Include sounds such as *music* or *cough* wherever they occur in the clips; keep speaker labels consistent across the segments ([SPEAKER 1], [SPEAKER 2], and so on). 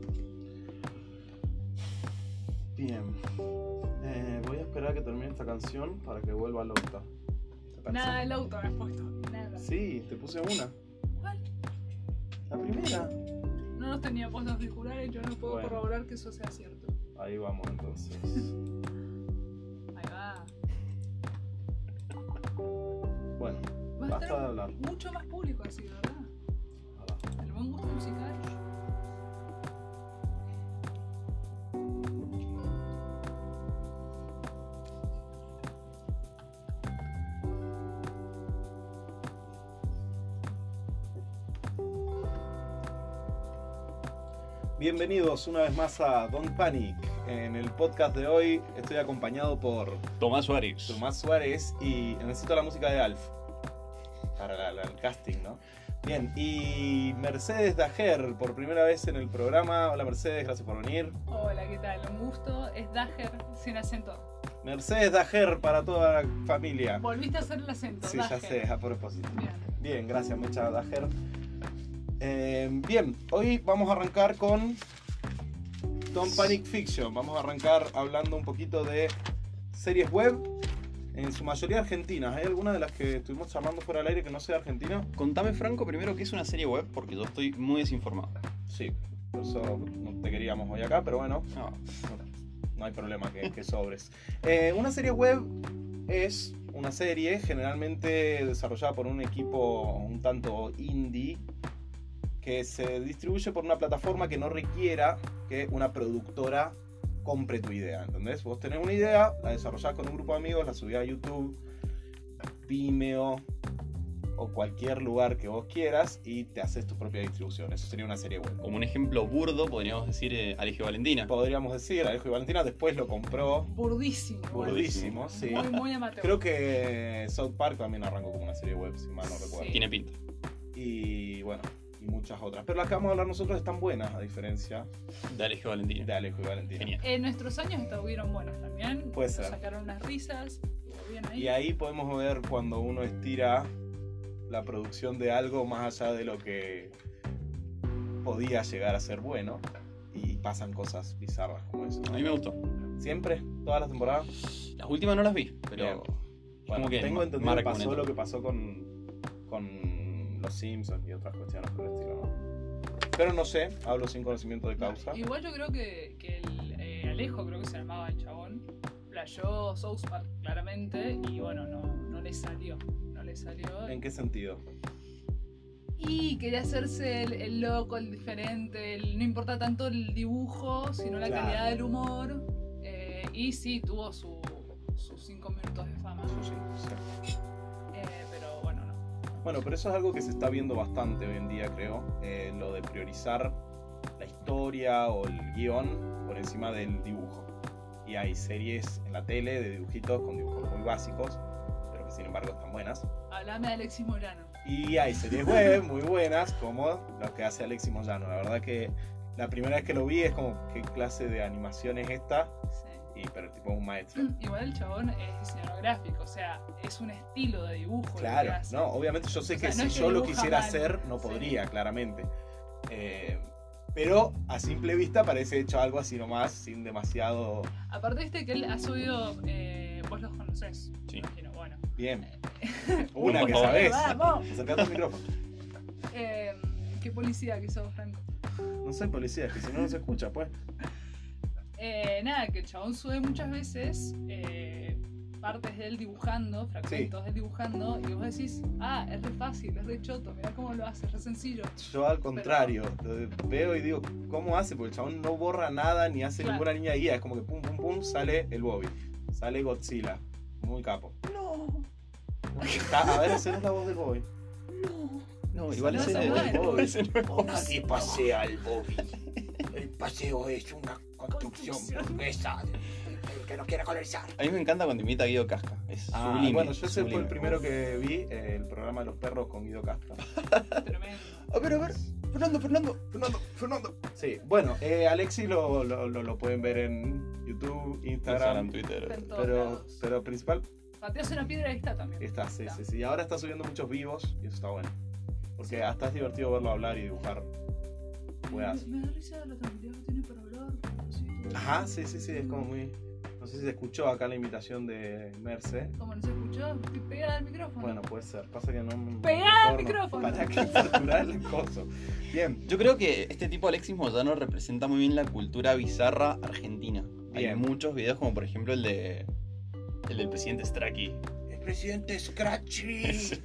[SPEAKER 1] esperar Eh, a que termine esta canción para que vuelva Louta. ¿Te parece?
[SPEAKER 2] Nada del auto me has puesto. Nada.
[SPEAKER 1] Sí, te puse una.
[SPEAKER 2] ¿Cuál?
[SPEAKER 1] La primera.
[SPEAKER 2] No nos tenía puestos auriculares, yo no puedo
[SPEAKER 1] Bueno.
[SPEAKER 2] corroborar que eso sea cierto.
[SPEAKER 1] Ahí vamos entonces.
[SPEAKER 2] Ahí va.
[SPEAKER 1] Bueno,
[SPEAKER 2] Va a
[SPEAKER 1] Basta
[SPEAKER 2] estar
[SPEAKER 1] de hablar.
[SPEAKER 2] mucho más público así, ¿verdad?
[SPEAKER 1] ahora.
[SPEAKER 2] El buen gusto musical.
[SPEAKER 1] Bienvenidos una vez más a Don't Panic. En el podcast de hoy estoy acompañado por
[SPEAKER 3] Tomás Suárez.
[SPEAKER 1] Tomás Suárez y necesito la música de Alf para la- la- el casting, ¿no? Bien, y Mercedes Dajer por primera vez en el programa. Hola Mercedes, gracias por venir.
[SPEAKER 2] Hola, ¿qué tal? Un gusto. Es Dager sin acento.
[SPEAKER 1] Mercedes Dajer para toda la familia.
[SPEAKER 2] Volviste a hacer el acento.
[SPEAKER 1] Sí, ya
[SPEAKER 2] Dager.
[SPEAKER 1] sé, a propósito.
[SPEAKER 2] Bien.
[SPEAKER 1] Bien, gracias, Mecha Dajer. Eh, bien, hoy vamos a arrancar con Don't Panic Fiction. Vamos a arrancar hablando un poquito de series web, en su mayoría argentinas. Hay algunas de las que estuvimos charlando fuera del aire que no sea argentina.
[SPEAKER 3] Contame, Franco, primero qué es una serie web, porque yo estoy muy desinformado.
[SPEAKER 1] Sí, por eso no te queríamos hoy acá, pero bueno,
[SPEAKER 3] No.
[SPEAKER 1] no hay problema que, que sobres. Eh, una serie web es una serie generalmente desarrollada por un equipo un tanto indie que se distribuye por una plataforma que no requiera que una productora compre tu idea, ¿entendés? Vos tenés una idea, la desarrollás con un grupo de amigos, la subís a YouTube, Vimeo o cualquier lugar que vos quieras y te haces tu propia distribución. Eso sería una serie web.
[SPEAKER 3] Como un ejemplo burdo, podríamos decir eh, Alegio Valentina.
[SPEAKER 1] Podríamos decir, Alejo y Valentina después lo compró
[SPEAKER 2] Burdísimo.
[SPEAKER 1] Burdísimo, sí.
[SPEAKER 2] Muy, muy amateur.
[SPEAKER 1] Creo que South Park también arrancó como una serie web, si mal no
[SPEAKER 2] Sí.
[SPEAKER 1] recuerdo.
[SPEAKER 3] Tiene pinta.
[SPEAKER 1] Y bueno, y muchas otras. Pero las que vamos a hablar nosotros están buenas, a diferencia
[SPEAKER 3] De Alegio Valentina.
[SPEAKER 1] de Alejo y Valentina.
[SPEAKER 3] Genial.
[SPEAKER 2] En nuestros años estuvieron buenos también.
[SPEAKER 1] Puede
[SPEAKER 2] Nos
[SPEAKER 1] ser.
[SPEAKER 2] Sacaron unas risas. estuvo Bien ahí.
[SPEAKER 1] Y ahí podemos ver cuando uno estira la producción de algo más allá de lo que podía llegar a ser bueno. Y pasan cosas bizarras como eso.
[SPEAKER 3] A mí me gustó.
[SPEAKER 1] Siempre, todas las temporadas.
[SPEAKER 3] Las últimas no las vi, pero.
[SPEAKER 1] Bueno,
[SPEAKER 3] Como que
[SPEAKER 1] tengo
[SPEAKER 3] ma-
[SPEAKER 1] entendido que
[SPEAKER 3] marca un
[SPEAKER 1] pasó
[SPEAKER 3] hito.
[SPEAKER 1] lo que pasó con, con los Simpsons y otras cuestiones por el estilo, ¿no? Pero no sé, hablo sin conocimiento de causa.
[SPEAKER 2] Igual yo creo que, que el eh, Alejo, creo que se llamaba el chabón, playó South Park claramente y bueno, no, no le salió. No le salió.
[SPEAKER 1] ¿En qué sentido?
[SPEAKER 2] Y quería hacerse el, el loco, el diferente, el- no importa tanto el dibujo, sino la
[SPEAKER 1] Claro.
[SPEAKER 2] calidad del humor. Eh, y sí, tuvo su- sus cinco minutos de fama. Eh, pero bueno, no.
[SPEAKER 1] Bueno, pero eso es algo que se está viendo bastante hoy en día, creo. Eh, lo de priorizar la historia o el guión por encima del dibujo. Y hay series en la tele de dibujitos con dibujos muy básicos, pero que sin embargo están buenas.
[SPEAKER 2] Hablame de Alexis Morano.
[SPEAKER 1] Y hay series web muy buenas, como lo que hace Alexis Moyano. La verdad que la primera vez que lo vi es como, ¿qué clase de animación es esta?
[SPEAKER 2] Sí. *clears throat*
[SPEAKER 1] Y, pero el tipo es un maestro.
[SPEAKER 2] Igual el chabón es diseñador gráfico, o sea, es un estilo de dibujo. lo que
[SPEAKER 1] Claro,
[SPEAKER 2] hace.
[SPEAKER 1] no, obviamente yo sé
[SPEAKER 2] O
[SPEAKER 1] que
[SPEAKER 2] sea, no
[SPEAKER 1] si
[SPEAKER 2] es que
[SPEAKER 1] yo lo
[SPEAKER 2] dibuja
[SPEAKER 1] quisiera
[SPEAKER 2] mal,
[SPEAKER 1] hacer, no
[SPEAKER 2] sí.
[SPEAKER 1] podría, claramente. Eh, pero a simple vista parece hecho algo así nomás, sin demasiado
[SPEAKER 2] Aparte este que él ha subido, eh, vos los conocés,
[SPEAKER 3] Sí.
[SPEAKER 2] imagino, bueno. *laughs*
[SPEAKER 1] bien.
[SPEAKER 3] Bueno,
[SPEAKER 1] Una
[SPEAKER 3] por
[SPEAKER 1] que
[SPEAKER 3] favor.
[SPEAKER 1] sabes.
[SPEAKER 2] ¡Vamos!
[SPEAKER 1] Acercate al micrófono.
[SPEAKER 2] Eh, qué policía que sos, Franco.
[SPEAKER 1] No soy policía, es que si no, no se escucha, pues.
[SPEAKER 2] Eh, nada, que el chabón sube muchas veces eh, partes de él dibujando, fragmentos de él dibujando, y vos decís, ah, es re fácil, es re choto, mirá cómo lo hace, es re sencillo.
[SPEAKER 1] Yo al contrario, lo veo y digo, ¿cómo hace? Porque el chabón no borra nada ni hace
[SPEAKER 2] Claro.
[SPEAKER 1] ninguna línea de guía. Es como que pum, pum, pum, sale el Bobby. Sale Godzilla. Muy capo.
[SPEAKER 2] No,
[SPEAKER 1] Está- a ver, esa no es la voz del Bobby.
[SPEAKER 3] No, igual
[SPEAKER 2] No,
[SPEAKER 3] ese,
[SPEAKER 2] no,
[SPEAKER 3] *laughs* ese
[SPEAKER 2] no,
[SPEAKER 3] no,
[SPEAKER 2] no.
[SPEAKER 3] es Bobby.
[SPEAKER 4] Nadie pasea al Bobby. *laughs* El paseo es una construcción
[SPEAKER 2] Construcción.
[SPEAKER 4] burguesa. El que no quiera colonizar.
[SPEAKER 3] A mí me encanta cuando imita a Guido Casca. Es
[SPEAKER 1] Ah,
[SPEAKER 3] sublime.
[SPEAKER 1] bueno, yo ese fue el
[SPEAKER 3] sublime.
[SPEAKER 1] primero que vi, eh, el programa de los perros con Guido Castro.
[SPEAKER 2] tremendo.
[SPEAKER 3] A ver, a ver. Fernando, Fernando.
[SPEAKER 1] Fernando, Fernando. Sí, bueno, eh, Alexi lo, lo, lo- lo pueden ver en YouTube,
[SPEAKER 3] Instagram,
[SPEAKER 1] Instagram.
[SPEAKER 2] Está
[SPEAKER 3] Twitter.
[SPEAKER 2] en todos
[SPEAKER 1] Pero,
[SPEAKER 2] lados.
[SPEAKER 1] pero principal
[SPEAKER 2] Pateas una piedra y está también.
[SPEAKER 1] está, sí, sí, sí. Ahora está subiendo muchos vivos y eso está bueno. Porque hasta es divertido verlo hablar y dibujar.
[SPEAKER 2] Me,
[SPEAKER 1] weas.
[SPEAKER 2] me da risa la tranquilidad que tiene para hablar. pobrecito.
[SPEAKER 1] Ajá, sí, sí, sí, es como muy. No sé si se escuchó acá la imitación de Merce.
[SPEAKER 2] Como no se escuchó, estoy pegada al micrófono.
[SPEAKER 1] Bueno, puede ser. Pasa que no.
[SPEAKER 2] Pegá al
[SPEAKER 1] no-
[SPEAKER 2] micrófono.
[SPEAKER 1] Para que *laughs* saturar el coso. Bien.
[SPEAKER 3] Yo creo que este tipo de Alexis Moyano representa muy bien la cultura bizarra argentina. Hay
[SPEAKER 1] Bien.
[SPEAKER 3] muchos videos como por ejemplo el de el del presidente Straki.
[SPEAKER 4] El
[SPEAKER 3] *laughs*
[SPEAKER 4] presidente Scratchy.
[SPEAKER 1] Es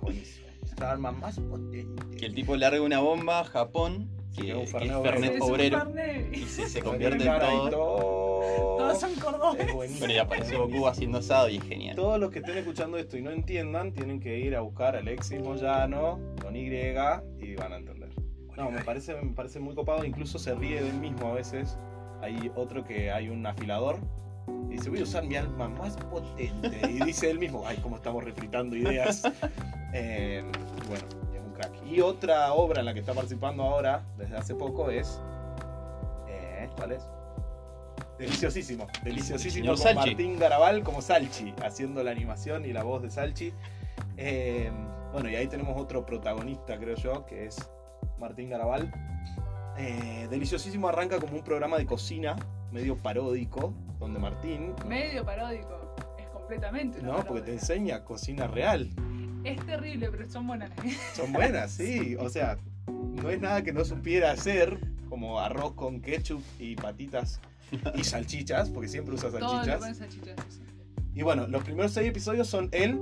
[SPEAKER 1] buenísimo.
[SPEAKER 4] Es la arma más potente.
[SPEAKER 3] Que el tipo larga una bomba a Japón,
[SPEAKER 1] Se
[SPEAKER 3] que,
[SPEAKER 1] queda un
[SPEAKER 3] que
[SPEAKER 1] Fernet obrero.
[SPEAKER 2] Es
[SPEAKER 3] es Fernet
[SPEAKER 2] un
[SPEAKER 3] obrero,
[SPEAKER 2] Fernet.
[SPEAKER 3] y se, se
[SPEAKER 1] Tiene
[SPEAKER 3] convierte en
[SPEAKER 1] cara y
[SPEAKER 3] todo.
[SPEAKER 1] todo.
[SPEAKER 2] Todos son cordones.
[SPEAKER 1] Es buenísimo.
[SPEAKER 3] Bueno, y aparece Goku haciendo asado y es genial.
[SPEAKER 1] Todos los que estén escuchando esto y no entiendan, tienen que ir a buscar a Alexis Moyano con Y y van a entender. No, me parece, me parece muy copado, incluso se ríe de él mismo a veces. Hay otro que hay un afilador y dice, voy a usar mi alma más potente. Y dice él mismo, ay, cómo estamos refritando ideas. Eh, bueno, es un crack. Y otra obra en la que está participando ahora, desde hace poco, es... eh, ¿Cuál es? Deliciosísimo. Deliciosísimo
[SPEAKER 3] señor
[SPEAKER 1] con
[SPEAKER 3] Salchi.
[SPEAKER 1] Martín Garabal como Salchi, haciendo la animación y la voz de Salchi. Eh, bueno, y ahí tenemos otro protagonista, creo yo, que es Martín Garabal. Eh, deliciosísimo arranca como un programa de cocina medio paródico, donde Martín,
[SPEAKER 2] Medio paródico. Es completamente una
[SPEAKER 1] no, porque te
[SPEAKER 2] parodia.
[SPEAKER 1] enseña cocina real.
[SPEAKER 2] Es terrible, pero son buenas. *laughs*
[SPEAKER 1] Son buenas, sí. O sea, no es nada que no supiera hacer, como arroz con ketchup y patitas y salchichas, porque siempre usa
[SPEAKER 2] Todo le ponen
[SPEAKER 1] salchichas.
[SPEAKER 2] salchichas.
[SPEAKER 1] Y bueno, los primeros seis episodios son él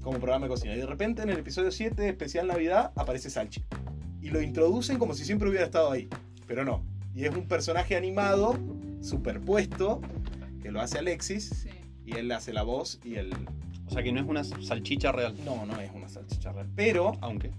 [SPEAKER 1] como programa de cocina. Y de repente en el episodio 7, especial Navidad, aparece Salchi. Y lo introducen como si siempre hubiera estado ahí, pero no. Y es un personaje animado, superpuesto, que lo hace Alexis,
[SPEAKER 2] Sí.
[SPEAKER 1] y él hace la voz y él...
[SPEAKER 3] O sea que no es una salchicha real,
[SPEAKER 1] No, no es una salchicha real. Pero
[SPEAKER 3] aunque.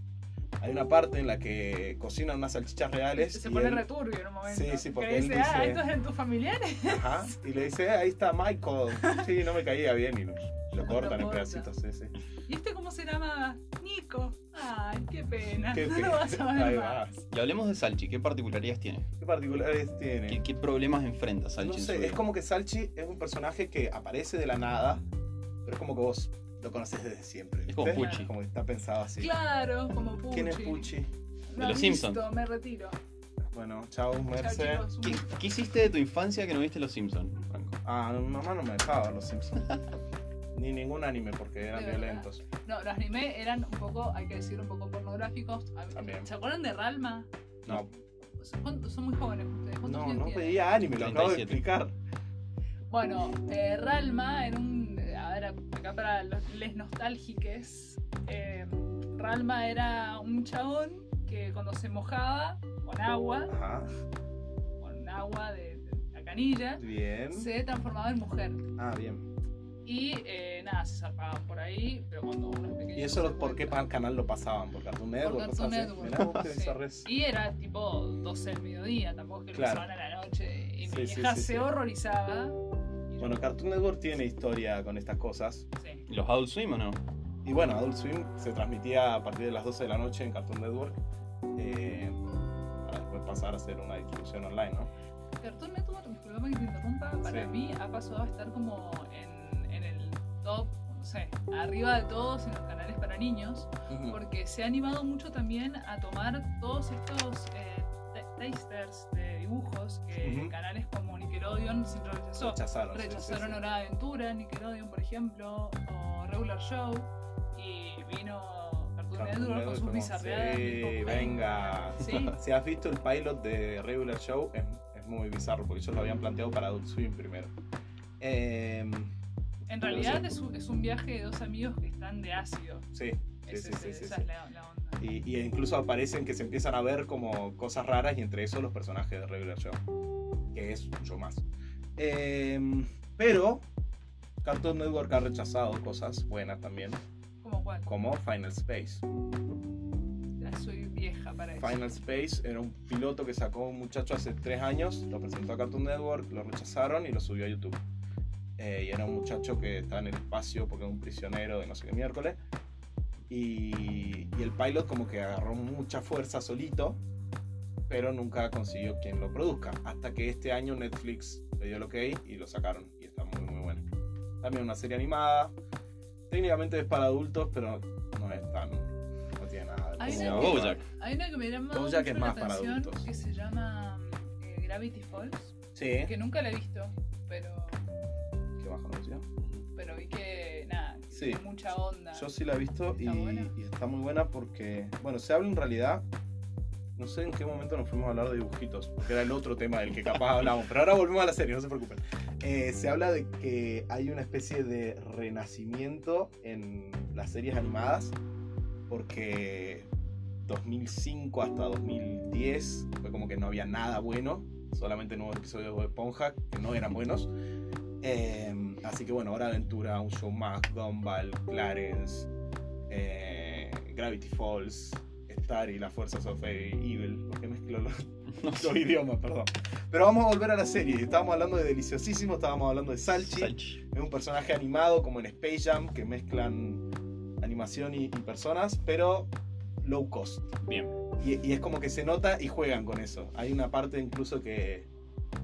[SPEAKER 1] Hay una parte en la que cocinan unas salchichas reales.
[SPEAKER 2] Se
[SPEAKER 1] y
[SPEAKER 2] pone
[SPEAKER 1] él-
[SPEAKER 2] returbio en un momento.
[SPEAKER 1] Sí, sí, porque
[SPEAKER 2] que
[SPEAKER 1] él
[SPEAKER 2] dice, ah,
[SPEAKER 1] dice-
[SPEAKER 2] estos eran tus familiares.
[SPEAKER 1] *laughs* Ajá, y le dice, "Eh, ahí está Michael. Sí, no me caía bien y lo, lo cortan en
[SPEAKER 2] corta.
[SPEAKER 1] pedacitos. Sí, sí.
[SPEAKER 2] ¿Y este cómo se llamaba? Nico. Ay, qué pena.
[SPEAKER 1] Qué
[SPEAKER 2] *laughs* no
[SPEAKER 1] pena.
[SPEAKER 2] lo vas a ver
[SPEAKER 1] Ahí va.
[SPEAKER 2] más.
[SPEAKER 3] Y hablemos de Salchi, ¿qué particularidades tiene?
[SPEAKER 1] ¿Qué particulares
[SPEAKER 3] ¿Qué,
[SPEAKER 1] tiene?
[SPEAKER 3] qué problemas enfrenta Salchi?
[SPEAKER 1] No
[SPEAKER 3] en su
[SPEAKER 1] sé,
[SPEAKER 3] vida?
[SPEAKER 1] es como que Salchi es un personaje que aparece de la nada, pero es como que vos lo conoces desde siempre.
[SPEAKER 3] Es como
[SPEAKER 1] ¿viste?
[SPEAKER 3] Pucci.
[SPEAKER 1] Como que está pensado así.
[SPEAKER 2] Claro, como Pucci.
[SPEAKER 1] ¿Quién es Pucci?
[SPEAKER 2] No,
[SPEAKER 3] los
[SPEAKER 2] listo,
[SPEAKER 3] Simpson.
[SPEAKER 2] Me retiro.
[SPEAKER 1] Bueno, chao,
[SPEAKER 2] Chao,
[SPEAKER 1] Merce.
[SPEAKER 2] chicos. un
[SPEAKER 3] ¿Qué,
[SPEAKER 2] gusto.
[SPEAKER 3] qué hiciste de tu infancia que no viste Los Simpsons, Franco?
[SPEAKER 1] ah, mi mamá no me dejaba ver los
[SPEAKER 3] *laughs*
[SPEAKER 1] Simpsons. Ni ningún anime porque eran
[SPEAKER 2] De verdad.
[SPEAKER 1] violentos.
[SPEAKER 2] No, los anime eran un poco, hay que decir, un poco pornográficos. A-
[SPEAKER 1] También.
[SPEAKER 2] ¿Se acuerdan de Ralma?
[SPEAKER 1] No,
[SPEAKER 2] Son, son muy jóvenes ustedes. ¿Cuántos
[SPEAKER 1] no,
[SPEAKER 2] años
[SPEAKER 1] no
[SPEAKER 2] tienen?
[SPEAKER 1] pedía anime, lo acabo de
[SPEAKER 3] 37.
[SPEAKER 1] explicar.
[SPEAKER 2] Bueno, eh, Ralma en un. A ver, acá para los les nostálgiques. eh, Ralma era un chabón que cuando se mojaba con agua,
[SPEAKER 1] Ajá,
[SPEAKER 2] con agua de, de la canilla,
[SPEAKER 1] bien.
[SPEAKER 2] se transformaba en mujer.
[SPEAKER 1] Ah, bien.
[SPEAKER 2] Y eh, nada, se zarpaban por ahí, pero cuando uno es pequeño.
[SPEAKER 1] ¿Y
[SPEAKER 2] no
[SPEAKER 1] eso
[SPEAKER 2] se
[SPEAKER 1] por qué
[SPEAKER 2] cuenta.
[SPEAKER 1] para canal lo pasaban? ¿Por Cartoon
[SPEAKER 2] Por
[SPEAKER 1] Network? cosas
[SPEAKER 2] Cartoon
[SPEAKER 1] así?
[SPEAKER 2] Network.
[SPEAKER 1] Mirá vos qué
[SPEAKER 2] sí.
[SPEAKER 1] bizarrez.
[SPEAKER 2] Y era tipo 12 del mediodía, tampoco es que
[SPEAKER 1] Claro.
[SPEAKER 2] lo pasaban a la noche. Y mi
[SPEAKER 1] Sí, sí,
[SPEAKER 2] vieja
[SPEAKER 1] sí,
[SPEAKER 2] se
[SPEAKER 1] sí.
[SPEAKER 2] horrorizaba. Y yo-
[SPEAKER 1] Bueno, Cartoon Network tiene historia con estas cosas.
[SPEAKER 2] sí.
[SPEAKER 3] ¿Los Adult Swim o no?
[SPEAKER 1] Y bueno, Adult Swim se transmitía a partir de las 12 de la noche en Cartoon Network. eh, para después pasar a ser una distribución online, ¿no?
[SPEAKER 2] Cartoon Network, disculpame que te interrumpa, para
[SPEAKER 1] Sí.
[SPEAKER 2] mí ha pasado a estar como en, en el top, no sé, arriba de todos en los canales para niños,
[SPEAKER 1] Mm.
[SPEAKER 2] porque se ha animado mucho también a tomar todos estos eh, ta- tasters de dibujos que
[SPEAKER 1] Ujú.
[SPEAKER 2] canales como Nickelodeon siempre rechazó.
[SPEAKER 1] Rechazaron. sí, sí,
[SPEAKER 2] Rechazaron
[SPEAKER 1] sí.
[SPEAKER 2] Hora de Aventura, Nickelodeon, por ejemplo, o Regular Show, y vino Cartoon
[SPEAKER 1] Cartoon
[SPEAKER 2] Network con
[SPEAKER 1] Network
[SPEAKER 2] sus
[SPEAKER 1] como,
[SPEAKER 2] bizarreadas.
[SPEAKER 1] Sí,
[SPEAKER 2] tipo,
[SPEAKER 1] venga.
[SPEAKER 2] Sí,
[SPEAKER 1] Si has visto el pilot de Regular Show, es, es muy bizarro, porque ellos lo habían planteado para Adult Swim primero. Eh,
[SPEAKER 2] En realidad es un, es un viaje de dos amigos que están de ácido.
[SPEAKER 1] sí, sí,
[SPEAKER 2] Ese-
[SPEAKER 1] sí, sí, sí,
[SPEAKER 2] esa
[SPEAKER 1] sí.
[SPEAKER 2] es la, la onda.
[SPEAKER 1] Y, y incluso aparecen que se empiezan a ver como cosas raras y entre eso los personajes de Regular Show, que es yo más. Em, pero Cartoon Network ha rechazado cosas buenas también,
[SPEAKER 2] ¿Cómo cuál?
[SPEAKER 1] como Final Space.
[SPEAKER 2] Ya soy vieja para eso.
[SPEAKER 1] Final Space era un piloto que sacó un muchacho hace tres años, lo presentó a Cartoon Network, lo rechazaron y lo subió a YouTube. Eh, y era un muchacho que estaba en el espacio porque era un prisionero de no sé qué miércoles. Y, y el pilot como que agarró mucha fuerza solito, pero nunca consiguió quien lo produzca. Hasta que este año Netflix le dio el ok y lo sacaron. Y está muy, muy bueno. También una serie animada. Técnicamente es para adultos, pero no es tan... No tiene nada. de
[SPEAKER 2] Hay
[SPEAKER 1] como
[SPEAKER 2] una
[SPEAKER 1] Bojack.
[SPEAKER 3] Bojack.
[SPEAKER 2] Hay una que me llama
[SPEAKER 1] Bojack
[SPEAKER 2] mucho
[SPEAKER 1] es más
[SPEAKER 2] la
[SPEAKER 1] para
[SPEAKER 2] atención
[SPEAKER 1] adultos.
[SPEAKER 2] que se llama eh, Gravity Falls,
[SPEAKER 1] Sí.
[SPEAKER 2] que nunca la he visto, pero
[SPEAKER 1] Sí.
[SPEAKER 2] con mucha onda.
[SPEAKER 1] Yo sí la he visto y,
[SPEAKER 2] Está buena.
[SPEAKER 1] y está muy buena porque, bueno, se habla en realidad. No sé en qué momento nos fuimos a hablar de dibujitos, porque era el otro tema del que
[SPEAKER 2] *laughs*
[SPEAKER 1] capaz hablábamos, pero ahora volvemos a la serie, no se preocupen. Eh, se habla de que hay una especie de renacimiento en las series animadas, porque 2005 hasta 2010 fue como que no había nada bueno, solamente nuevos episodios de Ponja que no eran buenos. Eh, así que bueno, ahora Aventura, un show más, Gumball, Clarence, eh, Gravity Falls, Star y las fuerzas of Evil, porque mezclo los,
[SPEAKER 3] No
[SPEAKER 1] los idiomas, perdón. Pero vamos a volver a la serie, estábamos hablando de Deliciosísimo, estábamos hablando de Salchi,
[SPEAKER 3] Salchi.
[SPEAKER 1] es un personaje animado como en Space Jam, que mezclan animación y, y personas, pero low cost.
[SPEAKER 3] Bien.
[SPEAKER 1] Y, y es como que se nota y juegan con eso. Hay una parte incluso que,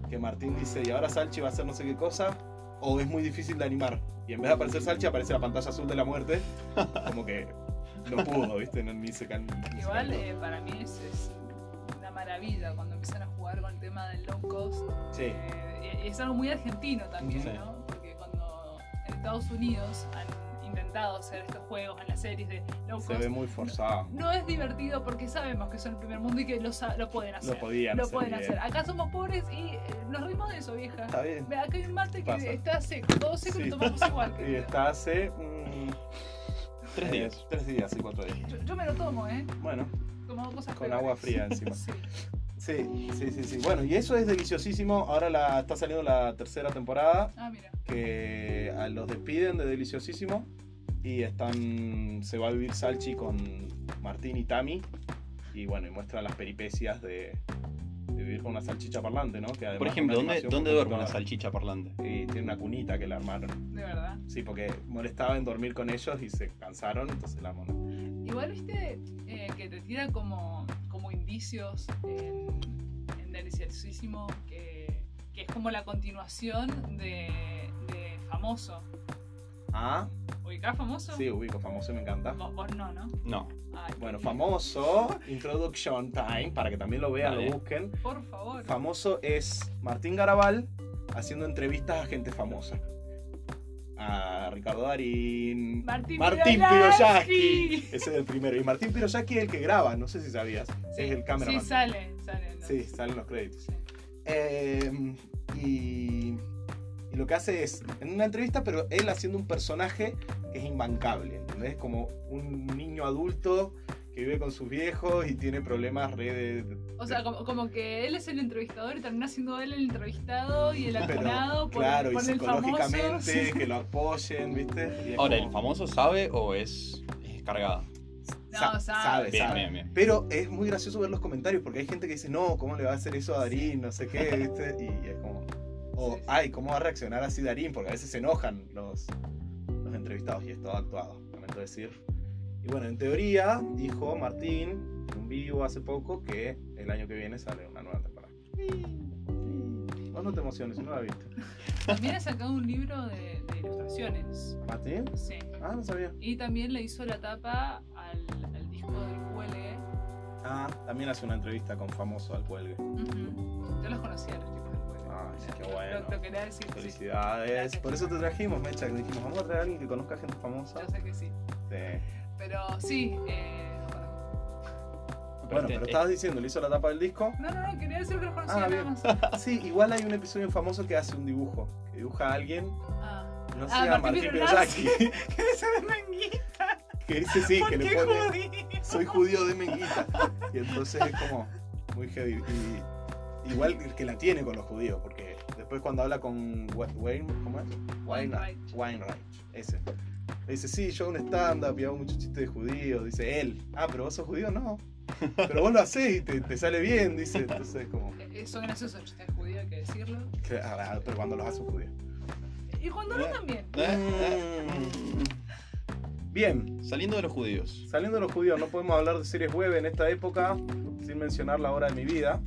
[SPEAKER 1] que Martín dice, y ahora Salchi va a hacer no sé qué cosa, o es muy difícil de animar. Y en vez de aparecer Salchi, aparece la pantalla azul de la muerte. Como que no pudo, ¿viste? No, ni se can... ni se
[SPEAKER 2] Igual
[SPEAKER 1] cantó.
[SPEAKER 2] eh, para mí es, es una maravilla cuando empiezan a jugar con el tema del low cost.
[SPEAKER 1] Sí,
[SPEAKER 2] Eh, y es algo muy argentino también,
[SPEAKER 1] Sí.
[SPEAKER 2] ¿no? Porque cuando en Estados Unidos han intentado hacer estos juegos en las series de low
[SPEAKER 1] se
[SPEAKER 2] cost,
[SPEAKER 1] ve muy forzado.
[SPEAKER 2] no es divertido porque sabemos que son el primer mundo y que lo, sa- lo pueden hacer.
[SPEAKER 1] Lo podían
[SPEAKER 2] Lo
[SPEAKER 1] hacer
[SPEAKER 2] pueden
[SPEAKER 1] bien.
[SPEAKER 2] hacer. Acá somos pobres y eh, nos rimos de eso, vieja.
[SPEAKER 1] Está bien.
[SPEAKER 2] Ve, Acá hay un mate que
[SPEAKER 1] Pasa.
[SPEAKER 2] está seco, todo seco y
[SPEAKER 1] Sí.
[SPEAKER 2] lo tomamos igual.
[SPEAKER 1] *laughs* Y está hace... mm,
[SPEAKER 3] Tres
[SPEAKER 1] eh,
[SPEAKER 3] días.
[SPEAKER 1] Tres días y cuatro días.
[SPEAKER 2] Yo, yo me lo tomo, ¿eh?
[SPEAKER 1] Bueno,
[SPEAKER 2] Como cosas
[SPEAKER 1] con agua
[SPEAKER 2] peores.
[SPEAKER 1] fría encima.
[SPEAKER 2] Sí.
[SPEAKER 1] Sí, sí, sí, sí. Bueno, y eso es deliciosísimo. Ahora la, está saliendo la tercera temporada.
[SPEAKER 2] Ah, mira.
[SPEAKER 1] que a los despiden de Deliciosísimo y están se va a vivir Salchi con Martín y Tami y bueno, y muestra las peripecias de, de vivir con una salchicha parlante, ¿no? Que además
[SPEAKER 3] Por
[SPEAKER 1] es
[SPEAKER 3] ejemplo,
[SPEAKER 1] una
[SPEAKER 3] ¿dónde,
[SPEAKER 1] animación
[SPEAKER 3] dónde
[SPEAKER 1] con
[SPEAKER 3] duerme una
[SPEAKER 1] computadora.
[SPEAKER 3] salchicha parlante?
[SPEAKER 1] Y tiene una cunita que la armaron.
[SPEAKER 2] De verdad.
[SPEAKER 1] Sí, porque molestaba en dormir con ellos y se cansaron, entonces la mona.
[SPEAKER 2] Igual viste eh, que te tira como, como indicios en, en Deliciosísimo que, que es como la continuación de, de Famoso.
[SPEAKER 1] Ah,
[SPEAKER 2] ¿Ubicás Famoso?
[SPEAKER 1] sí, ubico, famoso me encanta.
[SPEAKER 2] Vos, vos no, ¿no?
[SPEAKER 3] No.
[SPEAKER 2] Ay,
[SPEAKER 1] Bueno,
[SPEAKER 2] qué-
[SPEAKER 1] famoso, introduction time, para que también lo vean,
[SPEAKER 3] Dale.
[SPEAKER 1] lo busquen.
[SPEAKER 2] Por favor.
[SPEAKER 1] famoso es Martín Garabal haciendo entrevistas a gente famosa. A Ricardo Darín.
[SPEAKER 2] Martín,
[SPEAKER 1] Martín
[SPEAKER 2] Piroyaski.
[SPEAKER 1] Piroyaski. Ese es el primero. Y Martín Piroyaski es el que graba, no sé si sabías.
[SPEAKER 2] Sí,
[SPEAKER 1] es el cameraman.
[SPEAKER 2] Sí, sale, sale. ¿no?
[SPEAKER 1] Sí, salen los créditos.
[SPEAKER 2] Sí.
[SPEAKER 1] Eh, y, y lo que hace es, en una entrevista, pero él haciendo un personaje que es imbancable, ¿entendés? Como un niño adulto que vive con sus viejos y tiene problemas re de- de-
[SPEAKER 2] O sea, como, como que él es el entrevistador y termina siendo él el entrevistado y el
[SPEAKER 1] Pero,
[SPEAKER 2] acunado por,
[SPEAKER 1] claro,
[SPEAKER 2] por
[SPEAKER 1] y
[SPEAKER 2] el famoso.
[SPEAKER 1] psicológicamente,
[SPEAKER 2] Sí.
[SPEAKER 1] que lo apoyen, ¿viste? Y es
[SPEAKER 3] Ahora,
[SPEAKER 1] como-
[SPEAKER 3] ¿el famoso sabe o es es cargada?
[SPEAKER 1] sa-
[SPEAKER 2] No, sabe,
[SPEAKER 1] sabe,
[SPEAKER 3] Bien,
[SPEAKER 1] sabe.
[SPEAKER 3] bien, bien.
[SPEAKER 1] Pero es muy gracioso ver los comentarios porque hay gente que dice, no, ¿cómo le va a hacer eso a Darín? No sé qué, ¿viste? Y es como, o,
[SPEAKER 2] Sí, sí.
[SPEAKER 1] ay, ¿cómo va a reaccionar así Darín? Porque a veces se enojan los, los entrevistados y es todo actuado, lamento decir. Y bueno, en teoría, dijo Martín, en un vivo hace poco, que el año que viene sale una nueva temporada. Vos no te emociones, no la viste.
[SPEAKER 2] También ha sacado un libro de- de ilustraciones.
[SPEAKER 1] ¿Martín?
[SPEAKER 2] Sí.
[SPEAKER 1] Ah, no sabía.
[SPEAKER 2] Y también le hizo la tapa al, al disco del Cuele.
[SPEAKER 1] Ah, también hace una entrevista con famoso al cuelgue.
[SPEAKER 2] Yo los conocía, los chicos del Cuele.
[SPEAKER 1] Ay, qué
[SPEAKER 2] Lo-
[SPEAKER 1] bueno.
[SPEAKER 2] Lo, lo quería decir, sí.
[SPEAKER 1] Felicidades.
[SPEAKER 2] Gracias.
[SPEAKER 1] Por eso te trajimos, Mecha, que dijimos, vamos a traer a alguien que conozca gente famosa. Este,
[SPEAKER 2] Yo sé Este, que sí.
[SPEAKER 1] Sí.
[SPEAKER 2] Pero sí, eh, los conozco.
[SPEAKER 1] Bueno,
[SPEAKER 2] este.
[SPEAKER 1] pero estabas diciendo, le hizo la tapa del
[SPEAKER 2] *laughs*
[SPEAKER 1] disco.
[SPEAKER 2] No, no, no, quería decir que los conocía
[SPEAKER 1] Ah,
[SPEAKER 2] nada
[SPEAKER 1] bien.
[SPEAKER 2] más.
[SPEAKER 1] Sí, igual hay un episodio en famoso que hace un dibujo. Que dibuja a alguien,
[SPEAKER 2] Ah,
[SPEAKER 1] no sé,
[SPEAKER 2] Ah,
[SPEAKER 1] a
[SPEAKER 2] Martín
[SPEAKER 1] Martín
[SPEAKER 2] Piroyaski. *laughs*
[SPEAKER 1] Piroyaki.
[SPEAKER 2] ¿Qué dice de Menguita?
[SPEAKER 1] *laughs* que dice sí, que le pone. *laughs*
[SPEAKER 2] judío?
[SPEAKER 1] Soy judío de Menguita. Y entonces es como muy heavy. Y igual que la tiene con los judíos, porque después cuando habla con Wa- Wayne, ¿cómo es?
[SPEAKER 2] Wainwright.
[SPEAKER 1] Wainwright, ese. Le dice, sí, yo hago un stand-up y hago muchos chistes de judíos. Dice él, ah, pero vos sos judío, no. Pero vos lo hacés y te, te sale bien, dice. Entonces es como,
[SPEAKER 2] Eh, eh, Son graciosos los chistes judíos, hay que decirlo.
[SPEAKER 1] que- ah, pero cuando los hace un judío.
[SPEAKER 2] Y cuando no
[SPEAKER 3] Eh.
[SPEAKER 2] también.
[SPEAKER 1] Bien,
[SPEAKER 3] Saliendo de los judíos.
[SPEAKER 1] saliendo de los judíos, no podemos hablar de series web en esta época sin mencionar La Hora de mi Vida,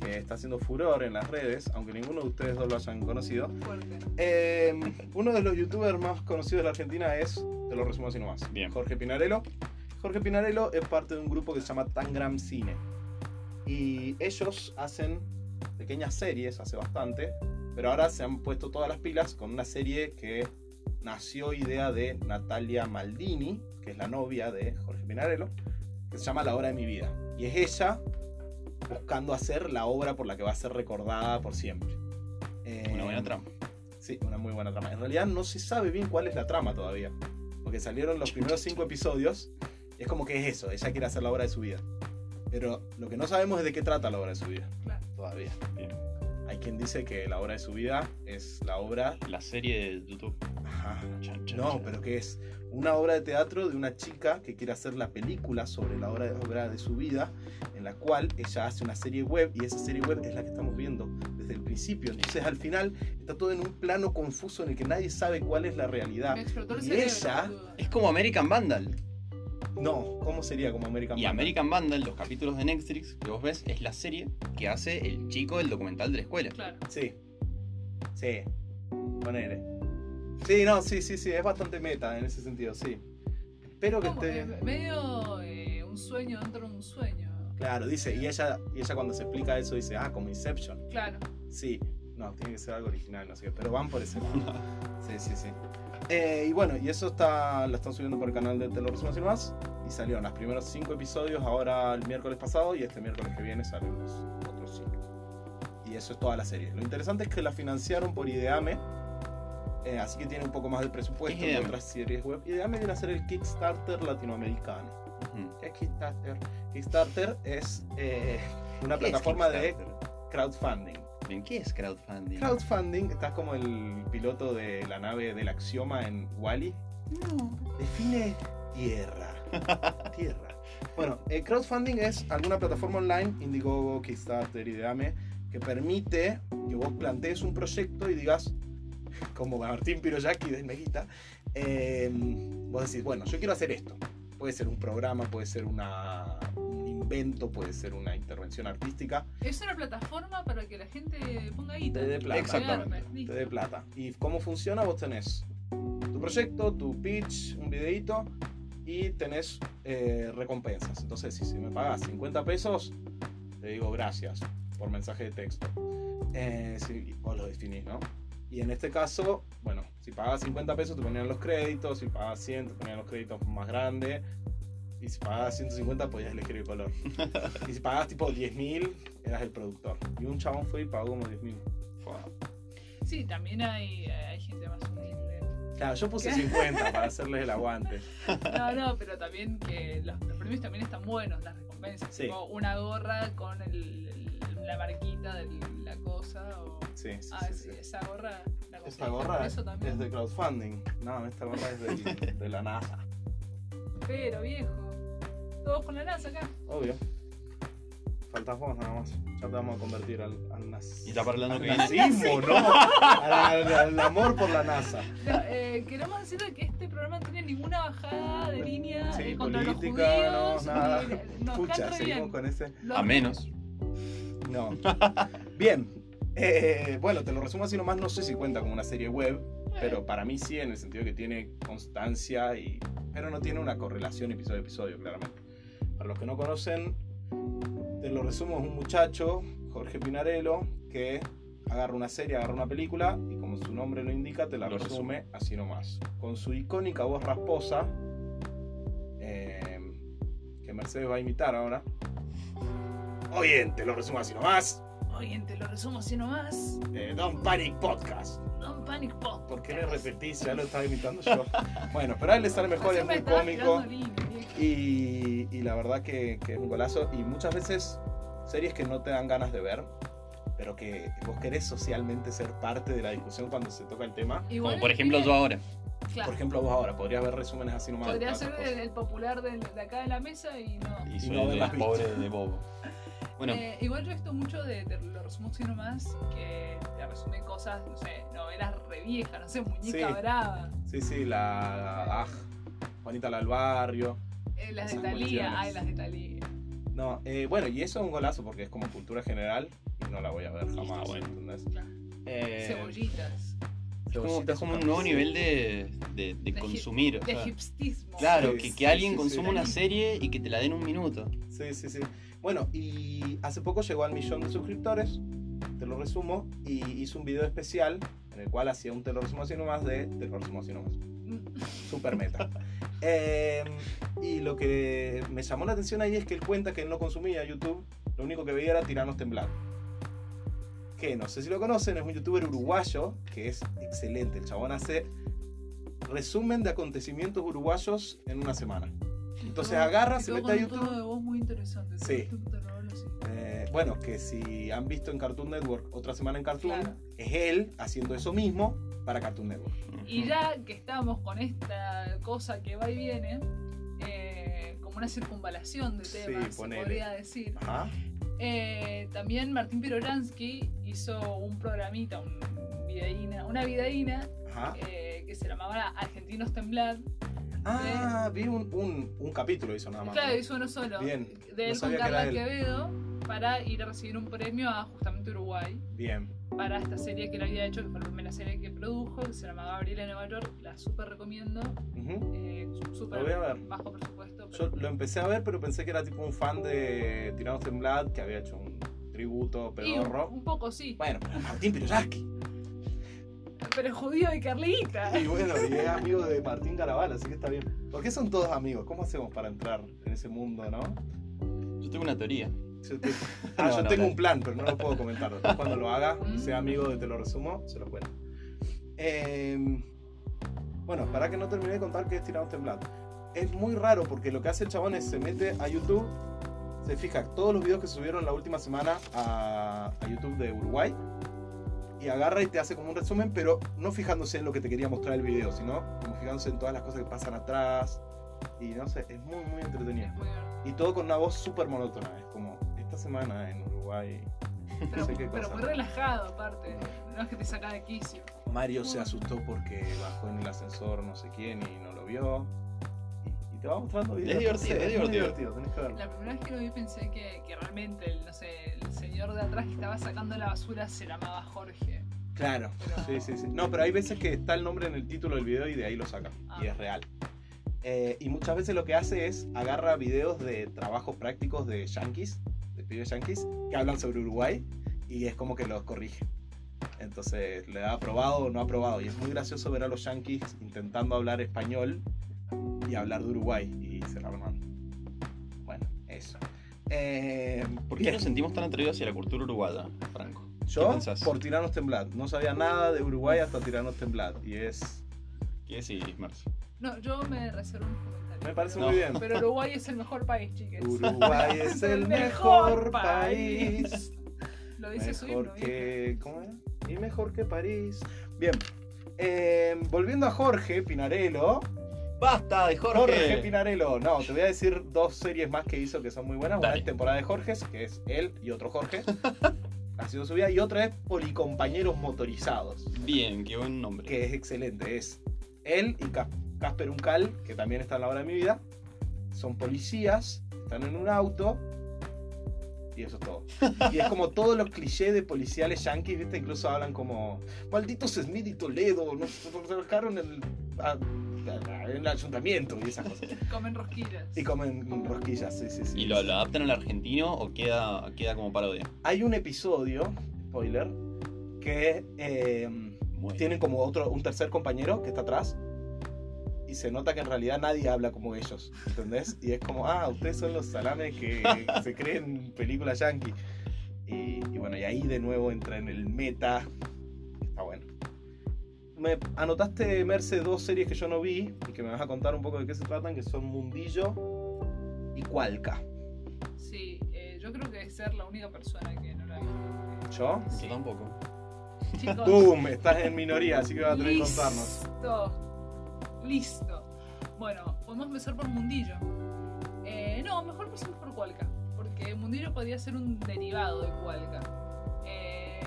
[SPEAKER 1] que está haciendo furor en las redes, aunque ninguno de ustedes dos lo hayan conocido.
[SPEAKER 2] Fuerte.
[SPEAKER 1] Eh, uno de los youtubers más conocidos de la Argentina es, te lo resumo así nomás,
[SPEAKER 3] Bien.
[SPEAKER 1] Jorge Pinarello. Jorge Pinarello es parte de un grupo que se llama Tangram Cine. Y ellos hacen pequeñas series, hace bastante, pero ahora se han puesto todas las pilas con una serie que nació idea de Natalia Maldini, que es la novia de Jorge Pinarello, que se llama La Hora de mi vida. Y es ella buscando hacer la obra por la que va a ser recordada por siempre. Eh,
[SPEAKER 3] Una buena trama.
[SPEAKER 1] Sí, una muy buena trama. En realidad no se sabe bien cuál es la trama todavía. Porque salieron los primeros cinco episodios. y es como que es eso, ella quiere hacer la obra de su vida. Pero lo que no sabemos es de qué trata la obra de su vida.
[SPEAKER 2] Claro.
[SPEAKER 1] Todavía. Hay quien dice que la obra de su vida es la obra...
[SPEAKER 3] La serie de YouTube.
[SPEAKER 1] Ajá.
[SPEAKER 3] Chan, chan,
[SPEAKER 1] No,
[SPEAKER 3] chan.
[SPEAKER 1] pero que es una obra de teatro de una chica que quiere hacer la película sobre la obra, obra de su vida, en la cual ella hace una serie web y esa serie web es la que estamos viendo desde el principio. Entonces al final está todo en un plano confuso en el que nadie sabe cuál es la realidad.
[SPEAKER 2] Me explotó el
[SPEAKER 1] Ah, Y
[SPEAKER 2] cerebro.
[SPEAKER 1] ella-
[SPEAKER 2] boludo.
[SPEAKER 3] Es como American Vandal.
[SPEAKER 1] No, ¿cómo sería como American
[SPEAKER 3] Y
[SPEAKER 1] Vandal?
[SPEAKER 3] American Vandal, los capítulos de Netflix que vos ves, es la serie que hace el chico del documental de la escuela.
[SPEAKER 2] Claro.
[SPEAKER 1] Sí. Sí. Ponele. Sí, no, sí, sí, sí, es bastante meta en ese sentido, sí. Espero que
[SPEAKER 2] Como,
[SPEAKER 1] esté...
[SPEAKER 2] eh, medio eh, un sueño dentro de un sueño.
[SPEAKER 1] Claro, dice, y ella, y ella cuando se explica eso dice, ah, como Inception.
[SPEAKER 2] Claro.
[SPEAKER 1] Sí, no, tiene que ser algo original, no sé qué, pero van por ese lado. Sí, sí, sí. Eh, y bueno, y eso está, lo están subiendo por el canal de Te lo resumo sin más. Y salieron los primeros cinco episodios ahora el miércoles pasado y este miércoles que viene salen los otros cinco. Y eso es toda la serie. Lo interesante es que la financiaron por Ideame, eh, así que tiene un poco más de presupuesto
[SPEAKER 3] ¿Qué es
[SPEAKER 1] que
[SPEAKER 3] Ideame?
[SPEAKER 1] otras series web. Ideame viene a ser el Kickstarter latinoamericano.
[SPEAKER 3] Ujú.
[SPEAKER 1] ¿Qué es Kickstarter? Kickstarter es eh, una
[SPEAKER 3] ¿Qué es
[SPEAKER 1] plataforma de
[SPEAKER 3] Kickstarter?
[SPEAKER 1] crowdfunding.
[SPEAKER 3] Bien, ¿Qué es crowdfunding?
[SPEAKER 1] Crowdfunding, estás como el piloto de la nave del axioma en Wally.
[SPEAKER 2] No.
[SPEAKER 1] Define tierra. tierra. Bueno, el crowdfunding es alguna plataforma online, Indiegogo, Kickstarter, Ideame, que permite que vos plantees un proyecto y digas, como Martín Piroyaki de Mejita, eh, vos decís, bueno, yo quiero hacer esto. Puede ser un programa, puede ser una, un invento, puede ser una intervención artística.
[SPEAKER 2] Es una plataforma para que la gente ponga guita.
[SPEAKER 1] Te dé plata.
[SPEAKER 3] Exactamente.
[SPEAKER 2] Claro, listo.
[SPEAKER 1] te dé plata. ¿Y cómo funciona? Vos tenés tu proyecto, tu pitch, un videito y tenés eh, recompensas. Entonces, si, si me pagás 50 pesos, te digo gracias por mensaje de texto. Eh, si vos lo definís, ¿no? Y en este caso, bueno, si pagabas 50 pesos te ponían los créditos, si pagabas 100 te ponían los créditos más grandes, y si pagabas 150 podías elegir el color. y si pagabas tipo 10.000 eras el productor. Y un chabón fue y pagó como 10.000.
[SPEAKER 3] Fua.
[SPEAKER 2] Sí, también hay, eh, hay gente más humilde.
[SPEAKER 1] Claro, yo puse 50 para hacerles el aguante.
[SPEAKER 2] No, no, pero también que los, los premios también están buenos, las recompensas.
[SPEAKER 1] Sí.
[SPEAKER 2] Tipo una gorra con el- el- la marquita de la cosa. O,
[SPEAKER 1] Sí, sí,
[SPEAKER 2] ah,
[SPEAKER 1] sí,
[SPEAKER 2] sí,
[SPEAKER 1] sí.
[SPEAKER 2] esa gorra. La conseguiste
[SPEAKER 1] Esta gorra
[SPEAKER 2] con
[SPEAKER 1] es
[SPEAKER 2] eso también.
[SPEAKER 1] de crowdfunding. No, esta gorra es del- de la NASA.
[SPEAKER 2] Pero viejo. Todos con la NASA acá.
[SPEAKER 1] Obvio. Faltas vos nada más. Ya te vamos a convertir al, al
[SPEAKER 3] Y está para el año que viene.
[SPEAKER 1] nazismo, ¿no? Al, al- al amor por la NASA.
[SPEAKER 2] No, eh, queremos decirle que este programa no tiene ninguna bajada de línea
[SPEAKER 1] Sí,
[SPEAKER 2] eh, contra
[SPEAKER 1] política, no,
[SPEAKER 2] los judíos.
[SPEAKER 1] nada.
[SPEAKER 2] ni- nos
[SPEAKER 1] *laughs* Pucha,
[SPEAKER 2] caen re
[SPEAKER 1] seguimos
[SPEAKER 2] bien.
[SPEAKER 1] con ese.
[SPEAKER 2] Los-
[SPEAKER 3] A menos.
[SPEAKER 1] No. Bien. Eh, bueno, te lo resumo así nomás. No sé si cuenta como una serie web, pero para mí sí, en el sentido que tiene constancia y. Pero no tiene una correlación episodio a episodio, claramente. Para los que no conocen, te lo resumo: es un muchacho, Jorge Pinarello, que agarra una serie, agarra una película y como su nombre lo indica, te la
[SPEAKER 3] Lo
[SPEAKER 1] resume así nomás. Con su icónica voz rasposa, eh, que Mercedes va a imitar ahora. Oye, te lo resumo así nomás.
[SPEAKER 2] Oye, te lo resumo así nomás.
[SPEAKER 1] eh, Don't Panic Podcast.
[SPEAKER 2] Don't panic pop.
[SPEAKER 1] ¿Por qué le repetís? Ya lo estaba imitando yo. *laughs* Bueno, pero a él le sale mejor, es muy cómico. Y, y la verdad que, que es un golazo. Y muchas veces series que no te dan ganas de ver, pero que vos querés socialmente ser parte de la discusión cuando se toca el tema.
[SPEAKER 3] Como por ejemplo yo ahora.
[SPEAKER 1] Por ejemplo, vos ahora podrías ver resúmenes así nomás. de
[SPEAKER 2] Podría
[SPEAKER 1] tantas
[SPEAKER 2] ser
[SPEAKER 1] cosas.
[SPEAKER 2] el, el popular de, de acá de la mesa y no.
[SPEAKER 3] Y
[SPEAKER 1] no
[SPEAKER 3] soy de
[SPEAKER 1] haberlas visto.
[SPEAKER 3] pobre de bobo. Bueno,
[SPEAKER 2] Eh, igual yo he visto mucho de, de lo resumo así nomás, que te resumen cosas, no sé, novelas re viejas, no sé, muñeca
[SPEAKER 1] Sí.
[SPEAKER 2] brava,
[SPEAKER 1] Sí, sí, la. ah, Juanita la del barrio.
[SPEAKER 2] eh, las de
[SPEAKER 1] Esas
[SPEAKER 2] Talía,
[SPEAKER 1] cuestiones.
[SPEAKER 2] ay, las de Talía.
[SPEAKER 1] No, eh, bueno, y eso es un golazo porque es como cultura general y no la voy a ver
[SPEAKER 3] está
[SPEAKER 1] jamás.
[SPEAKER 3] bueno.
[SPEAKER 1] ¿entendés?
[SPEAKER 2] Claro.
[SPEAKER 1] Eh,
[SPEAKER 2] Cebollitas,
[SPEAKER 3] es como,
[SPEAKER 1] Cebollitas
[SPEAKER 3] es como
[SPEAKER 1] son
[SPEAKER 3] un nuevo
[SPEAKER 1] capaz-
[SPEAKER 3] nivel de, de- de
[SPEAKER 2] hip-
[SPEAKER 3] consumir. o
[SPEAKER 2] de
[SPEAKER 3] sea,
[SPEAKER 2] hipstismo.
[SPEAKER 3] claro,
[SPEAKER 1] Sí,
[SPEAKER 3] que, que
[SPEAKER 1] sí,
[SPEAKER 3] alguien
[SPEAKER 1] sí,
[SPEAKER 3] consuma
[SPEAKER 2] sí.
[SPEAKER 3] una serie y que te la den un minuto.
[SPEAKER 1] Sí, sí, sí. Bueno, y hace poco llegó al millón de suscriptores te lo resumo, y hizo un video especial en el cual hacía un te lo resumo así nomás de te lo resumo así nomás.
[SPEAKER 2] Mm.
[SPEAKER 1] Super meta. Eh, y lo que me llamó la atención ahí es que él cuenta que él no consumía YouTube, lo único que veía era Tiranos Temblar. Que no sé si lo conocen, es un youtuber uruguayo que es excelente. El chabón hace resumen de acontecimientos uruguayos en una semana. Entonces agarra, se mete a
[SPEAKER 2] Un tono
[SPEAKER 1] YouTube.
[SPEAKER 2] de voz muy interesante.
[SPEAKER 1] Sí.
[SPEAKER 2] te gusta el terror, así.
[SPEAKER 1] Eh, bueno, que si han visto en Cartoon Network otra semana en Cartoon,
[SPEAKER 2] Claro.
[SPEAKER 1] es él haciendo eso mismo para Cartoon Network.
[SPEAKER 2] Y ya que estamos con esta cosa que va y viene, eh, como una circunvalación de
[SPEAKER 1] Sí,
[SPEAKER 2] temas, se
[SPEAKER 1] ponele.
[SPEAKER 2] podría decir.
[SPEAKER 1] Ajá.
[SPEAKER 2] Eh, también Martín Piroransky hizo un programita, un videína, una videína
[SPEAKER 1] Ajá.
[SPEAKER 2] eh, que se llamaba Argentinos Temblar.
[SPEAKER 1] Ah, vi un, un, un capítulo hizo nada Ah, más.
[SPEAKER 2] Claro, hizo uno solo.
[SPEAKER 1] Bien, no
[SPEAKER 2] De él con
[SPEAKER 1] sabía que era
[SPEAKER 2] Carla
[SPEAKER 1] él.
[SPEAKER 2] Quevedo para ir a recibir un premio a justamente Uruguay
[SPEAKER 1] Bien.
[SPEAKER 2] para esta serie que él había hecho, que fue la primera serie que produjo, que se llamaba Gabriela en Nueva York. La súper recomiendo.
[SPEAKER 1] Ujú.
[SPEAKER 2] Eh, súper
[SPEAKER 1] Lo voy a ver.
[SPEAKER 2] bajo presupuesto.
[SPEAKER 1] Yo
[SPEAKER 2] pero-
[SPEAKER 1] lo empecé a ver, pero pensé que era tipo un fan de Tiranos Temblad que había hecho un tributo
[SPEAKER 2] Y un,
[SPEAKER 1] pedorro.
[SPEAKER 2] un poco sí,
[SPEAKER 1] Bueno, pero Martín Piroyaski.
[SPEAKER 2] pero judío y
[SPEAKER 1] *laughs*
[SPEAKER 2] carlita.
[SPEAKER 1] Y bueno, y es amigo de Martín Garabal, así que está bien. ¿Por qué son todos amigos? ¿Cómo hacemos para entrar en ese mundo, no?
[SPEAKER 3] Yo tengo una teoría.
[SPEAKER 1] Yo
[SPEAKER 3] *laughs*
[SPEAKER 1] te- Ah,
[SPEAKER 3] No,
[SPEAKER 1] yo
[SPEAKER 3] no,
[SPEAKER 1] tengo
[SPEAKER 3] no.
[SPEAKER 1] un plan, pero no lo puedo comentar. Después cuando lo haga, y sea amigo de Te lo resumo, se lo cuento. Eh, bueno, para que no termine de contar que es Tirados Temblad. Es muy raro porque lo que hace el chabón es se mete a YouTube, se fija todos los videos que subieron la última semana a, a YouTube de Uruguay y agarra y te hace como un resumen, pero no fijándose en lo que te quería mostrar el video, sino como fijándose en todas las cosas que pasan atrás. Y no sé, es muy, muy entretenido.
[SPEAKER 2] Es muy divertido.
[SPEAKER 1] Y todo con una voz súper monótona. Es como, esta semana en Uruguay.
[SPEAKER 2] Pero,
[SPEAKER 1] sé qué
[SPEAKER 2] pero
[SPEAKER 1] cosa.
[SPEAKER 2] muy relajado, aparte. No es que te saca de quicio.
[SPEAKER 1] Mario se asustó porque bajó en el ascensor no sé quién y no lo vio. Y, y te va mostrando videos.
[SPEAKER 3] Es divertido,
[SPEAKER 1] no sé,
[SPEAKER 3] es
[SPEAKER 1] muy
[SPEAKER 3] divertido.
[SPEAKER 1] tenés que verlo.
[SPEAKER 2] La primera vez que lo vi pensé que, que realmente el, no sé, el señor de atrás que estaba sacando la basura se llamaba Jorge.
[SPEAKER 1] Claro.
[SPEAKER 2] Pero-
[SPEAKER 1] Sí, sí, sí. No, pero hay veces que está el nombre en el título del video y de ahí lo saca.
[SPEAKER 2] Ah.
[SPEAKER 1] Y es real. Eh, y muchas veces lo que hace es agarra videos de trabajos prácticos de yankees, de pibes yankees, que hablan sobre Uruguay y es como que los corrige. Entonces le da aprobado o no aprobado. Y es muy gracioso ver a los yankees intentando hablar español y hablar de Uruguay y se la arman. Bueno, eso. Eh,
[SPEAKER 3] ¿Por qué nos sentimos tan atrevidos hacia la cultura uruguaya, Franco? ¿Qué
[SPEAKER 1] yo,
[SPEAKER 3] pensás?
[SPEAKER 1] por Tiranos Temblad. No sabía nada de Uruguay hasta Tiranos Temblad. Y es.
[SPEAKER 3] ¿Qué decís, Marce?
[SPEAKER 2] No, yo me reservo un
[SPEAKER 1] Me
[SPEAKER 2] comentario.
[SPEAKER 1] parece
[SPEAKER 3] No.
[SPEAKER 1] muy bien.
[SPEAKER 2] Pero Uruguay es el mejor país, chicas.
[SPEAKER 1] *laughs* Uruguay es el mejor país.
[SPEAKER 2] Lo dice su
[SPEAKER 1] Mejor
[SPEAKER 2] himno. ¿viste?
[SPEAKER 1] que. ¿Cómo era? Y mejor que París. Bien. eh, volviendo a Jorge Pinarello.
[SPEAKER 3] ¡Basta de
[SPEAKER 1] Jorge. Pinarello. No, te voy a decir dos series más que hizo que son muy buenas. Una
[SPEAKER 3] Dale.
[SPEAKER 1] es temporada de Jorge, que es él y otro *laughs* Jorge. Haciendo su vida. Y otra es Policompañeros Motorizados.
[SPEAKER 3] Bien, qué buen nombre.
[SPEAKER 1] que es excelente. Es él y Cas- Casper Uncal, que también está en la hora de mi vida. Son policías, están en un auto. Y eso es todo. Y es como todos los clichés de policiales yanquis, ¿viste? Incluso hablan como. Malditos Smith y Toledo, nos trabajaron en el, a- a- en el ayuntamiento y esas cosas.
[SPEAKER 2] Comen rosquillas.
[SPEAKER 1] Y comen rosquillas, sí, sí, sí.
[SPEAKER 3] ¿Y lo, lo adaptan al argentino o queda, queda como parodia?
[SPEAKER 1] Hay un episodio, spoiler, que. eh,
[SPEAKER 3] Bueno.
[SPEAKER 1] tienen como otro, un tercer compañero que está atrás y se nota que en realidad nadie habla como ellos, ¿entendés? Y es como, ah, ustedes son los salames que se creen películas yankee. Y, y bueno, y ahí de nuevo entra en el meta. Está bueno. Me anotaste, Merce, dos series que yo no vi y que me vas a contar un poco de qué se tratan, que son Mundillo y Cualca.
[SPEAKER 2] Sí, eh, yo creo que es ser la única persona que no la vio.
[SPEAKER 1] ¿Yo?
[SPEAKER 3] Yo tampoco.
[SPEAKER 2] Chicos,
[SPEAKER 1] ¡Boom! Estás en minoría, así que vas a tener que contarnos.
[SPEAKER 2] Listo. Listo. Bueno, podemos empezar por Mundillo. Eh, no, mejor empecemos por Cualca. Porque Mundillo podría ser un derivado de Cualca. Eh,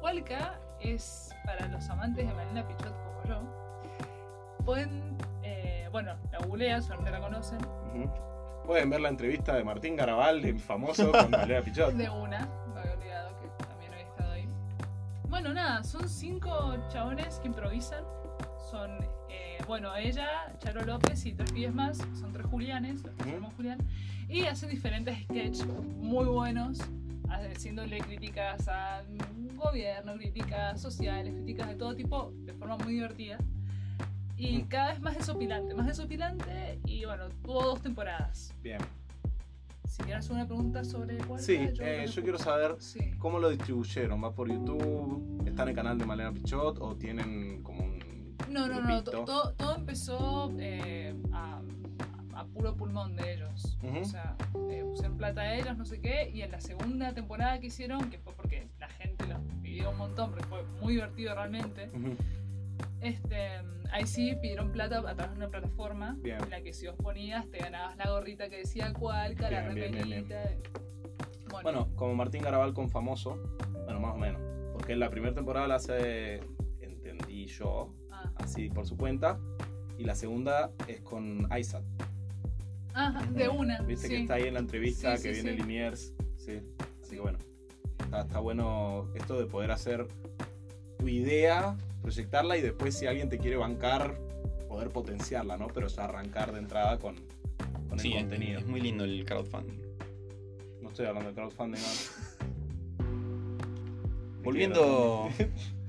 [SPEAKER 2] Cualca es, para los amantes de Marina Pichot como yo, pueden. eh, bueno, la googlean, seguramente la conocen.
[SPEAKER 1] Ujú. Pueden ver la entrevista de Martín Garabal, el famoso,
[SPEAKER 2] *laughs*
[SPEAKER 1] con Valeria Pichot.
[SPEAKER 2] De una, me había olvidado que también había estado ahí. Bueno, nada, son cinco chabones que improvisan. Son, eh, bueno, ella, Charo López y tres pibes más. Son tres Julianes, los que se llaman Julián. Y hacen diferentes sketches muy buenos. haciéndole críticas al gobierno, críticas sociales, críticas de todo tipo, de forma muy divertida. Y cada vez más desopilante, más desopilante, y bueno, tuvo dos temporadas.
[SPEAKER 1] Bien.
[SPEAKER 2] Si quieres hacer una pregunta sobre cuál
[SPEAKER 1] Sí,
[SPEAKER 2] era,
[SPEAKER 1] eh,
[SPEAKER 2] creo que-
[SPEAKER 1] yo quiero saber
[SPEAKER 2] Sí.
[SPEAKER 1] cómo lo distribuyeron. ¿Va por YouTube? ¿Está en el canal de Malena Pichot? ¿O tienen como un.?
[SPEAKER 2] No, no, no,
[SPEAKER 1] grupito?
[SPEAKER 2] to- todo, todo empezó eh, a, a puro pulmón de ellos.
[SPEAKER 1] Ujú.
[SPEAKER 2] O sea, eh, pusieron plata a ellos, no sé qué, y en la segunda temporada que hicieron, que fue porque la gente lo pidió un montón, porque fue muy divertido realmente,
[SPEAKER 1] Ujú.
[SPEAKER 2] este, ahí sí pidieron plata a través de una plataforma
[SPEAKER 1] Bien.
[SPEAKER 2] en la que si vos ponías te ganabas la gorrita que decía Cualca, la
[SPEAKER 1] Bien, bien,
[SPEAKER 2] remerita.
[SPEAKER 1] bien, bien.
[SPEAKER 2] eh,
[SPEAKER 1] Bueno, como Martín Garabal con famoso, bueno, más o menos. Porque en la primera temporada la hace, entendí yo,
[SPEAKER 2] ah,
[SPEAKER 1] así por su cuenta. Y la segunda es con Isaac.
[SPEAKER 2] ah, de una.
[SPEAKER 1] Viste
[SPEAKER 2] sí.
[SPEAKER 1] que está ahí en la entrevista
[SPEAKER 2] Sí,
[SPEAKER 1] que
[SPEAKER 2] sí,
[SPEAKER 1] viene
[SPEAKER 2] sí.
[SPEAKER 1] Liniers. Sí. Así
[SPEAKER 2] Sí.
[SPEAKER 1] que bueno. Está, está bueno esto de poder hacer tu idea, proyectarla y después si alguien te quiere bancar, poder potenciarla, ¿no? Pero ya arrancar de entrada con, con
[SPEAKER 3] Sí,
[SPEAKER 1] el
[SPEAKER 3] es-
[SPEAKER 1] contenido.
[SPEAKER 3] Es, muy lindo el crowdfunding.
[SPEAKER 1] No estoy hablando de crowdfunding. ¿no?
[SPEAKER 3] Volviendo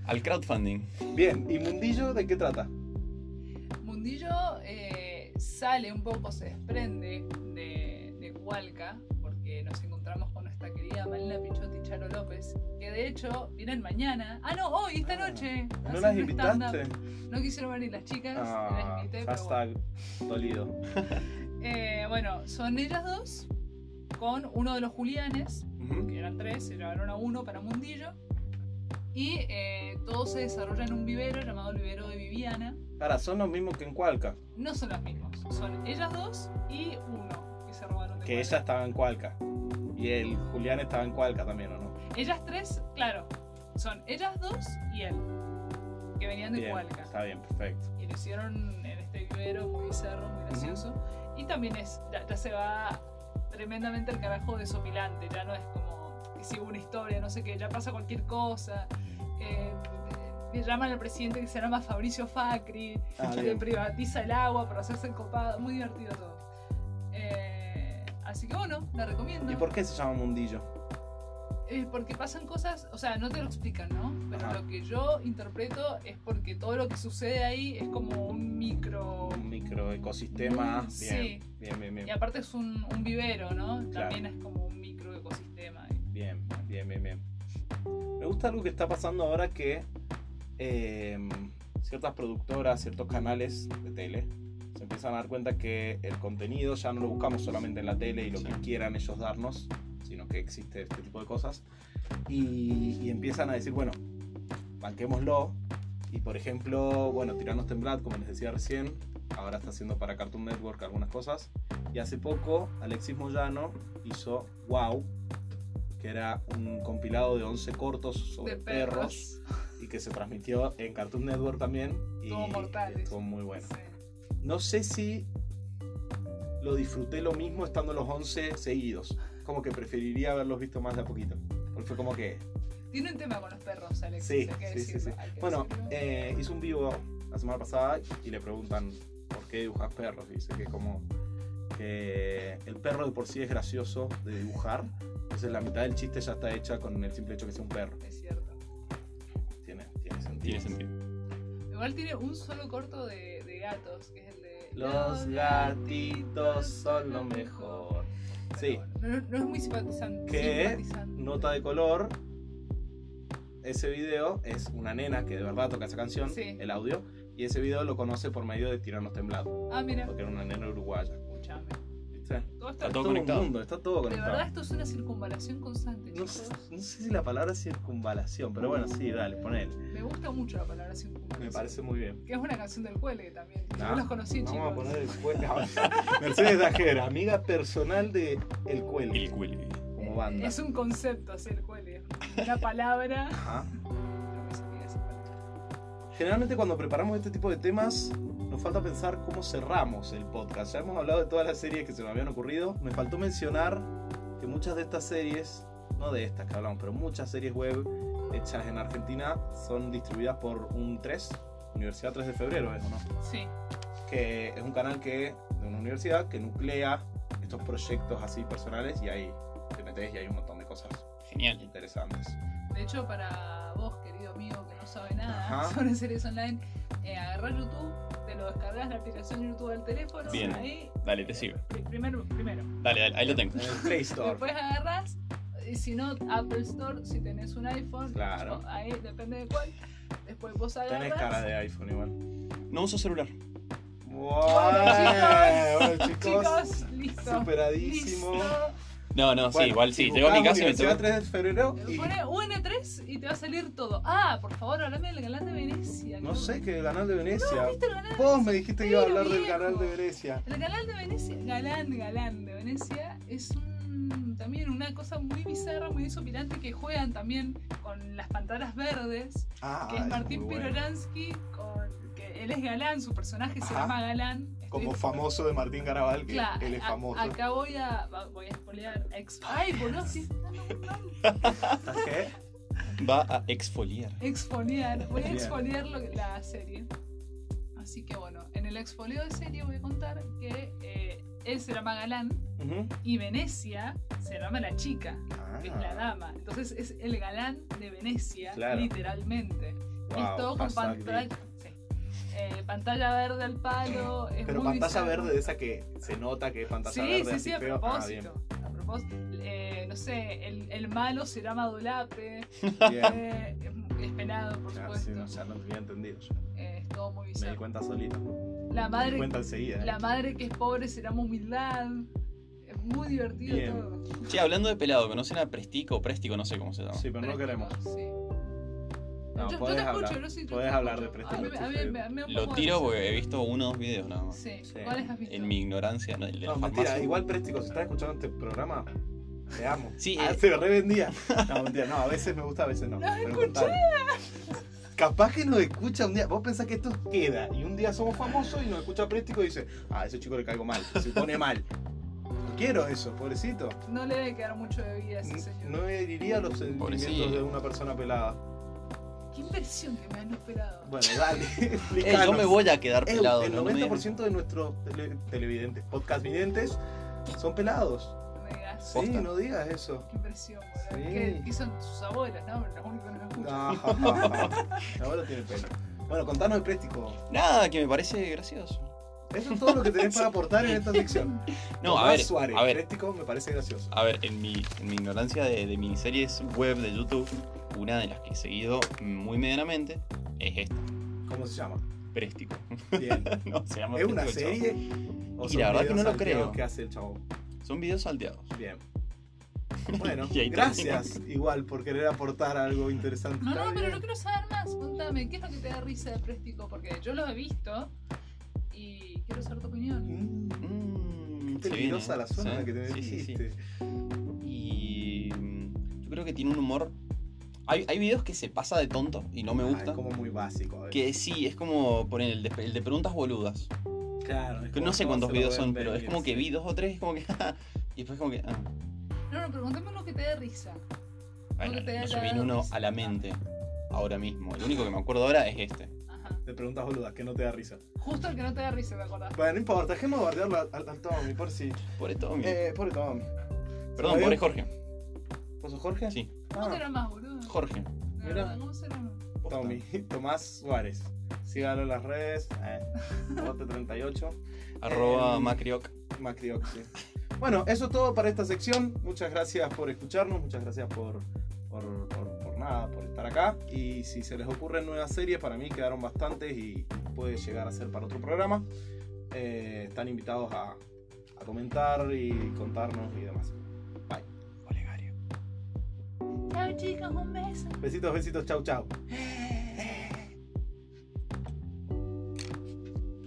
[SPEAKER 3] al crowdfunding.
[SPEAKER 1] Bien, ¿y Mundillo de qué trata?
[SPEAKER 2] Mundillo eh, sale un poco, se desprende de, de Hualca, porque nos encontramos con nuestra querida Malena Pichotti y Charo López, que de hecho vienen mañana. Ah, no, hoy, esta
[SPEAKER 1] Ah,
[SPEAKER 2] noche.
[SPEAKER 1] ¿No
[SPEAKER 2] hacen
[SPEAKER 1] las
[SPEAKER 2] un
[SPEAKER 1] invitaste?
[SPEAKER 2] stand-up. No quisieron venir las chicas, las
[SPEAKER 1] Ah,
[SPEAKER 2] invité, pero bueno.
[SPEAKER 1] hashtag dolido.
[SPEAKER 2] Eh, bueno, son ellas dos, con uno de los Julianes,
[SPEAKER 1] Ujú.
[SPEAKER 2] que eran tres, se llevaron a uno para Mundillo. Y eh, todo se desarrolla en un vivero llamado el vivero de Viviana.
[SPEAKER 1] Ahora, son los mismos que en Cualca,
[SPEAKER 2] no son los mismos. Son ellas dos y uno que se robaron de
[SPEAKER 1] que
[SPEAKER 2] Cuadra.
[SPEAKER 1] ella estaba en Cualca. Y el Julián estaba en Cualca también, ¿o no?
[SPEAKER 2] Ellas tres, claro. Son ellas dos y él. Que venían de
[SPEAKER 1] Bien,
[SPEAKER 2] Cualca.
[SPEAKER 1] Está bien, perfecto.
[SPEAKER 2] Y lo hicieron en este vivero muy bizarro, muy gracioso. Y también es, ya, ya se va tremendamente el carajo desopilante. Ya no es como que sigue una historia, no sé qué, ya pasa cualquier cosa. Eh, le llaman al presidente que se llama Fabricio Facri.
[SPEAKER 1] Ah,
[SPEAKER 2] que le privatiza el agua para hacerse el copado. Muy divertido todo. Eh, así que bueno, la recomiendo.
[SPEAKER 1] ¿Y por qué se llama
[SPEAKER 2] *laughs*
[SPEAKER 1] Mundillo?
[SPEAKER 2] Eh, porque pasan cosas, o sea, no te lo explican, ¿no? Pero
[SPEAKER 1] Ajá.
[SPEAKER 2] lo que yo interpreto es porque todo lo que sucede ahí es como un micro.
[SPEAKER 1] Un microecosistema.
[SPEAKER 2] Mm,
[SPEAKER 1] Bien,
[SPEAKER 2] sí.
[SPEAKER 1] bien, bien,
[SPEAKER 2] Y
[SPEAKER 1] bien,
[SPEAKER 2] aparte es un, un vivero, ¿no?
[SPEAKER 1] Claro.
[SPEAKER 2] También es como un micro ecosistema.
[SPEAKER 1] bien, bien, bien, bien. Me gusta algo que está pasando ahora que eh, ciertas productoras, ciertos canales de tele se empiezan a dar cuenta que el contenido ya no lo buscamos solamente en la tele y lo que
[SPEAKER 3] Sí.
[SPEAKER 1] quieran ellos darnos, sino que existe este tipo de cosas. Y, y empiezan a decir, bueno, banquémoslo. Y por ejemplo, bueno, Tiranos Temblad, como les decía recién, ahora está haciendo para Cartoon Network algunas cosas. Y hace poco Alexis Moyano hizo Wow, que era un compilado de 11 cortos sobre
[SPEAKER 2] de
[SPEAKER 1] perros
[SPEAKER 2] perros.
[SPEAKER 1] y que se transmitió en Cartoon Network también. Y
[SPEAKER 2] Estuvo mortal,
[SPEAKER 1] y estuvo muy bueno.
[SPEAKER 2] Sí.
[SPEAKER 1] No sé si lo disfruté lo mismo estando los 11 seguidos. Como que preferiría haberlos visto más de a poquito. Porque fue como que.
[SPEAKER 2] Tiene un tema con los perros, Alex.
[SPEAKER 1] Sí,
[SPEAKER 2] hay que
[SPEAKER 1] sí, sí,
[SPEAKER 2] decirlo,
[SPEAKER 1] sí.
[SPEAKER 2] hay que
[SPEAKER 1] Bueno,
[SPEAKER 2] decirlo.
[SPEAKER 1] eh, hizo un vivo la semana pasada y le preguntan por qué dibujas perros. Y dice que como que el perro de por sí es gracioso de dibujar. Entonces la mitad del chiste ya está hecha con el simple hecho que sea un perro.
[SPEAKER 2] Es cierto.
[SPEAKER 1] Tiene, tiene sentido.
[SPEAKER 3] Tiene sentido.
[SPEAKER 2] Igual tiene un solo corto de, de gatos, que es el de...
[SPEAKER 1] Los gatitos son lo mejor.
[SPEAKER 2] Pero
[SPEAKER 1] Sí.
[SPEAKER 2] bueno, no, no es muy simpatizante.
[SPEAKER 1] Que
[SPEAKER 2] simpatizante.
[SPEAKER 1] nota de color. Ese video es una nena que de verdad toca esa canción,
[SPEAKER 2] Sí.
[SPEAKER 1] el audio, y ese video lo conoce por medio de Tiranos Temblados,
[SPEAKER 2] Ah, mira.
[SPEAKER 1] porque era una nena uruguaya.
[SPEAKER 2] Escúchame.
[SPEAKER 1] ¿viste?
[SPEAKER 2] Todo esto,
[SPEAKER 3] Está todo
[SPEAKER 1] el
[SPEAKER 3] conectado.
[SPEAKER 1] mundo, está todo
[SPEAKER 2] de verdad,
[SPEAKER 1] conectado.
[SPEAKER 2] esto es una circunvalación constante,
[SPEAKER 1] No,
[SPEAKER 2] chicos.
[SPEAKER 1] sé- no sé si la palabra es circunvalación, pero bueno, sí, dale, ponele.
[SPEAKER 2] Me gusta mucho la palabra circunvalación.
[SPEAKER 1] Me parece muy bien.
[SPEAKER 2] Que es una canción del Cuele también.
[SPEAKER 1] Ah,
[SPEAKER 2] Yo los conocí, chicos.
[SPEAKER 1] Vamos a poner el cuello. *laughs* Mercedes Dajera, amiga personal de El
[SPEAKER 3] El
[SPEAKER 1] Cuelgue,
[SPEAKER 3] cuelgue.
[SPEAKER 1] como banda.
[SPEAKER 2] Es un concepto hacer Cuele. Una
[SPEAKER 1] *laughs*
[SPEAKER 2] palabra...
[SPEAKER 1] Ajá.
[SPEAKER 2] No me salía esa palabra.
[SPEAKER 1] Generalmente cuando preparamos este tipo de temas nos falta pensar cómo cerramos el podcast. Ya hemos hablado de todas las series que se me habían ocurrido. Me faltó mencionar que muchas de estas series, no de estas que hablamos, pero muchas series web hechas en Argentina son distribuidas por un 3, Universidad 3 de Febrero, ¿es o no?
[SPEAKER 2] Sí.
[SPEAKER 1] que es un canal que de una universidad que nuclea estos proyectos así personales y ahí te metes y hay un montón de cosas
[SPEAKER 3] genial.
[SPEAKER 1] interesantes.
[SPEAKER 2] De hecho, para vos, querido amigo, que no sabe nada
[SPEAKER 1] Ajá.
[SPEAKER 2] *laughs* sobre series online, eh, agarrás YouTube, te lo descargas la aplicación YouTube del teléfono,
[SPEAKER 3] Bien.
[SPEAKER 2] ahí,
[SPEAKER 3] Dale, te sigo.
[SPEAKER 2] pri- primero, primero.
[SPEAKER 3] Dale, dale, ahí lo tengo.
[SPEAKER 1] En el
[SPEAKER 2] *laughs*
[SPEAKER 1] Play Store.
[SPEAKER 2] Después agarras, y si no, Apple Store, si tenés un iPhone,
[SPEAKER 1] Claro.
[SPEAKER 2] o- ahí depende de cuál. Después vos
[SPEAKER 1] Tenés cara
[SPEAKER 2] agarras.
[SPEAKER 1] de iPhone igual.
[SPEAKER 3] No uso celular.
[SPEAKER 1] Bueno, chicos.
[SPEAKER 2] *laughs* Chicos, listo.
[SPEAKER 1] Superadísimo.
[SPEAKER 2] Listo.
[SPEAKER 3] No, no, sí,
[SPEAKER 1] Bueno,
[SPEAKER 3] igual sí. Llego a mi
[SPEAKER 1] buscamos
[SPEAKER 3] casa y me
[SPEAKER 1] Universidad
[SPEAKER 3] toco.
[SPEAKER 1] 3 de febrero y
[SPEAKER 2] Pone UN3 y te va a salir todo. Ah, por favor, hablame del galán de Venecia.
[SPEAKER 1] no
[SPEAKER 2] que-
[SPEAKER 1] sé qué canal de Venecia.
[SPEAKER 2] ¿Viste el galán de
[SPEAKER 1] Vos me dijiste que iba a
[SPEAKER 2] Pero
[SPEAKER 1] hablar del
[SPEAKER 2] viejo.
[SPEAKER 1] canal de Venecia.
[SPEAKER 2] El galán de Venecia, galán, galán de Venecia, es un, también una cosa muy bizarra, muy desopilante que juegan también con las pantallas verdes,
[SPEAKER 1] Ah,
[SPEAKER 2] que es Martín
[SPEAKER 1] muy bueno.
[SPEAKER 2] Piroransky, con, que él es galán, su personaje se
[SPEAKER 1] Ajá.
[SPEAKER 2] llama galán. Estoy-
[SPEAKER 1] Como famoso de Martín Caraval, que
[SPEAKER 2] Claro,
[SPEAKER 1] él es
[SPEAKER 2] a-
[SPEAKER 1] famoso.
[SPEAKER 2] acá voy a, va- voy a spoilear. Ex, ay, boludo, sí, no, no, no.
[SPEAKER 1] ¿Qué?
[SPEAKER 2] *laughs*
[SPEAKER 3] Va a exfoliar.
[SPEAKER 2] exfoliar. Voy a
[SPEAKER 1] Bien.
[SPEAKER 2] exfoliar lo que- la serie. Así que bueno, en el exfolio de serie voy a contar que eh, él se llama galán.
[SPEAKER 1] Ujú.
[SPEAKER 2] Y Venecia se llama la chica,
[SPEAKER 1] Ah,
[SPEAKER 2] que es la dama. Entonces es el galán de Venecia,
[SPEAKER 1] Claro.
[SPEAKER 2] literalmente. es
[SPEAKER 1] wow,
[SPEAKER 2] todo con
[SPEAKER 1] hashtag
[SPEAKER 2] pantalla.
[SPEAKER 1] gay.
[SPEAKER 2] sí. Eh, pantalla verde al palo. es
[SPEAKER 1] Pero
[SPEAKER 2] muy
[SPEAKER 1] pantalla
[SPEAKER 2] bizarro.
[SPEAKER 1] verde de esa que se nota que es pantalla
[SPEAKER 2] Sí,
[SPEAKER 1] verde.
[SPEAKER 2] sí,
[SPEAKER 1] así
[SPEAKER 2] sí, a
[SPEAKER 1] feo. Ah,
[SPEAKER 2] propósito. a propósito. Eh, no sé, el, el malo se llama Dolape.
[SPEAKER 1] bien, bien.
[SPEAKER 2] eh, es- es penado, por
[SPEAKER 1] Ah, sí,
[SPEAKER 2] supuesto.
[SPEAKER 1] no, ya lo había entendido. yo.
[SPEAKER 2] Eh, es todo muy
[SPEAKER 1] Me di
[SPEAKER 2] bizarro.
[SPEAKER 1] cuenta solito. Me
[SPEAKER 2] La
[SPEAKER 1] di
[SPEAKER 2] madre,
[SPEAKER 1] cuenta enseguida. eh.
[SPEAKER 2] la madre que es pobre se llama humildad. Es muy divertido
[SPEAKER 1] Bien.
[SPEAKER 2] todo.
[SPEAKER 3] Che, hablando de pelado, ¿conocen a Prestico o Prestico? No sé cómo se llama.
[SPEAKER 1] Sí, pero no
[SPEAKER 2] Pero es
[SPEAKER 1] queremos.
[SPEAKER 2] que sí.
[SPEAKER 1] No,
[SPEAKER 2] yo, yo
[SPEAKER 1] podés
[SPEAKER 2] te
[SPEAKER 1] hablar.
[SPEAKER 2] escucho, yo sí te
[SPEAKER 1] podés
[SPEAKER 2] escucho.
[SPEAKER 1] hablar de
[SPEAKER 2] A mí,
[SPEAKER 1] Prestico,
[SPEAKER 2] a mí
[SPEAKER 1] sí.
[SPEAKER 2] me- me da un
[SPEAKER 3] Lo
[SPEAKER 2] poco de
[SPEAKER 3] tiro
[SPEAKER 2] risa.
[SPEAKER 3] porque he visto uno o dos videos nada más.
[SPEAKER 2] Sí,
[SPEAKER 1] Sí.
[SPEAKER 2] ¿cuáles has visto?
[SPEAKER 3] En mi ignorancia, ¿no? el de
[SPEAKER 1] No,
[SPEAKER 3] las
[SPEAKER 1] mentira,
[SPEAKER 3] farmacias.
[SPEAKER 1] igual Prestico, si estás escuchando este programa, te amo.
[SPEAKER 3] Sí,
[SPEAKER 1] Ah,
[SPEAKER 3] eh,
[SPEAKER 1] se me revendía. No, mentira, no, a veces me gusta, a veces no.
[SPEAKER 2] ¡Nos
[SPEAKER 1] Pero contame. Capaz que nos escucha un día. Vos pensás que esto queda y un día somos famosos y nos escucha Prestico y dice, ah, ese chico le caigo mal, se pone mal. No quiero eso, pobrecito.
[SPEAKER 2] No le debe quedar mucho de vida a ese señor.
[SPEAKER 1] No heriría los sentimientos
[SPEAKER 3] Pobrecillo.
[SPEAKER 1] de una persona pelada.
[SPEAKER 2] Qué impresión que me han operado.
[SPEAKER 3] *laughs*
[SPEAKER 1] Bueno, dale.
[SPEAKER 3] eh, yo me voy a quedar
[SPEAKER 1] Eh,
[SPEAKER 3] pelado.
[SPEAKER 1] el
[SPEAKER 3] ¿no? No me-
[SPEAKER 1] 90% de nuestros tele- televidentes, podcast videntes, son pelados.
[SPEAKER 2] No me digas.
[SPEAKER 1] Sí,
[SPEAKER 3] Posta.
[SPEAKER 1] no digas eso.
[SPEAKER 2] Qué impresión, boludo.
[SPEAKER 1] Sí.
[SPEAKER 2] ¿Qué, qué son tus abuelos, no? Los únicos que no
[SPEAKER 1] No,
[SPEAKER 2] escuchan.
[SPEAKER 3] *laughs*
[SPEAKER 1] ahora tiene pelo. Bueno, contanos el préstico.
[SPEAKER 3] Nada, que me parece gracioso.
[SPEAKER 1] Eso es todo lo que tenés para aportar en
[SPEAKER 3] *laughs*
[SPEAKER 1] esta sección.
[SPEAKER 3] No, a
[SPEAKER 1] Tomás
[SPEAKER 3] ver,
[SPEAKER 1] Suárez, ¿eh?
[SPEAKER 3] a ver,
[SPEAKER 1] préstico me parece gracioso.
[SPEAKER 3] a ver, en mi, en mi ignorancia de, de miniseries web de YouTube, una de las que he seguido muy medianamente es esta,
[SPEAKER 1] ¿Cómo se llama?
[SPEAKER 3] Préstico. *laughs*
[SPEAKER 1] Bien.
[SPEAKER 3] no, se llama
[SPEAKER 1] ¿Es una
[SPEAKER 3] Préstico, el
[SPEAKER 1] serie?
[SPEAKER 3] Y
[SPEAKER 1] son
[SPEAKER 3] la verdad que
[SPEAKER 1] videos
[SPEAKER 3] no lo
[SPEAKER 1] salteados
[SPEAKER 3] creo.
[SPEAKER 1] que hace el chavo?
[SPEAKER 3] chabón. Son videos salteados. *laughs*
[SPEAKER 1] Bien. Bueno,
[SPEAKER 3] Y ahí
[SPEAKER 1] gracias igual por querer aportar algo interesante.
[SPEAKER 2] No,
[SPEAKER 1] Está
[SPEAKER 2] no, pero
[SPEAKER 1] bien.
[SPEAKER 2] no quiero saber más. Contame, ¿qué es lo que te da risa de Prestico? Porque yo lo he visto y quiero saber tu opinión.
[SPEAKER 1] Mm,
[SPEAKER 3] Mm,
[SPEAKER 1] qué
[SPEAKER 3] se viene,
[SPEAKER 1] peligrosa la zona en la
[SPEAKER 3] ¿sí?
[SPEAKER 1] que te
[SPEAKER 3] Sí, sí,
[SPEAKER 1] metiste.
[SPEAKER 3] sí. Y mm, yo creo que tiene un humor... Hay, hay videos que se pasa de tonto y no me
[SPEAKER 1] Ah, es
[SPEAKER 3] gusta.
[SPEAKER 1] como muy básico. a ver.
[SPEAKER 3] Que sí, es como poner el de, el de preguntas boludas.
[SPEAKER 1] Claro. es
[SPEAKER 3] Que
[SPEAKER 1] como
[SPEAKER 3] no sé
[SPEAKER 1] todos
[SPEAKER 3] cuántos
[SPEAKER 1] se lo
[SPEAKER 3] videos
[SPEAKER 1] ven
[SPEAKER 3] son, pero es
[SPEAKER 1] venir,
[SPEAKER 3] como que
[SPEAKER 1] sí.
[SPEAKER 3] vi dos o tres, es como que. *laughs* y después, como que. Ah,
[SPEAKER 2] No, no, pregúntame lo que te da risa.
[SPEAKER 3] bueno,
[SPEAKER 2] No te
[SPEAKER 3] no
[SPEAKER 2] haya
[SPEAKER 3] se me vino
[SPEAKER 2] dado
[SPEAKER 3] uno
[SPEAKER 2] risa.
[SPEAKER 3] a la mente ahora mismo. El único que me acuerdo ahora es este.
[SPEAKER 2] Ajá.
[SPEAKER 1] Te preguntas boludas, que no te da risa.
[SPEAKER 2] Justo el que no te da risa, ¿te acordás?
[SPEAKER 1] Bueno, no importa, dejemos de bardearlo al, al- al Tommy, por
[SPEAKER 3] *laughs*
[SPEAKER 1] si.
[SPEAKER 3] Pobre Tommy.
[SPEAKER 1] Eh, pobre Tommy.
[SPEAKER 3] Perdón,
[SPEAKER 1] ¿sabes?
[SPEAKER 3] pobre Jorge.
[SPEAKER 1] ¿Vos sos Jorge?
[SPEAKER 3] Sí.
[SPEAKER 2] ¿Cómo
[SPEAKER 1] Ah,
[SPEAKER 2] será más, boludo?
[SPEAKER 3] Jorge.
[SPEAKER 2] De
[SPEAKER 1] Mira.
[SPEAKER 2] verdad, ¿Cómo será más?
[SPEAKER 3] Posta.
[SPEAKER 1] Ah, Tommy. *laughs* Tomás Suárez. Sígalo en las redes.
[SPEAKER 2] *laughs*
[SPEAKER 1] Eh, Bote38.
[SPEAKER 3] Arroba
[SPEAKER 1] Eh,
[SPEAKER 3] Macrioc.
[SPEAKER 1] Macrioxi. Bueno, eso es todo para esta sección. Muchas gracias por escucharnos. Muchas gracias por, por, por- por nada, por estar acá. Y si se les ocurren nuevas series, para mí quedaron bastantes y puede llegar a ser para otro programa. Eh, están invitados a, a comentar y contarnos y demás.
[SPEAKER 3] Olegario.
[SPEAKER 2] Chao chicos, un beso.
[SPEAKER 1] Besitos, besitos, chau, chau.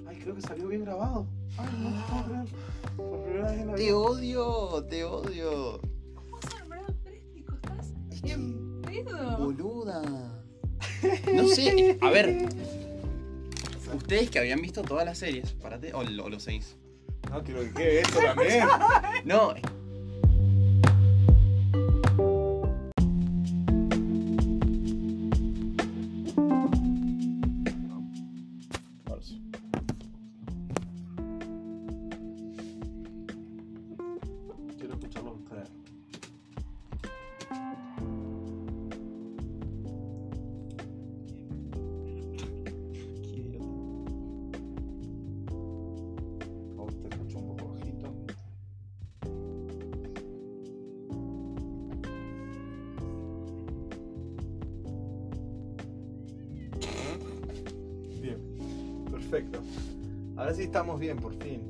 [SPEAKER 1] Ay, creo que salió bien grabado. Ay, no te puedo creer. Por primera vez en la vida.
[SPEAKER 3] Te odio, te odio.
[SPEAKER 2] ¿Cómo se nombrado Préstico? ¿Estás bien pedo?
[SPEAKER 3] *laughs* Boluda. No sé. A ver. Ustedes que habían visto todas las series, parate, o, lo- o los seis.
[SPEAKER 1] No, quiero que quede eso también.
[SPEAKER 3] No,
[SPEAKER 1] Quiero escucharlo a ustedes. Oh, Perfecto. Ahora sí estamos bien, por fin.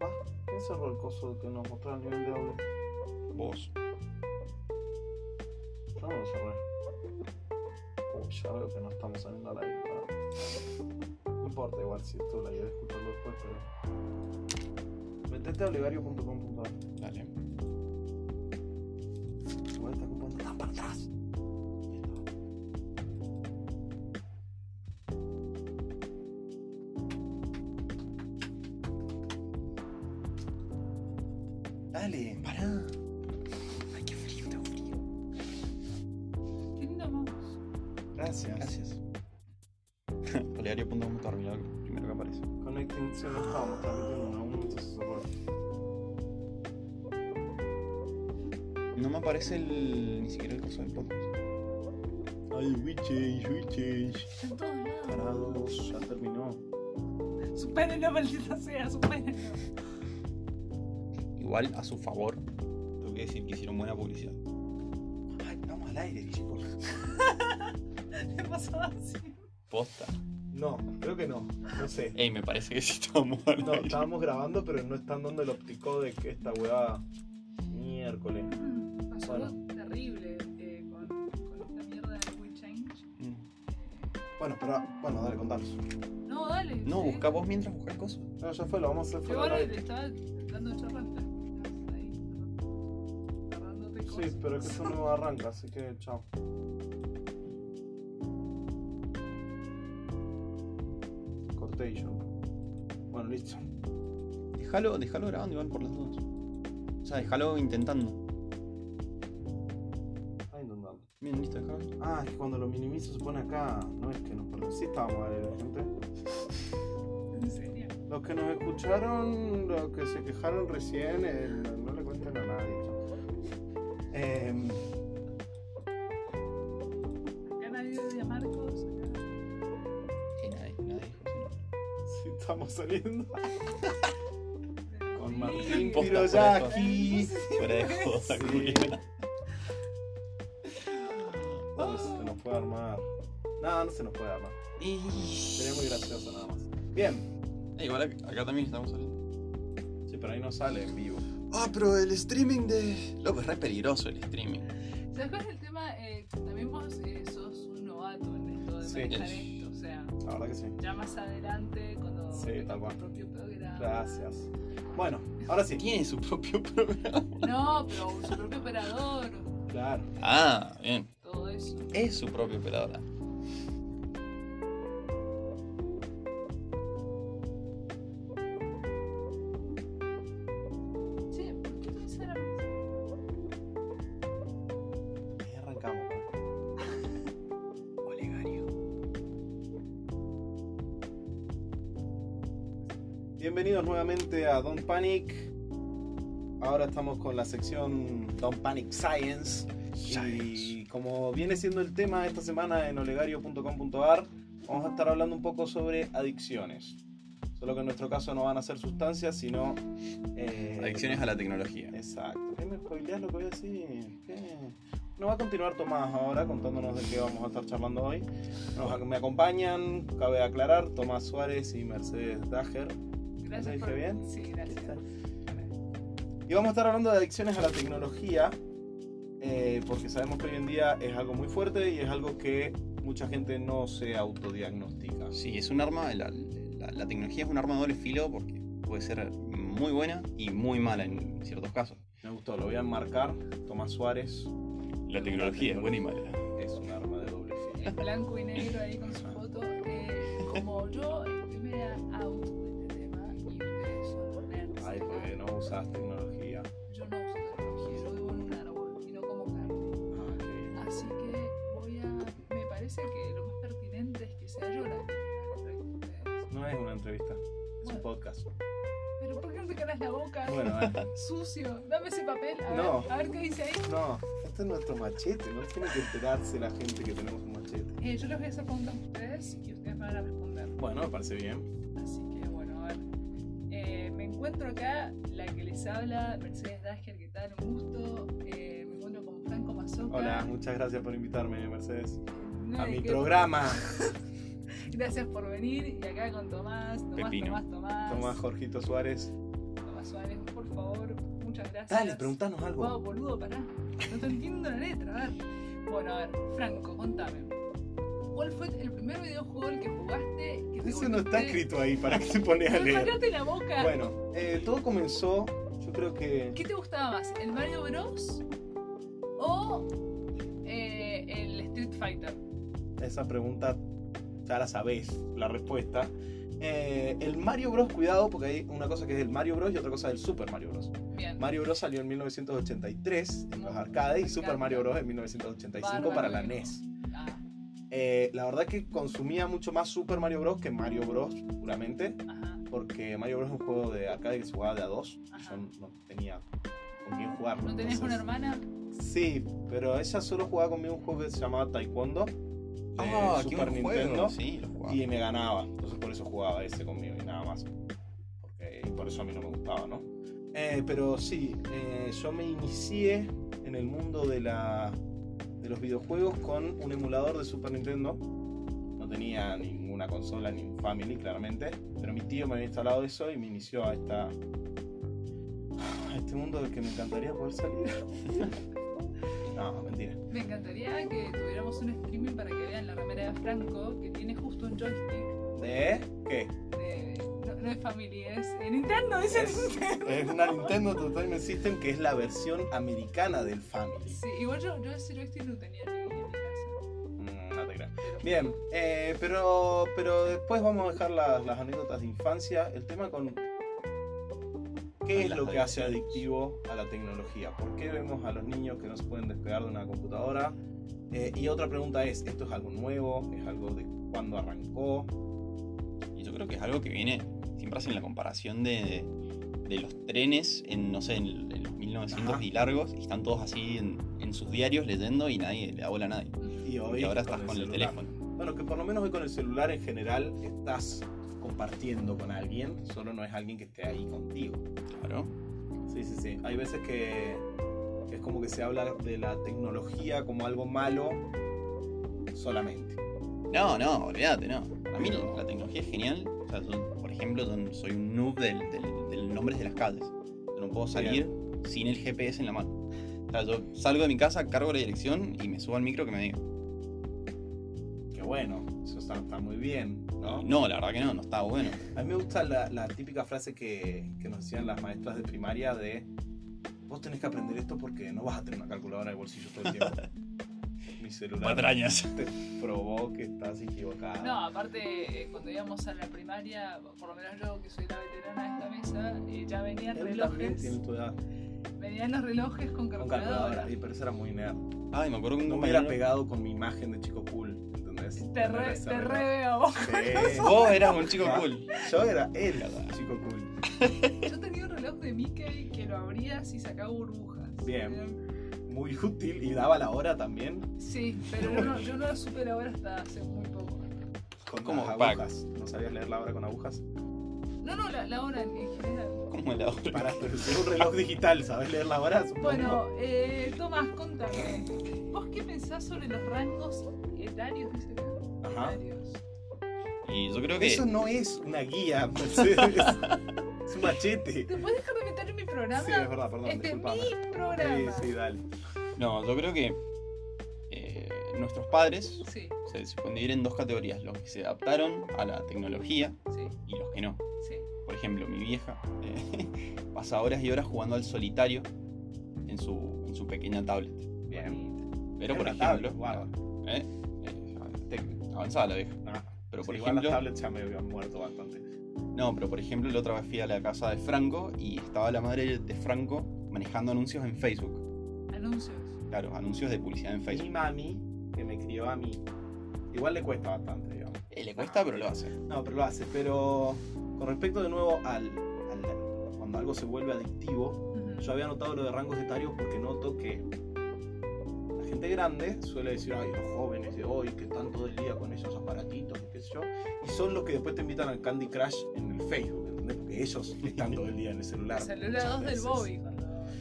[SPEAKER 1] Ah, ¿quién cerró el coso que nos mostró a nivel de audio?
[SPEAKER 3] Vos.
[SPEAKER 1] Yo no lo cerré. Uy, ya veo que no estamos saliendo al aire. pará. No importa igual si esto la idea es escucharlo después, pero. Metete a olivario.com.ar.
[SPEAKER 3] Dale.
[SPEAKER 1] Igual está ocupando tan para atrás.
[SPEAKER 3] Dale, pará. Ay, qué frío, tengo frío.
[SPEAKER 2] Qué lindo mouse.
[SPEAKER 1] Gracias.
[SPEAKER 3] *laughs* Gracias. Oleario.com.ar, mirá lo primero que aparece.
[SPEAKER 1] Connecting si no estábamos transmitiendo aún, entonces se fue.
[SPEAKER 3] No me aparece el, ni siquiera el caso del podcast.
[SPEAKER 1] Ay, witches, witches.
[SPEAKER 2] Está en todos lados.
[SPEAKER 1] Parados, ya terminó.
[SPEAKER 2] Supérenlo, maldita sea, supérenlo.
[SPEAKER 3] Igual, a su favor, tengo que decir que hicieron buena publicidad.
[SPEAKER 4] Ay, vamos al aire, chicos.
[SPEAKER 2] ¿Qué pasó así?
[SPEAKER 3] Posta.
[SPEAKER 1] No, creo que no. No sé.
[SPEAKER 3] Ey, me parece que sí estamos al
[SPEAKER 1] No,
[SPEAKER 3] aire.
[SPEAKER 1] estábamos grabando, pero no están dando el óptico de que esta weá. Miércoles.
[SPEAKER 2] Mm, Pasó algo
[SPEAKER 1] Bueno.
[SPEAKER 2] terrible eh, con, con esta mierda de We Change.
[SPEAKER 3] Mm.
[SPEAKER 1] Bueno, pero. Bueno, dale, contanos.
[SPEAKER 2] No, dale.
[SPEAKER 3] No,
[SPEAKER 2] sí.
[SPEAKER 3] busca vos mientras busca el coso.
[SPEAKER 1] No, ya fue, lo vamos a hacer
[SPEAKER 2] Yo
[SPEAKER 1] fuera
[SPEAKER 2] ahora
[SPEAKER 1] del
[SPEAKER 2] le
[SPEAKER 1] aire.
[SPEAKER 2] estaba dando charla mientras estabas ahí, agarrándote cosas.
[SPEAKER 1] Sí, pero es que eso no arranca, así que chao. Corté y yo. Bueno, listo.
[SPEAKER 3] Déjalo, déjalo grabando igual por las dudas. O sea, déjalo intentando.
[SPEAKER 1] Ahí intentando.
[SPEAKER 3] Bien, listo, déjalo. ahí.
[SPEAKER 1] Ah, es que cuando lo minimizo se pone acá. No es que nos perdemos. Sí, estábamos ahí, gente.
[SPEAKER 2] En serio.
[SPEAKER 1] Los que nos escucharon, los que se quejaron recién, eh, no- no le cuenten a nadie. Em,
[SPEAKER 2] Acá nadie odia a Marcos. Acá...
[SPEAKER 3] Ey, nadie, nadie dijo eso,
[SPEAKER 1] sí, estamos saliendo. Con Martín
[SPEAKER 2] Sí.
[SPEAKER 3] Posta,
[SPEAKER 1] Piro
[SPEAKER 3] fuera de joda.
[SPEAKER 1] aquí.
[SPEAKER 3] ¿no? Fuera de joda, culiao. Ah.
[SPEAKER 1] No
[SPEAKER 3] Pues,
[SPEAKER 1] se nos puede armar. No, no se nos puede armar. Sería muy gracioso nada más. Bien.
[SPEAKER 3] Ey, Eh, Igual acá acá también estamos saliendo.
[SPEAKER 1] Sí, pero ahí no sale en vivo.
[SPEAKER 3] Ah, pero el streaming de. Loco, es re peligroso el streaming.
[SPEAKER 2] ¿Sabes cuál es el tema? Eh, también vos eh, sos un novato en esto de
[SPEAKER 1] Sí.
[SPEAKER 2] manejar
[SPEAKER 3] Es-
[SPEAKER 2] esto. O sea,
[SPEAKER 1] La verdad que sí.
[SPEAKER 2] ya más adelante, cuando
[SPEAKER 1] Sí,
[SPEAKER 2] tengas
[SPEAKER 1] tal
[SPEAKER 2] tu
[SPEAKER 1] cual.
[SPEAKER 2] propio programa.
[SPEAKER 1] Gracias. Bueno, ahora sí.
[SPEAKER 3] Tiene su propio *laughs* programa.
[SPEAKER 2] No, pero su propio operador,
[SPEAKER 1] Claro.
[SPEAKER 3] Ah, bien.
[SPEAKER 2] todo eso.
[SPEAKER 3] Es su propia operadora.
[SPEAKER 2] Che, ¿por qué tú la
[SPEAKER 1] Ahí arrancamos.
[SPEAKER 3] Olegario.
[SPEAKER 1] Bienvenidos nuevamente a Don't Panic. Ahora estamos con la sección Don't Panic Science. Y como viene siendo el tema esta semana en olegario.com.ar, vamos a estar hablando un poco sobre adicciones. Solo que en nuestro caso no van a ser sustancias, sino. eh,
[SPEAKER 3] Adicciones a la tecnología.
[SPEAKER 1] Exacto. ¿Qué me spoileás lo que voy a decir? ¿Qué? Nos va a continuar Tomás ahora contándonos de qué vamos a estar charlando hoy. Nos, ac- me acompañan, cabe aclarar, Tomás Suárez y Mercedes Dager.
[SPEAKER 2] Gracias
[SPEAKER 1] dije
[SPEAKER 2] por...
[SPEAKER 1] bien?
[SPEAKER 2] Sí, gracias.
[SPEAKER 1] Y vamos a estar hablando de adicciones a la tecnología, eh, porque sabemos que hoy en día es algo muy fuerte y es algo que mucha gente no se autodiagnostica.
[SPEAKER 3] Sí, es un arma. La, la- la tecnología es un arma de doble filo porque puede ser muy buena y muy mala en ciertos casos.
[SPEAKER 1] Me gustó, lo voy a enmarcar. Tomás Suárez
[SPEAKER 3] La tecnología es buena y mala.
[SPEAKER 1] es un arma de doble filo.
[SPEAKER 2] En blanco y negro ahí con su
[SPEAKER 1] *laughs*
[SPEAKER 2] foto. Eh, como yo estoy media out de este tema y ustedes son los nerds.
[SPEAKER 1] Ay, porque no usas tecnología.
[SPEAKER 2] Yo no uso tecnología, yo vivo en un árbol y no como carne.
[SPEAKER 1] Ah,
[SPEAKER 2] Así que voy a. Me parece que lo más pertinente es que sea yo la que tenga la entrevista a ustedes.
[SPEAKER 1] ok. No es una entrevista, es un
[SPEAKER 2] Bueno.
[SPEAKER 1] podcast.
[SPEAKER 2] Pero ¿por qué no te calas la boca?
[SPEAKER 1] Bueno, eh, dale.
[SPEAKER 2] Sucio, dame ese papel. A,
[SPEAKER 1] No.
[SPEAKER 2] ver, a ver qué dice ahí.
[SPEAKER 1] No, Este es nuestro machete, no tiene que enterarse la gente que tenemos un machete.
[SPEAKER 2] Eh, yo les voy a hacer preguntas a ustedes y ustedes van a responder.
[SPEAKER 1] Bueno, me parece bien.
[SPEAKER 2] Así que bueno, a ver. Eh, me encuentro acá, la que les habla, Mercedes Dasker, ¿qué tal? Un gusto. Eh, me encuentro con Franco Mazoca.
[SPEAKER 1] Hola, muchas gracias por invitarme, Mercedes,
[SPEAKER 2] No,
[SPEAKER 1] a
[SPEAKER 2] de
[SPEAKER 1] mi
[SPEAKER 2] qué-
[SPEAKER 1] programa.
[SPEAKER 2] Gracias por venir. Y acá con Tomás, Tomás,
[SPEAKER 3] Pepino.
[SPEAKER 2] Tomás, Tomás.
[SPEAKER 1] Toma Jorgito Suárez.
[SPEAKER 2] Tomás Suárez, por favor, muchas gracias.
[SPEAKER 1] Dale, preguntanos
[SPEAKER 2] Wow,
[SPEAKER 1] algo.
[SPEAKER 2] boludo, pará. No te entiendo la letra, a ver. Bueno, a ver, Franco, contame. ¿Cuál fue el primer videojuego al que jugaste que te
[SPEAKER 1] Eso no está
[SPEAKER 2] volviste-
[SPEAKER 1] escrito ahí, ¿para que se pone
[SPEAKER 2] *laughs*
[SPEAKER 1] a
[SPEAKER 2] ¡Me
[SPEAKER 1] leer?
[SPEAKER 2] paraste la boca!
[SPEAKER 1] Bueno, eh, todo comenzó, yo creo que...
[SPEAKER 2] ¿Qué te gustaba más? ¿El Mario Bros? ¿O eh, el Street Fighter?
[SPEAKER 1] esa pregunta ya la sabés la respuesta. Eh, el Mario Bros, cuidado, porque hay una cosa que es el Mario Bros y otra cosa del Super Mario Bros.
[SPEAKER 2] Bien.
[SPEAKER 1] Mario Bros salió en 1983 en los arcades y Super Mario Bros en 1985 para la NES.
[SPEAKER 2] Ah,
[SPEAKER 1] Eh, la verdad que consumía mucho más Super Mario Bros que Mario Bros, puramente,
[SPEAKER 2] ajá,
[SPEAKER 1] porque Mario Bros es un juego de arcade que se jugaba de a dos. y
[SPEAKER 2] Ajá.
[SPEAKER 1] Yo no tenía con quién jugarlo.
[SPEAKER 2] ¿No tenías una
[SPEAKER 1] entonces-
[SPEAKER 2] hermana?
[SPEAKER 1] Sí, pero ella solo jugaba conmigo un juego que se llamaba Taekwondo. de
[SPEAKER 3] Ah,
[SPEAKER 1] Eh, Super Nintendo.
[SPEAKER 3] Sí, lo jugaba.
[SPEAKER 1] y me ganaba. Entonces por eso jugaba ese conmigo y nada más. Porque, y por eso a mí no me gustaba, ¿no? Eh, pero sí, eh, yo me inicié en el mundo de, la, de los videojuegos con un emulador de Super Nintendo. No tenía ninguna consola ni un family, claramente. Pero mi tío me había instalado eso y me inició a esta. a este mundo del que me encantaría poder salir. *laughs* no, mentira.
[SPEAKER 2] Me encantaría que tuviéramos un streaming para que vean la remera de Franco, que tiene justo un joystick
[SPEAKER 1] ¿De qué?
[SPEAKER 2] de... No, no es Family, es eh, Nintendo, es el
[SPEAKER 1] Es-
[SPEAKER 2] Nintendo.
[SPEAKER 1] Es una Nintendo Entertainment System que es la versión americana del Family.
[SPEAKER 2] Sí, igual yo, yo ese joystick lo tenía en mi, en mi casa.
[SPEAKER 1] Mm, no te creas.
[SPEAKER 2] pero-
[SPEAKER 1] Bien, eh, pero, pero después vamos a dejar las, las anécdotas de infancia. El tema con. ¿Qué es
[SPEAKER 3] Las
[SPEAKER 1] lo que hace
[SPEAKER 3] adicciones.
[SPEAKER 1] adictivo a la tecnología? ¿Por qué vemos a los niños que no se pueden despegar de una computadora? Eh, y otra pregunta es: ¿esto es algo nuevo? ¿Es algo de cuándo arrancó?
[SPEAKER 3] Y yo creo que es algo que viene, siempre hacen la comparación de, de, de los trenes en, no sé, en, en los 1900
[SPEAKER 1] Ajá.
[SPEAKER 3] y largos, y están todos así en, en sus diarios leyendo y nadie le da bola a nadie.
[SPEAKER 1] Y hoy.
[SPEAKER 3] Y ahora estás con el
[SPEAKER 1] celular.
[SPEAKER 3] teléfono.
[SPEAKER 1] Bueno, que por lo menos hoy con el celular en general estás compartiendo con alguien, solo no es alguien que esté ahí contigo.
[SPEAKER 3] Claro.
[SPEAKER 1] Sí, sí, sí. Hay veces que que es como que se habla de la tecnología como algo malo solamente.
[SPEAKER 3] No, no, olvídate, no. Para mí la tecnología es genial. O sea, yo, por ejemplo, yo soy un noob del, del, del nombres de las calles. Yo no puedo salir sin el GPS en la mano. O sea, yo salgo de mi casa, cargo la dirección y me subo al micro que me diga.
[SPEAKER 1] Que bueno, eso está, está muy bien, ¿no?
[SPEAKER 3] Y No, la verdad que no, no está bueno.
[SPEAKER 1] A mí me gusta la, la típica frase que, que nos decían las maestras de primaria de vos tenés que aprender esto porque no vas a tener una calculadora de bolsillo todo el tiempo. Mi celular
[SPEAKER 3] Patrañas.
[SPEAKER 1] te probó que estás equivocada.
[SPEAKER 2] No, aparte, eh, cuando íbamos a la primaria, por lo menos yo que soy la veterana de esta mesa, eh, ya venían
[SPEAKER 1] Él también tiene
[SPEAKER 2] relojes.
[SPEAKER 1] tu edad.
[SPEAKER 2] Venían los relojes
[SPEAKER 1] Con
[SPEAKER 2] con calculadora.
[SPEAKER 1] calculadora. Y pero eso era muy nerd.
[SPEAKER 3] Ay, me acuerdo que un
[SPEAKER 1] No me hubiera
[SPEAKER 3] compañero-
[SPEAKER 1] pegado con mi imagen de chico cool, ¿entendés?
[SPEAKER 2] Te
[SPEAKER 1] Tener
[SPEAKER 2] re,
[SPEAKER 1] esa
[SPEAKER 2] te re
[SPEAKER 1] verdad.
[SPEAKER 2] veo. vos. *laughs*
[SPEAKER 1] Sí.
[SPEAKER 3] Vos eras un chico
[SPEAKER 1] Ah. *laughs*
[SPEAKER 3] cool.
[SPEAKER 1] Yo era él, chico cool.
[SPEAKER 2] Yo tenía un reloj de Mickey que lo abrías y sacaba burbujas.
[SPEAKER 1] Bien.
[SPEAKER 2] Eran-
[SPEAKER 1] Muy útil y daba la hora también
[SPEAKER 2] Sí, pero yo no, yo no lo supe ahora hasta hace muy poco.
[SPEAKER 1] con
[SPEAKER 3] Como
[SPEAKER 1] las
[SPEAKER 3] pack.
[SPEAKER 1] agujas. ¿No sabías leer la hora con agujas?
[SPEAKER 2] No, no, la, la hora en en general.
[SPEAKER 3] Como la otra.
[SPEAKER 1] Paraste, es un *laughs* reloj digital, ¿sabes leer la hora? Supongo.
[SPEAKER 2] Bueno, eh, Tomás, contame. ¿Vos qué pensás sobre los rangos etarios? Dice acá.
[SPEAKER 1] Ajá.
[SPEAKER 2] Etarios.
[SPEAKER 3] Y yo creo que.
[SPEAKER 1] Eso no es una
[SPEAKER 3] *laughs*
[SPEAKER 1] guía, Mercedes. es un machete.
[SPEAKER 2] ¿Te puedes dejar de meter en mi programa?
[SPEAKER 1] Sí, es verdad, perdón,
[SPEAKER 2] este es
[SPEAKER 1] disculpame.
[SPEAKER 2] mi programa.
[SPEAKER 1] Sí, sí, dale.
[SPEAKER 3] No, yo creo que. eh, nuestros padres
[SPEAKER 2] Sí,
[SPEAKER 3] se, se pueden dividir en dos categorías: los que se adaptaron a la tecnología
[SPEAKER 2] sí,
[SPEAKER 3] y los que no.
[SPEAKER 2] sí.
[SPEAKER 3] Por ejemplo, mi vieja eh, *laughs* pasa horas y horas jugando al solitario en su, en su pequeña tablet.
[SPEAKER 1] Bien.
[SPEAKER 2] Bonito.
[SPEAKER 3] Pero, por
[SPEAKER 1] Era
[SPEAKER 3] ejemplo.
[SPEAKER 1] tablet, guarda.
[SPEAKER 3] eh, eh, tec- avanzada la vieja.
[SPEAKER 1] Ah,
[SPEAKER 3] Pero, por
[SPEAKER 1] sí, igual
[SPEAKER 3] ejemplo.
[SPEAKER 1] las tablets ya me habían muerto bastante.
[SPEAKER 3] No, pero por ejemplo, la otra vez fui a la casa de Franco y estaba la madre de Franco manejando anuncios en Facebook.
[SPEAKER 2] Anuncios.
[SPEAKER 3] Claro, anuncios de publicidad en
[SPEAKER 1] Mi
[SPEAKER 3] Facebook.
[SPEAKER 1] mami, que me crió a mí, igual le cuesta bastante, digamos.
[SPEAKER 3] Eh, le cuesta, pero lo hace.
[SPEAKER 1] No, pero lo hace. Pero con respecto de nuevo al, al- cuando algo se vuelve adictivo,
[SPEAKER 2] Ujú.
[SPEAKER 1] yo había notado lo de rangos etarios porque noto que gente grande suele decir, ay, los jóvenes de hoy que están todo el día con esos aparatitos, qué sé yo, y son los que después te invitan al Candy Crush en el Facebook, ¿entendés? Porque ellos están todo el día en el celular.
[SPEAKER 2] El celular 2 del Bobby.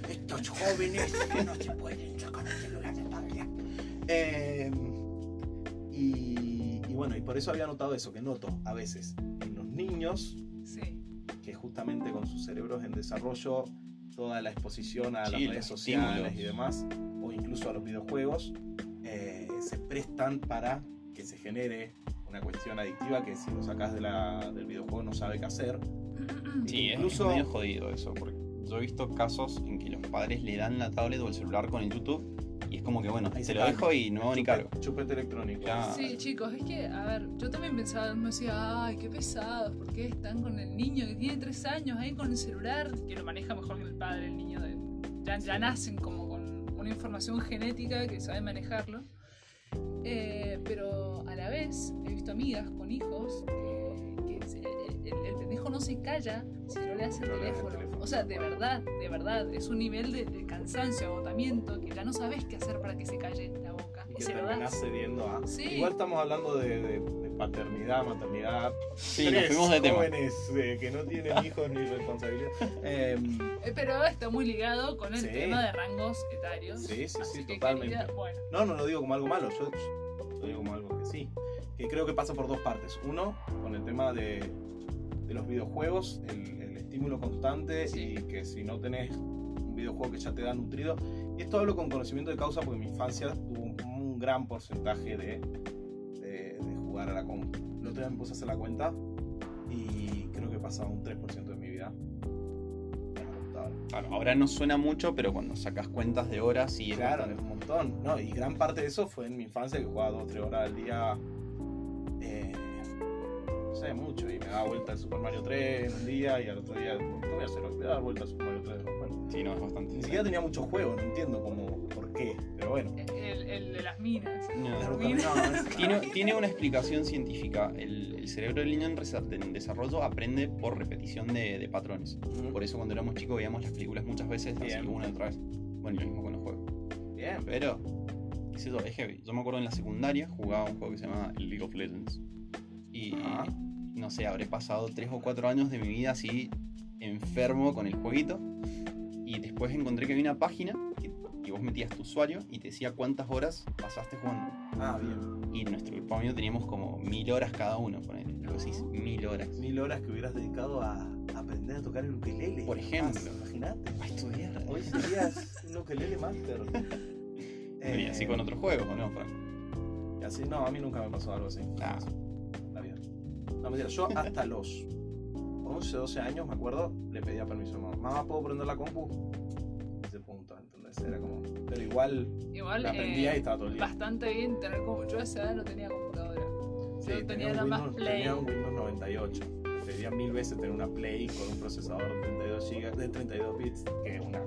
[SPEAKER 4] Estos jóvenes que no se pueden sacar el celular de todo el día.
[SPEAKER 1] Eh, y, y bueno, y por eso había notado eso, que noto a veces en los niños
[SPEAKER 2] Sí.
[SPEAKER 1] que justamente con sus cerebros en desarrollo, toda la exposición a
[SPEAKER 3] Sí,
[SPEAKER 1] las
[SPEAKER 3] los
[SPEAKER 1] redes sociales
[SPEAKER 3] estímulos.
[SPEAKER 1] y demás, o incluso a los videojuegos, eh, se prestan para que se genere una cuestión adictiva que si lo sacas de la- del videojuego no sabe qué hacer.
[SPEAKER 3] Sí, es-
[SPEAKER 1] Incluso-
[SPEAKER 3] es medio jodido eso, porque yo he visto casos en que los padres le dan la tablet o el celular con el YouTube y es como que, bueno,
[SPEAKER 1] Ahí
[SPEAKER 3] se
[SPEAKER 1] se
[SPEAKER 3] lo
[SPEAKER 1] cae.
[SPEAKER 3] dejo y no hago ni
[SPEAKER 1] Chupete-
[SPEAKER 3] cargo.
[SPEAKER 1] Chupete electrónico.
[SPEAKER 3] Claro.
[SPEAKER 2] Sí, chicos, es que, a ver, yo también pensaba, me decía, ay, qué pesados, ¿por qué están con el niño que tiene tres años ahí con el celular? Que lo maneja mejor que el padre, el niño. de- ya, ya nacen como con una información genética que sabe manejarlo. Eh, pero a la vez he visto amigas con hijos eh, que se- el, el- el pendejo no se calla si no le hace el
[SPEAKER 1] No le hace el
[SPEAKER 2] teléfono.
[SPEAKER 1] teléfono.
[SPEAKER 2] O sea, de verdad, de verdad, es un nivel de, de cansancio, agotamiento, que ya no sabes qué hacer para que se calle la boca.
[SPEAKER 1] Y
[SPEAKER 2] O
[SPEAKER 1] que
[SPEAKER 2] se lo
[SPEAKER 1] terminás
[SPEAKER 2] das.
[SPEAKER 1] cediendo a...
[SPEAKER 2] Sí.
[SPEAKER 1] Igual estamos hablando de, de- de paternidad, maternidad.
[SPEAKER 3] Sí, nos
[SPEAKER 1] Tres
[SPEAKER 3] fuimos de tema.
[SPEAKER 1] jóvenes eh, que no tienen hijos ni
[SPEAKER 3] *laughs*
[SPEAKER 1] responsabilidad. Em,
[SPEAKER 2] Eh, Pero está muy ligado con el
[SPEAKER 1] Sí.
[SPEAKER 2] tema de rangos etarios.
[SPEAKER 1] sí, sí,
[SPEAKER 2] Así
[SPEAKER 1] sí,
[SPEAKER 2] que,
[SPEAKER 1] totalmente.
[SPEAKER 2] querida, bueno,
[SPEAKER 1] No, no lo digo como algo malo, yo lo digo como algo que sí. Que creo que pasa por dos partes. Uno, con el tema de, de los videojuegos, el, el estímulo constante
[SPEAKER 2] Sí.
[SPEAKER 1] y que si no tenés un videojuego que ya te da nutrido. Y esto hablo con conocimiento de causa porque mi infancia tuvo un, un gran porcentaje de, de- de jugar a la compu. El otro día me puse a hacer la cuenta y creo que pasaba un 3% de mi vida en la computadora.
[SPEAKER 3] Claro, ahora no suena mucho, pero cuando sacas cuentas de horas y
[SPEAKER 1] Claro, es un montón. No, y gran parte de eso fue en mi infancia que jugaba 2 3 horas al día. eh, no sé, mucho. Y me daba vuelta al Super Mario 3 un día y al otro día, ¿qué voy a hacer hoy? Voy a dar vuelta al Super Mario 3 después.
[SPEAKER 3] Sí, no, es bastante.
[SPEAKER 1] Ni siquiera tenía muchos juegos, no entiendo cómo, por qué. Pero bueno.
[SPEAKER 2] el, el de las minas.
[SPEAKER 3] No.
[SPEAKER 1] Las rucas- no,
[SPEAKER 3] *laughs*
[SPEAKER 1] es-
[SPEAKER 3] Tiene, tiene una explicación científica. El, el cerebro del niño en, resa- en desarrollo aprende por repetición de, de patrones. Por eso cuando éramos chicos veíamos las películas muchas veces, así
[SPEAKER 1] Bien.
[SPEAKER 3] una y otra vez. Bueno, y lo mismo con los juegos.
[SPEAKER 1] Bien,
[SPEAKER 3] Pero, qué sé yo, es heavy. Yo me acuerdo en la secundaria jugaba un juego que se llamaba League of Legends. Y
[SPEAKER 1] Ajá.
[SPEAKER 3] no sé, habré pasado 3 o 4 años de mi vida así enfermo con el jueguito. Y después encontré que había una página que, que vos metías tu usuario y te decía cuántas horas pasaste jugando.
[SPEAKER 1] ah, bien.
[SPEAKER 3] Y en nuestro grupo amigo teníamos como mil horas cada uno, ponele. Y vos decís, mil horas.
[SPEAKER 1] Mil horas que hubieras dedicado a aprender a tocar el ukelele.
[SPEAKER 3] Por
[SPEAKER 1] capaz,
[SPEAKER 3] ejemplo.
[SPEAKER 1] Imagínate.
[SPEAKER 3] A estudiar.
[SPEAKER 1] Hoy serías un ukelele master.
[SPEAKER 3] Bueno, Y así
[SPEAKER 1] Eh,
[SPEAKER 3] con otros juegos, ¿o no, Franco?
[SPEAKER 1] Y así, no, a mí nunca me pasó algo así.
[SPEAKER 3] Ah.
[SPEAKER 1] La vida. No, mentira, yo hasta los 11, 12 años, me acuerdo, le pedía permiso a mamá. Mamá, ¿puedo prender la compu? Ese punto, entonces era como... Pero igual
[SPEAKER 2] Igual,
[SPEAKER 1] la
[SPEAKER 2] eh,
[SPEAKER 1] prendía y estaba todo el día.
[SPEAKER 2] bastante bien tener como. Yo a esa edad no tenía computadora.
[SPEAKER 1] Sí,
[SPEAKER 2] yo tenía la
[SPEAKER 1] un
[SPEAKER 2] más
[SPEAKER 1] Windows,
[SPEAKER 2] Play.
[SPEAKER 1] tenía un Windows 98. Le pedía mil veces tener una Play con un procesador de 32, gigas, de 32 bits, que es una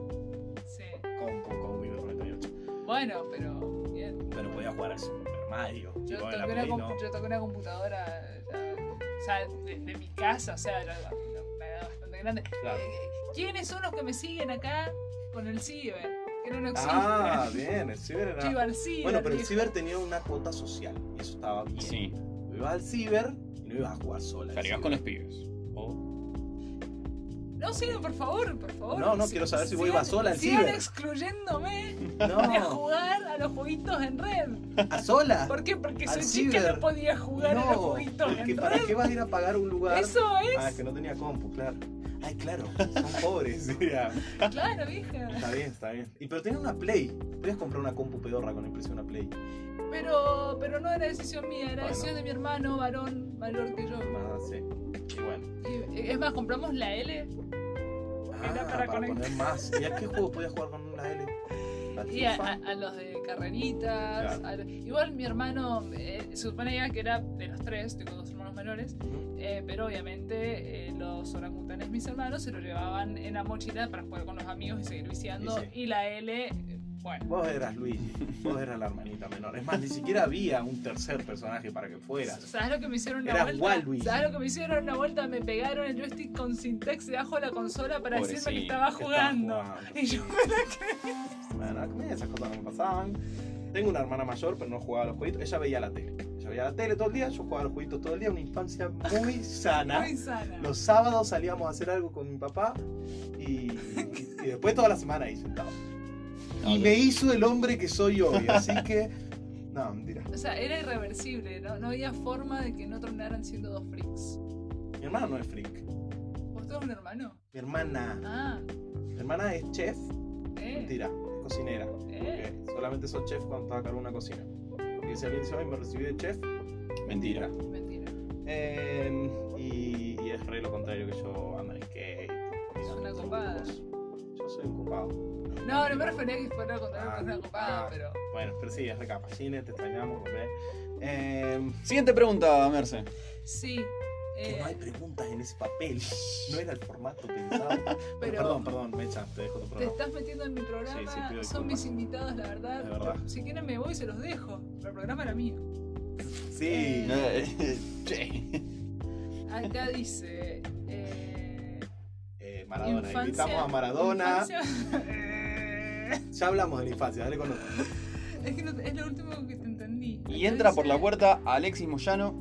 [SPEAKER 2] Sí.
[SPEAKER 1] compu con un Windows 98.
[SPEAKER 2] Bueno, pero. Bien.
[SPEAKER 1] Pero podía jugar al Super Mario.
[SPEAKER 2] Yo
[SPEAKER 1] tipo,
[SPEAKER 2] toqué,
[SPEAKER 1] en la
[SPEAKER 2] una,
[SPEAKER 1] Play
[SPEAKER 2] compu-
[SPEAKER 1] no.
[SPEAKER 2] yo toqué una computadora. ya, o sea, de, de mi casa, o sea, era era una edad bastante grande.
[SPEAKER 1] Claro.
[SPEAKER 2] Eh, ¿Quiénes son los que me siguen acá con el ciber? Que no, no existe. *laughs*
[SPEAKER 1] Ah, bien, el ciber
[SPEAKER 2] Yo iba
[SPEAKER 1] era...
[SPEAKER 2] al ciber.
[SPEAKER 1] Bueno, pero el
[SPEAKER 2] viejo.
[SPEAKER 1] ciber tenía una cuota social y eso estaba bien.
[SPEAKER 3] Sí,
[SPEAKER 1] ibas al ciber y no ibas a jugar sola. al
[SPEAKER 2] *laughs*
[SPEAKER 3] claro, ibas
[SPEAKER 1] ciber.
[SPEAKER 3] con los pibes. O
[SPEAKER 2] No, sigan, por favor, por favor.
[SPEAKER 1] No, no,
[SPEAKER 2] Si-
[SPEAKER 1] quiero saber si vos ibas
[SPEAKER 2] sigan-
[SPEAKER 1] sola al
[SPEAKER 2] Sigan
[SPEAKER 1] ciber.
[SPEAKER 2] excluyéndome de
[SPEAKER 1] No,
[SPEAKER 2] jugar a los jueguitos en red.
[SPEAKER 1] a sola.
[SPEAKER 2] *laughs* ¿Por qué? Porque
[SPEAKER 1] Al
[SPEAKER 2] soy chica y
[SPEAKER 1] ciber.
[SPEAKER 2] no podía jugar a los
[SPEAKER 1] No,
[SPEAKER 2] jueguitos
[SPEAKER 1] porque
[SPEAKER 2] en
[SPEAKER 1] ¿para
[SPEAKER 2] red.
[SPEAKER 1] qué vas a ir a pagar un lugar?
[SPEAKER 2] Eso
[SPEAKER 1] Ah,
[SPEAKER 2] es.
[SPEAKER 1] que no tenía compu, claro. Ay, claro, *laughs* son pobres. sí, ya.
[SPEAKER 2] Claro, vieja.
[SPEAKER 1] Está bien, está bien. Y pero tenía una Play. Podías comprar una compu pedorra con la impresión de una Play.
[SPEAKER 2] Pero, pero no era decisión mía, era
[SPEAKER 1] Bueno.
[SPEAKER 2] decisión de mi hermano, varón, mayor que yo.
[SPEAKER 1] Ah, sí. Y bueno.
[SPEAKER 2] Y- eh, es más, compramos la L
[SPEAKER 1] Ah,
[SPEAKER 2] Era para
[SPEAKER 1] para,
[SPEAKER 2] conectar.
[SPEAKER 1] poner más. ¿Y a qué juego podías jugar con una L? Al
[SPEAKER 2] *laughs* y a,
[SPEAKER 1] FIFA.
[SPEAKER 2] a- a los de carreritas.
[SPEAKER 1] Claro.
[SPEAKER 2] a los- igual mi hermano, eh, se suponía que era de los tres, tengo dos hermanos menores.
[SPEAKER 1] Ujú.
[SPEAKER 2] Eh, pero obviamente eh, los orangutanes, mis hermanos, se lo llevaban en la mochila para jugar con los amigos y seguir viciando.
[SPEAKER 1] Y sí.
[SPEAKER 2] Y la L, eh, bueno.
[SPEAKER 1] Vos eras Luigi, vos eras la hermanita menor. Es más, ni siquiera había un tercer personaje para que fueras.
[SPEAKER 2] ¿Sabes lo que me hicieron una
[SPEAKER 1] Era
[SPEAKER 2] vuelta?
[SPEAKER 1] Waluigi.
[SPEAKER 2] ¿Sabes lo que me hicieron una vuelta? Me pegaron el joystick con Syntex debajo de la consola para decirme que *laughs*
[SPEAKER 3] Pobrecito,
[SPEAKER 2] estaba
[SPEAKER 1] que
[SPEAKER 2] jugando.
[SPEAKER 1] estabas jugando. Ah,
[SPEAKER 2] Y yo
[SPEAKER 1] Bueno, a mí esas cosas no me pasaban. Tengo una hermana mayor, pero no jugaba a los jueguitos. Ella veía la tele. Ella veía la tele todo el día, yo jugaba a los jueguitos todo el día. Una infancia muy sana.
[SPEAKER 2] Muy sana.
[SPEAKER 1] Los sábados salíamos a hacer algo con mi papá y, y después toda la semana ahí sentados. Y me hizo el hombre que soy hoy, así que. No, mentira.
[SPEAKER 2] O sea, era irreversible, ¿no? No había forma de que no terminaran siendo dos freaks.
[SPEAKER 1] Mi hermana no es freak.
[SPEAKER 2] ¿Vos todos un hermano?
[SPEAKER 1] Mi hermana.
[SPEAKER 2] Ah,
[SPEAKER 1] Mi hermana es chef,
[SPEAKER 2] eh.
[SPEAKER 1] mentira, es cocinera.
[SPEAKER 2] eh.
[SPEAKER 1] porque solamente sos chef cuando estás a cargo de una cocina. Porque si alguien dice, hoy me recibí de chef,
[SPEAKER 3] Mentira.
[SPEAKER 2] Mentira.
[SPEAKER 1] Eh, y, y es re lo contrario que yo ando en skate.
[SPEAKER 2] Es una
[SPEAKER 1] Trucos.
[SPEAKER 2] copada.
[SPEAKER 1] Yo soy un copado.
[SPEAKER 2] No, no me refería a que fuera con
[SPEAKER 1] Ah,
[SPEAKER 2] una copada,
[SPEAKER 1] ah.
[SPEAKER 2] pero.
[SPEAKER 1] Bueno, pero sí, es recapacine, te extrañamos, hombre. Eh,
[SPEAKER 3] Siguiente pregunta, Merce.
[SPEAKER 2] Sí.
[SPEAKER 1] que
[SPEAKER 2] eh,
[SPEAKER 1] no hay preguntas en ese papel. No era el formato pensado.
[SPEAKER 2] *laughs* pero
[SPEAKER 1] Perdón, perdón, Mecha, te dejo tu
[SPEAKER 2] te
[SPEAKER 1] programa.
[SPEAKER 2] estás metiendo en mi programa.
[SPEAKER 1] Sí, sí, pido
[SPEAKER 2] Son
[SPEAKER 1] disculpas.
[SPEAKER 2] mis invitados, la verdad.
[SPEAKER 1] De verdad.
[SPEAKER 2] Si quieren me voy y se los dejo. Pero el programa era mío.
[SPEAKER 1] Sí.
[SPEAKER 2] No.
[SPEAKER 3] *laughs* Che.
[SPEAKER 2] Acá dice. Eh,
[SPEAKER 1] Eh, Maradona,
[SPEAKER 2] Infancia-
[SPEAKER 1] invitamos a Maradona.
[SPEAKER 2] infancia- Eh,
[SPEAKER 1] Ya hablamos de la infancia, dale con otro.
[SPEAKER 2] es que no- es lo último que te entendí.
[SPEAKER 3] Y entra por la
[SPEAKER 2] Entonces,
[SPEAKER 3] puerta Alexis Moyano.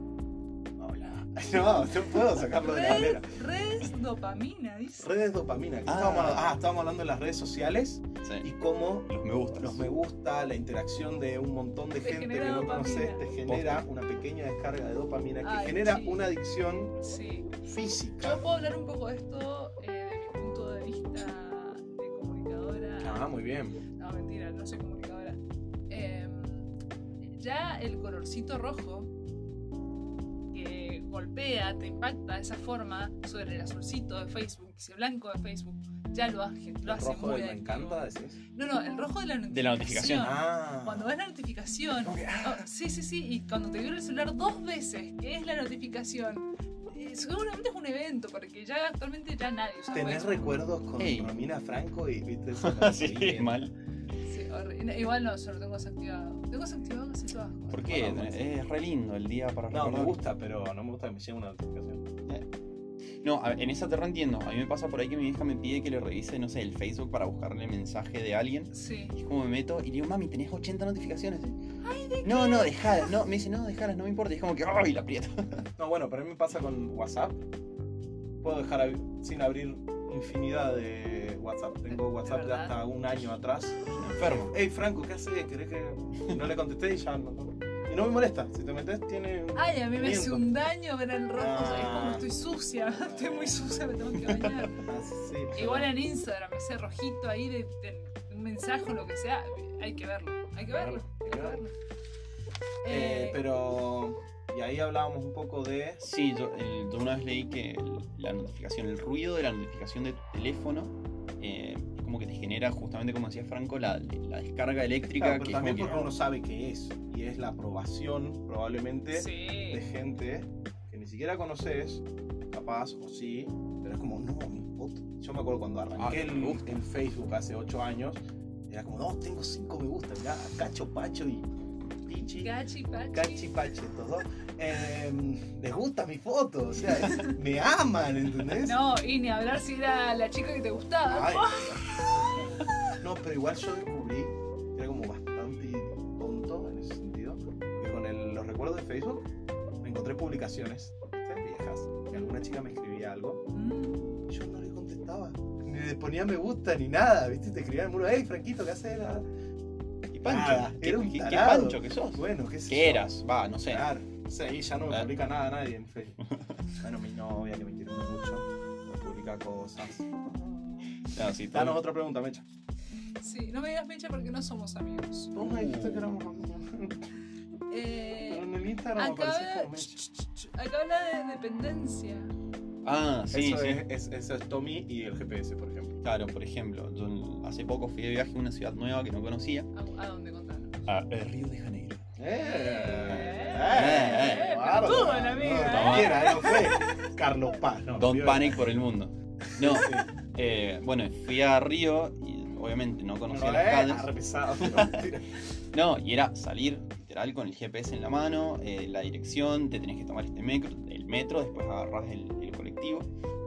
[SPEAKER 1] Hola. *laughs* No, no puedo sacarlo de la bandera.
[SPEAKER 2] Redes, redes dopamina, dice.
[SPEAKER 1] Redes dopamina. ¿qué
[SPEAKER 3] Ah.
[SPEAKER 1] estábamos hablando? Ah, estábamos hablando de las redes sociales y
[SPEAKER 3] Sí.
[SPEAKER 1] cómo
[SPEAKER 3] Los me gustas.
[SPEAKER 1] los
[SPEAKER 3] *laughs*
[SPEAKER 1] me gusta, la interacción de un montón de
[SPEAKER 2] Te
[SPEAKER 1] gente que
[SPEAKER 2] genera
[SPEAKER 1] no conoces,
[SPEAKER 2] dopamina.
[SPEAKER 1] te genera una pequeña descarga de dopamina que
[SPEAKER 2] Ay,
[SPEAKER 1] genera
[SPEAKER 2] sí.
[SPEAKER 1] una adicción
[SPEAKER 2] Sí. Yo
[SPEAKER 1] física.
[SPEAKER 2] puedo hablar un poco de esto eh, de mi punto de vista de comunicadora.
[SPEAKER 1] Ah, muy bien.
[SPEAKER 2] No, mentira, no soy comunicadora. Eh, ya el colorcito rojo que golpea, te impacta de esa forma sobre el azulcito de Facebook, ese blanco de Facebook, ya lo, hace- lo
[SPEAKER 1] El
[SPEAKER 2] hace
[SPEAKER 1] rojo
[SPEAKER 2] muy
[SPEAKER 1] del me
[SPEAKER 2] adictivo.
[SPEAKER 1] encanta, decís.
[SPEAKER 2] No, no, el rojo de la notificación.
[SPEAKER 3] De la notificación.
[SPEAKER 1] Ah.
[SPEAKER 2] Cuando ves la notificación.
[SPEAKER 1] Como que, ah,
[SPEAKER 2] oh, sí, sí, sí, y cuando te vibra el celular dos veces, que es la notificación. eh, seguramente es un evento, porque ya actualmente ya nadie usa
[SPEAKER 1] Tenés
[SPEAKER 2] Facebook.
[SPEAKER 1] recuerdos con
[SPEAKER 3] Ey.
[SPEAKER 1] Romina Franco y *laughs* viste eso.
[SPEAKER 3] Sí, mal.
[SPEAKER 2] Sí, horri- no, igual no, yo lo tengo desactivado. Tengo desactivado ese trabajo.
[SPEAKER 3] ¿Por qué?
[SPEAKER 1] Bueno,
[SPEAKER 3] Es re lindo el día para
[SPEAKER 1] No, me
[SPEAKER 3] recordar.
[SPEAKER 1] gusta, pero no me gusta que me llegue una notificación.
[SPEAKER 3] No, a- en esa te entiendo. A mí me pasa por ahí que mi vieja me pide que le revise, no sé, el Facebook para buscarle mensaje de alguien.
[SPEAKER 2] Sí.
[SPEAKER 3] Y es como me meto y le digo, mami, tenés 80 notificaciones. no, no, dejalas. No, me dice, no, dejalas, no me importa. Y es como que, ¡ay, la aprieto! *laughs*
[SPEAKER 1] No, bueno, pero a mí me pasa con WhatsApp. Puedo dejar ab- sin abrir infinidad de WhatsApp. Tengo
[SPEAKER 2] ¿De
[SPEAKER 1] WhatsApp de
[SPEAKER 2] verdad?
[SPEAKER 1] hasta un año atrás.
[SPEAKER 3] Enfermo.
[SPEAKER 1] Hey Franco, ¿qué haces? ¿Querés que.? No le contesté y ya no. no. Y no me molesta. Si te metes, tiene.
[SPEAKER 2] Ay, a mí me hace
[SPEAKER 1] Miento.
[SPEAKER 2] un daño ver el rojo. o sea, Es
[SPEAKER 1] pues. Ah.
[SPEAKER 2] como estoy sucia. *laughs* Estoy muy sucia, me tengo que bañar.
[SPEAKER 1] Ah, sí, sí, pero-
[SPEAKER 2] Igual en Instagram, ese rojito ahí de, de un mensaje o lo que sea, hay que verlo. Hay que verlo. Hay que verlo.
[SPEAKER 1] Eh,
[SPEAKER 2] Eh,
[SPEAKER 1] pero. Y ahí hablábamos un poco de.
[SPEAKER 3] Sí, yo, el- yo una vez leí que el- la notificación, el ruido de la notificación de tu teléfono, eh, como que te genera, justamente como decía Franco, la, la descarga eléctrica
[SPEAKER 1] Claro, pero
[SPEAKER 3] que es
[SPEAKER 1] también
[SPEAKER 3] como
[SPEAKER 1] porque
[SPEAKER 3] que,
[SPEAKER 1] uno sabe qué es. Y es la aprobación, probablemente, de
[SPEAKER 2] sí.
[SPEAKER 1] gente que ni siquiera conoces, capaz o sí, pero es como, no, mi foto. Yo me acuerdo cuando arranqué
[SPEAKER 3] Ah,
[SPEAKER 1] el-
[SPEAKER 3] me gusta.
[SPEAKER 1] en Facebook hace 8 años, era como, no, tengo 5 me gusta, mirá, Cacho, Pacho y Pichi.
[SPEAKER 2] Gachi, pachi.
[SPEAKER 1] Cachi Pachi, estos dos. Eh, les gusta mi foto, o sea, es- me aman, ¿entendés?
[SPEAKER 2] No, y ni hablar si era la chica que te gustaba.
[SPEAKER 1] Ay. No, pero igual yo descubrí que era como bastante tonto en ese sentido. Que con el- los recuerdos de Facebook me encontré publicaciones ¿viste? viejas. Y alguna chica me escribía algo
[SPEAKER 2] Mm,
[SPEAKER 1] y yo no le contestaba. Ni le ponía me gusta ni nada, ¿viste? Te escribía en el muro, hey, Franquito, ¿qué haces? Ah, Nada.
[SPEAKER 3] y Pancho,
[SPEAKER 1] Nada,
[SPEAKER 3] qué,
[SPEAKER 1] era un
[SPEAKER 3] qué- qué
[SPEAKER 1] tarado.
[SPEAKER 3] Pancho que sos.
[SPEAKER 1] Bueno, ¿qué sé yo.
[SPEAKER 3] ¿Qué eras? Va, no sé.
[SPEAKER 1] Claro. O sea, ahí ya no me
[SPEAKER 3] Ah.
[SPEAKER 1] publica nada nadie en *laughs* Facebook. bueno, mi novia, que me quiere mucho, me publica cosas. Uh.
[SPEAKER 3] No, sí, todo-
[SPEAKER 1] Danos otra pregunta, Mecha.
[SPEAKER 2] Sí, no me digas mecha porque no somos amigos.
[SPEAKER 1] Vos me dijiste que éramos amigos. Pero
[SPEAKER 2] Eh,
[SPEAKER 1] en el Instagram
[SPEAKER 2] acá,
[SPEAKER 1] aparecés
[SPEAKER 2] habla-
[SPEAKER 1] como Mecha.
[SPEAKER 2] acá habla de dependencia.
[SPEAKER 3] Ah, sí,
[SPEAKER 1] eso,
[SPEAKER 3] sí.
[SPEAKER 1] Es, es- eso es Tommy y el GPS, por ejemplo.
[SPEAKER 3] Claro, por ejemplo, yo hace poco fui de viaje a una ciudad nueva que no conocía.
[SPEAKER 2] ¿A, a dónde contaron?
[SPEAKER 3] A Río de Janeiro.
[SPEAKER 1] ¡Eh!
[SPEAKER 2] eh,
[SPEAKER 1] bárbaro.
[SPEAKER 2] pelotudo, la amiga, eh.
[SPEAKER 1] No, cualquiera, no fue Carlos Paz, no.
[SPEAKER 3] Don't
[SPEAKER 1] vio-
[SPEAKER 3] panic por el mundo.
[SPEAKER 1] *laughs*
[SPEAKER 3] No, eh, bueno, fui a Río y obviamente no
[SPEAKER 1] No,
[SPEAKER 3] conocía
[SPEAKER 1] eh,
[SPEAKER 3] las
[SPEAKER 1] ah,
[SPEAKER 3] calles. *laughs*
[SPEAKER 1] repesado, pero mentira.
[SPEAKER 3] No, y era salir literal con el GPS en la mano, eh, la dirección, te tenés que tomar este metro, el metro, después agarrás el, el colectivo.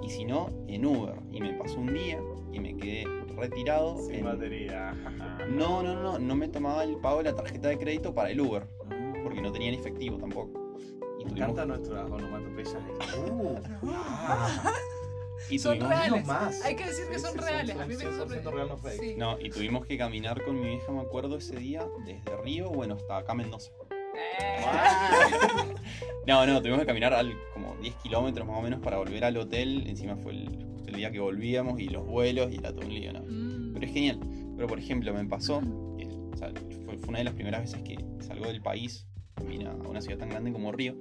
[SPEAKER 3] Y si no, en Uber. Y me pasó un día y me quedé retirado.
[SPEAKER 1] Sin
[SPEAKER 3] en-
[SPEAKER 1] batería.
[SPEAKER 3] No, no, no, no me tomaba el pago de la tarjeta de crédito para el Uber, porque no tenían efectivo tampoco. Y
[SPEAKER 1] Me
[SPEAKER 3] tuvimos,
[SPEAKER 1] encantan nuestras onomatopeyas.
[SPEAKER 3] *laughs*
[SPEAKER 1] Uh,
[SPEAKER 3] y
[SPEAKER 2] Son
[SPEAKER 3] tuvimos-
[SPEAKER 2] reales.
[SPEAKER 1] más.
[SPEAKER 2] Hay que decir que
[SPEAKER 1] Sí,
[SPEAKER 2] son
[SPEAKER 1] sí,
[SPEAKER 2] reales. A mí me
[SPEAKER 1] 100%
[SPEAKER 2] sorprendió.
[SPEAKER 1] real, no fake.
[SPEAKER 2] Sí.
[SPEAKER 3] no, y tuvimos que caminar con mi vieja, me acuerdo, ese día, desde Río, bueno, hasta acá Mendoza.
[SPEAKER 2] Eh,
[SPEAKER 3] No, no, tuvimos que caminar al- como 10 kilómetros más o menos para volver al hotel. Encima fue el, justo el día que volvíamos y los vuelos y era todo un lío, ¿no?
[SPEAKER 2] mm.
[SPEAKER 3] Pero es genial. Pero por ejemplo, me pasó, que, o sea, fue, fue una de las primeras veces que salgo del país, vine a una ciudad tan grande como Río,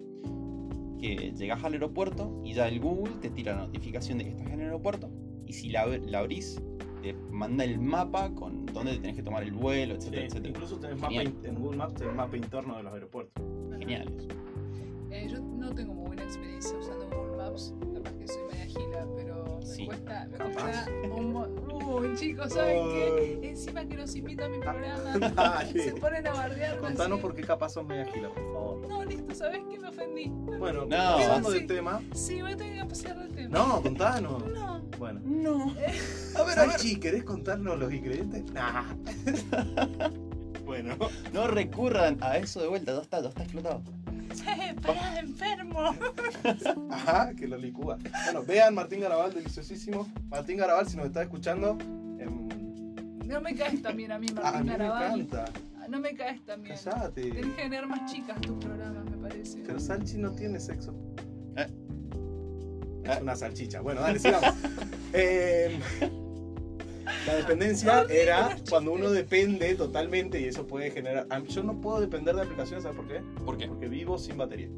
[SPEAKER 3] que llegas al aeropuerto y ya el Google te tira la notificación de que estás en el aeropuerto y si la, ab- la abrís, te manda el mapa con dónde te tenés que tomar el vuelo,
[SPEAKER 1] Sí,
[SPEAKER 3] etcétera, etcétera.
[SPEAKER 1] Incluso tenés mapa
[SPEAKER 3] Este, Genial.
[SPEAKER 1] in- en Google Maps tenés mapa interno de los aeropuertos.
[SPEAKER 3] Genial.
[SPEAKER 2] Eh, yo no tengo muy buena experiencia usando Google Maps. Capaz que soy media gila, pero me
[SPEAKER 3] Sí,
[SPEAKER 2] cuesta. Me
[SPEAKER 1] capaz.
[SPEAKER 2] cuesta un mo- Uy, chicos, ¿saben qué? Encima que nos invitan a
[SPEAKER 1] Ah.
[SPEAKER 2] mi
[SPEAKER 1] *laughs*
[SPEAKER 2] programa, se ponen a bardear.
[SPEAKER 1] Contanos
[SPEAKER 2] así.
[SPEAKER 1] por qué capaz sos media gila, por favor.
[SPEAKER 2] No, listo, ¿sabes qué? Me ofendí.
[SPEAKER 1] Bueno,
[SPEAKER 3] No.
[SPEAKER 1] pasando
[SPEAKER 2] Sí.
[SPEAKER 1] del tema.
[SPEAKER 2] Sí, voy a tener que pasar del tema.
[SPEAKER 1] No, contanos.
[SPEAKER 2] No.
[SPEAKER 1] Bueno.
[SPEAKER 3] No.
[SPEAKER 1] A ver, a ver. ¿querés contarnos los ingredientes? Nah. *laughs* bueno.
[SPEAKER 3] No recurran a eso de vuelta, ya está, ya está explotado.
[SPEAKER 2] *laughs* Che, pará, enfermo.
[SPEAKER 1] Ajá, que lo licúa. Bueno, vean Martín Garabal, deliciosísimo. Martín Garabal, si nos está escuchando. em,
[SPEAKER 2] No me caes también a mí,
[SPEAKER 1] ah, a mí
[SPEAKER 2] Martín
[SPEAKER 1] me
[SPEAKER 2] Garabal.
[SPEAKER 1] encanta.
[SPEAKER 2] No me caes también. Tenés
[SPEAKER 1] Callate.
[SPEAKER 2] que tener más chicas tus programas, me parece.
[SPEAKER 1] Pero Salchi no tiene sexo.
[SPEAKER 3] Eh.
[SPEAKER 1] Es una salchicha. Bueno, dale, *laughs* sigamos. Em, la dependencia
[SPEAKER 2] Horrible
[SPEAKER 1] era
[SPEAKER 2] los
[SPEAKER 1] cuando
[SPEAKER 2] chistes.
[SPEAKER 1] uno depende totalmente y eso puede generar. a mí- Yo no puedo depender de aplicaciones, ¿sabes por qué?
[SPEAKER 3] ¿Por qué?
[SPEAKER 1] Porque vivo sin batería.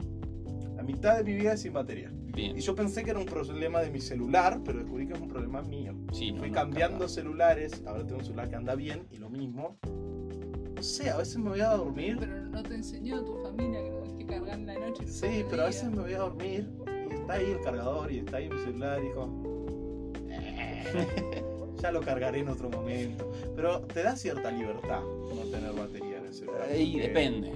[SPEAKER 1] La mitad de mi vida es sin batería.
[SPEAKER 3] Bien.
[SPEAKER 1] Y yo pensé que era un problema de mi celular, pero descubrí que es un problema mío.
[SPEAKER 3] Sí, no,
[SPEAKER 1] Fui
[SPEAKER 3] no,
[SPEAKER 1] cambiando
[SPEAKER 3] carga.
[SPEAKER 1] celulares, ahora tengo un celular que anda bien y lo mismo. No sé, a veces me voy a dormir.
[SPEAKER 2] Pero no te enseñó tu familia que lo tenés que cargar en la noche. todo
[SPEAKER 1] Sí,
[SPEAKER 2] el
[SPEAKER 1] pero a
[SPEAKER 2] día.
[SPEAKER 1] veces me voy a dormir y está ahí el cargador y está ahí mi celular y
[SPEAKER 2] *laughs*
[SPEAKER 1] dijo. Ya lo cargaré en otro momento. Pero te da cierta libertad no tener batería en el celular.
[SPEAKER 3] Ahí
[SPEAKER 1] porque-
[SPEAKER 3] depende.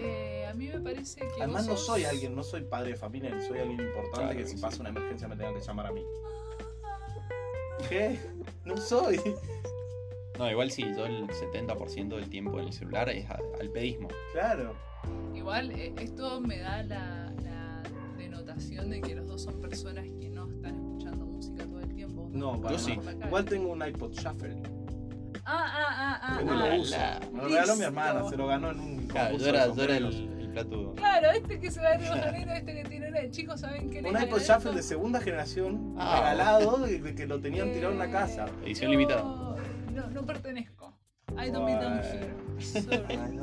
[SPEAKER 2] Eh, a mí me parece que.
[SPEAKER 1] Además no
[SPEAKER 2] vos sos-
[SPEAKER 1] soy alguien, no soy padre de familia, ni soy alguien importante
[SPEAKER 3] Claro
[SPEAKER 1] que
[SPEAKER 3] que
[SPEAKER 1] si
[SPEAKER 3] sí.
[SPEAKER 1] pasa una emergencia me tengan que llamar a mí. ¿Qué? No soy.
[SPEAKER 3] No, igual sí, yo el 70% del tiempo en el celular es a- al pedismo.
[SPEAKER 1] Claro.
[SPEAKER 2] Igual, eh, esto me da la, la denotación de que los dos son personas que no están escuchando música todo el tiempo.
[SPEAKER 1] No, para
[SPEAKER 3] Yo sí.
[SPEAKER 1] nada. Igual tengo un iPod Shuffle.
[SPEAKER 2] Ah, ah, ah, ah.
[SPEAKER 1] Yo no
[SPEAKER 2] ah.
[SPEAKER 1] lo uso.
[SPEAKER 3] la-
[SPEAKER 1] Me lo regaló mi hermana,
[SPEAKER 2] Listo.
[SPEAKER 1] se lo ganó en un
[SPEAKER 3] Claro,
[SPEAKER 1] concurso
[SPEAKER 3] yo era,
[SPEAKER 1] de
[SPEAKER 3] yo era el,
[SPEAKER 1] sombreros.
[SPEAKER 3] el plato.
[SPEAKER 2] Claro, este que se va a rebajar, este que tiene una. Chicos, ¿saben qué?
[SPEAKER 1] Un iPod Shuffle de segunda generación,
[SPEAKER 3] Ah.
[SPEAKER 1] regalado, de de que lo tenían tirado en una casa.
[SPEAKER 3] Edición limitada.
[SPEAKER 2] No, no pertenezco. I don't belong here. Sorry.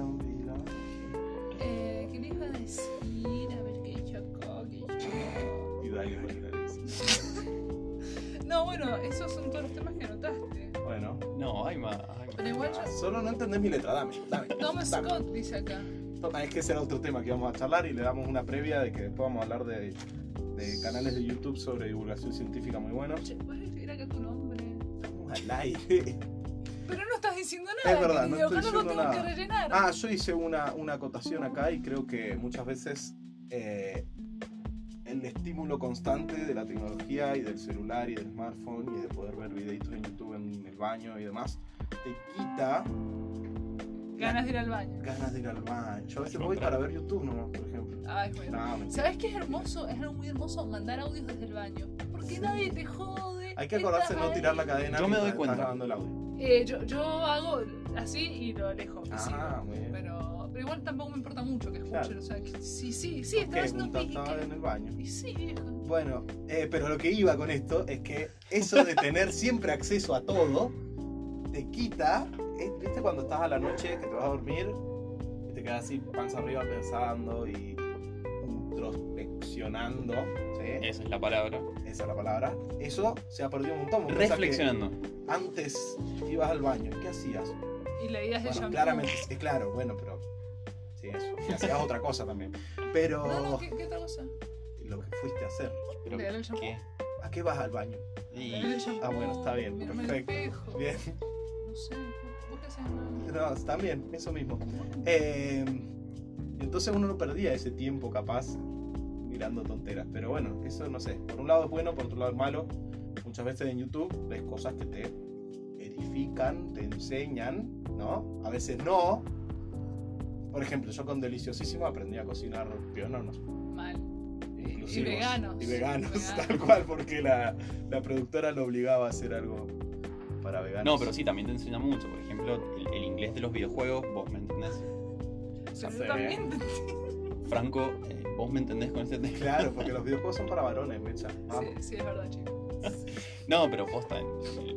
[SPEAKER 2] Eh, ¿Qué le iba a decir? A ver qué chocó, qué chocó.
[SPEAKER 1] Y dale, pues, dale, dale.
[SPEAKER 2] No, bueno, esos son todos los temas que anotaste.
[SPEAKER 1] Bueno,
[SPEAKER 3] No, hay más. hay más.
[SPEAKER 2] Pero igual
[SPEAKER 1] ah,
[SPEAKER 2] yo.
[SPEAKER 1] solo no entendés mi letra, dame. dame,
[SPEAKER 2] Thomas
[SPEAKER 1] dame.
[SPEAKER 2] Scott dice acá.
[SPEAKER 1] Toma, Es que ese era otro tema que vamos a charlar y le damos una previa de que después vamos a hablar de, de canales de YouTube sobre divulgación científica muy buenos.
[SPEAKER 2] Che, ¿puedes escribir acá tu nombre?
[SPEAKER 1] Estamos al
[SPEAKER 3] *laughs*
[SPEAKER 1] aire.
[SPEAKER 2] Pero no estás diciendo nada.
[SPEAKER 1] Es verdad,
[SPEAKER 2] querido,
[SPEAKER 1] no estoy
[SPEAKER 2] ojalá lo
[SPEAKER 1] diciendo
[SPEAKER 2] tengo
[SPEAKER 1] nada.
[SPEAKER 2] que rellenar.
[SPEAKER 1] Ah, yo hice una, una acotación acá y creo que muchas veces eh, el estímulo constante de la tecnología y del celular y del smartphone y de poder ver videitos en YouTube en el baño y demás, te quita
[SPEAKER 2] Ganas de ir al baño.
[SPEAKER 1] ganas de ir al baño. Yo a veces
[SPEAKER 3] Al
[SPEAKER 1] voy para
[SPEAKER 3] contrario.
[SPEAKER 1] ver YouTube nomás, por ejemplo.
[SPEAKER 2] Ay, bueno.
[SPEAKER 1] No, mentira.
[SPEAKER 2] ¿Sabes qué es hermoso? Es algo muy hermoso mandar audios desde el baño. Porque
[SPEAKER 1] Sí.
[SPEAKER 2] nadie te jode.
[SPEAKER 1] Hay que acordarse de
[SPEAKER 2] estás
[SPEAKER 1] no
[SPEAKER 2] ahí.
[SPEAKER 1] tirar la cadena.
[SPEAKER 3] Yo me
[SPEAKER 1] mientras
[SPEAKER 3] doy
[SPEAKER 1] estás
[SPEAKER 3] cuenta.
[SPEAKER 1] grabando el audio.
[SPEAKER 2] Eh, yo, yo hago así y lo alejo. sí,
[SPEAKER 1] Ah, muy bien.
[SPEAKER 2] pero, pero igual tampoco me importa mucho que escuchen.
[SPEAKER 1] Claro.
[SPEAKER 2] O sea, que sí, sí, sí,
[SPEAKER 1] Que
[SPEAKER 2] estaba haciendo pis. y
[SPEAKER 1] estaba
[SPEAKER 2] que-
[SPEAKER 1] en el baño.
[SPEAKER 2] Y sí, viejo.
[SPEAKER 1] Bueno, eh, pero lo que iba con esto es que eso de tener siempre acceso a todo te quita. eh, ¿Viste cuando estás a la noche que te vas a dormir y te quedas así panza arriba pensando y introspeccionando? ¿sí?
[SPEAKER 3] Esa es la palabra.
[SPEAKER 1] Esa es la palabra. Eso se ha perdido un montón. Vos pensás que
[SPEAKER 3] Reflexionando.
[SPEAKER 1] Antes ibas al baño, ¿qué hacías?
[SPEAKER 2] Y leías el
[SPEAKER 1] Bueno,
[SPEAKER 2] shampoo.
[SPEAKER 1] claramente, sí, claro, bueno, pero. Sí, eso. Y hacías otra cosa también. Pero.
[SPEAKER 2] No, no, ¿qué, qué otra cosa?
[SPEAKER 1] Lo que fuiste a hacer.
[SPEAKER 3] Pero,
[SPEAKER 2] Leer el shampoo.
[SPEAKER 3] ¿qué?
[SPEAKER 1] ¿A qué vas al baño?
[SPEAKER 3] Y-
[SPEAKER 2] Leer el shampoo.
[SPEAKER 1] Ah, bueno, está bien,
[SPEAKER 2] mirarme al
[SPEAKER 1] perfecto.
[SPEAKER 2] espejo.
[SPEAKER 1] Bien. *laughs*
[SPEAKER 2] No sé, ¿vos qué haces? No.
[SPEAKER 1] No, también, Em, eso mismo. Eh, entonces uno no perdía ese tiempo capaz mirando tonteras. Pero bueno, eso no sé. Por un lado es bueno, por otro lado es malo. Muchas veces en YouTube ves cosas que te edifican, te enseñan, ¿no? A veces no. Por ejemplo, yo con Deliciosísimo aprendí a cocinar piononos.
[SPEAKER 2] Mal.
[SPEAKER 1] inclusivos
[SPEAKER 2] veganos.
[SPEAKER 1] Eh, Y veganos, *laughs*
[SPEAKER 2] Veganos.
[SPEAKER 1] tal cual, porque la, la productora lo obligaba a hacer algo para veganos.
[SPEAKER 3] No, pero sí, también te enseña mucho. Por ejemplo, el, el inglés de los videojuegos, vos me entendés.
[SPEAKER 2] Absolutamente.
[SPEAKER 3] Franco, eh, vos me entendés con este tema.
[SPEAKER 1] Claro, porque los videojuegos son para varones, Ah, mecha. Vamos.
[SPEAKER 2] Sí, sí, es verdad, chicos.
[SPEAKER 3] *laughs* No, pero posta. eh,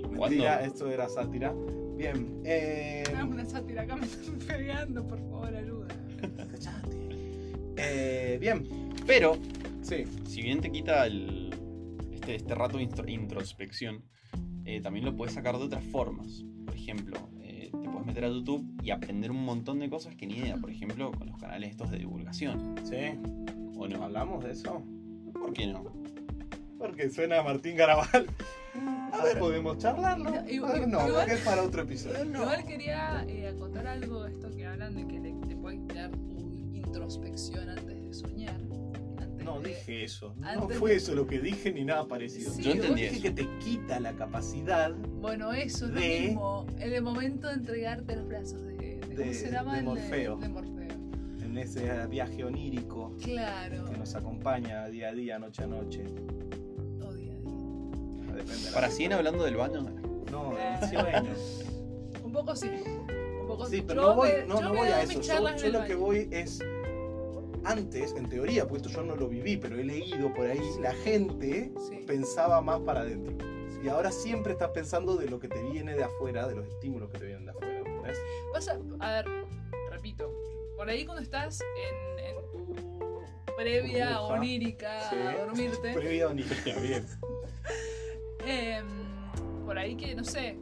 [SPEAKER 3] ¿Cuándo?
[SPEAKER 1] Mentira, esto era sátira. Bien. Eh,
[SPEAKER 2] Hagamos una sátira, acá me están *laughs* fregando, por favor, ayuda.
[SPEAKER 1] eh, bien,
[SPEAKER 3] Pero,
[SPEAKER 1] sí.
[SPEAKER 3] si bien te quita el, este, este rato de instro- introspección, eh, también lo puedes sacar de otras formas. Por ejemplo, eh, te puedes meter a YouTube y aprender un montón de cosas que ni idea. Por ejemplo, con los canales estos de divulgación.
[SPEAKER 1] Sí,
[SPEAKER 3] ¿O no?
[SPEAKER 1] hablamos de eso.
[SPEAKER 3] ¿Por qué no?
[SPEAKER 1] Porque suena a Martín Garabal. A ver, podemos charlarlo.
[SPEAKER 2] No, y-
[SPEAKER 1] A ver,
[SPEAKER 2] y-
[SPEAKER 1] no,
[SPEAKER 2] Ah, igual-
[SPEAKER 1] porque es para otro episodio.
[SPEAKER 2] Igual quería eh, acotar algo de esto que hablan de que te, te puede quitar tu introspección antes de soñar. Antes
[SPEAKER 1] No
[SPEAKER 2] de-
[SPEAKER 1] dije eso. No
[SPEAKER 2] antes
[SPEAKER 1] fue
[SPEAKER 2] de-
[SPEAKER 1] eso lo que dije ni nada parecido.
[SPEAKER 2] Sí,
[SPEAKER 3] Yo
[SPEAKER 2] vos
[SPEAKER 3] entendí
[SPEAKER 1] dije
[SPEAKER 3] eso.
[SPEAKER 1] que te quita la capacidad
[SPEAKER 2] Bueno, eso es
[SPEAKER 1] De-
[SPEAKER 2] lo mismo. En el momento de entregarte a los brazos de, de-
[SPEAKER 1] De-
[SPEAKER 2] ¿cómo se llama?
[SPEAKER 1] de
[SPEAKER 2] El
[SPEAKER 1] Morfeo.
[SPEAKER 2] de Morfeo.
[SPEAKER 1] en ese viaje onírico
[SPEAKER 2] Claro.
[SPEAKER 1] que nos acompaña día a día, noche a noche.
[SPEAKER 2] Odia, odia.
[SPEAKER 1] Depende de la-
[SPEAKER 3] Para siguen hablando del baño.
[SPEAKER 1] No,
[SPEAKER 2] Eh.
[SPEAKER 1] del sueño.
[SPEAKER 2] Un poco sí. Un poco
[SPEAKER 1] Sí, pero
[SPEAKER 2] Yo
[SPEAKER 1] no voy,
[SPEAKER 2] me-
[SPEAKER 1] no,
[SPEAKER 2] yo
[SPEAKER 1] no
[SPEAKER 2] me
[SPEAKER 1] voy
[SPEAKER 2] veo
[SPEAKER 1] a
[SPEAKER 2] mis
[SPEAKER 1] eso. Yo,
[SPEAKER 2] charlas
[SPEAKER 1] yo
[SPEAKER 2] en el
[SPEAKER 1] lo que
[SPEAKER 2] baño.
[SPEAKER 1] voy es. Antes, en teoría, puesto yo no lo viví, pero he leído por ahí, la gente
[SPEAKER 2] Sí.
[SPEAKER 1] pensaba más para adentro. Y ahora siempre estás pensando de lo que te viene de afuera, de los estímulos que te vienen de afuera. ¿entendés?
[SPEAKER 2] Pasa, a ver, repito, por ahí cuando estás en, en tu previa
[SPEAKER 1] Burbuja.
[SPEAKER 2] onírica
[SPEAKER 1] Sí.
[SPEAKER 2] a dormirte,
[SPEAKER 1] Previa onírica, *laughs* bien.
[SPEAKER 2] em, por ahí que, no sé,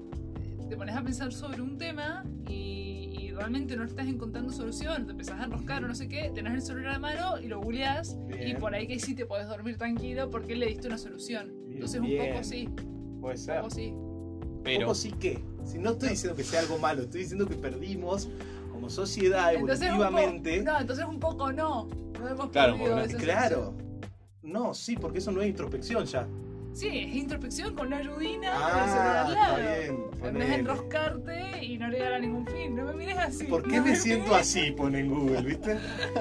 [SPEAKER 2] te pones a pensar sobre un tema y, y realmente no estás encontrando solución, te empezás a enroscar o no sé qué, tenés el celular a mano y lo googleás y
[SPEAKER 1] Bien.
[SPEAKER 2] por ahí que sí te podés dormir tranquilo porque le diste una solución. Entonces un
[SPEAKER 1] Bien.
[SPEAKER 2] poco sí, un
[SPEAKER 1] Puede ser.
[SPEAKER 2] poco sí.
[SPEAKER 3] Pero,
[SPEAKER 1] Poco sí que. Si no estoy diciendo que sea algo malo, estoy diciendo que perdimos como sociedad
[SPEAKER 2] Entonces un,
[SPEAKER 1] evolutivamente.
[SPEAKER 2] po- no, entonces un poco no. No hemos
[SPEAKER 3] Claro,
[SPEAKER 2] perdido
[SPEAKER 3] porque
[SPEAKER 2] esa
[SPEAKER 3] no-
[SPEAKER 1] Claro. No, sí, porque eso no es introspección ya.
[SPEAKER 2] Sí, es introspección con una ayudina del celular
[SPEAKER 1] Ah,
[SPEAKER 2] al
[SPEAKER 1] está
[SPEAKER 2] lado.
[SPEAKER 1] bien.
[SPEAKER 2] En vez de
[SPEAKER 1] ponele.
[SPEAKER 2] enroscarte y no llegar a ningún fin. No me mires así.
[SPEAKER 1] ¿Por qué
[SPEAKER 2] no
[SPEAKER 1] me
[SPEAKER 2] mires-
[SPEAKER 1] siento así? Pone en Google, ¿viste?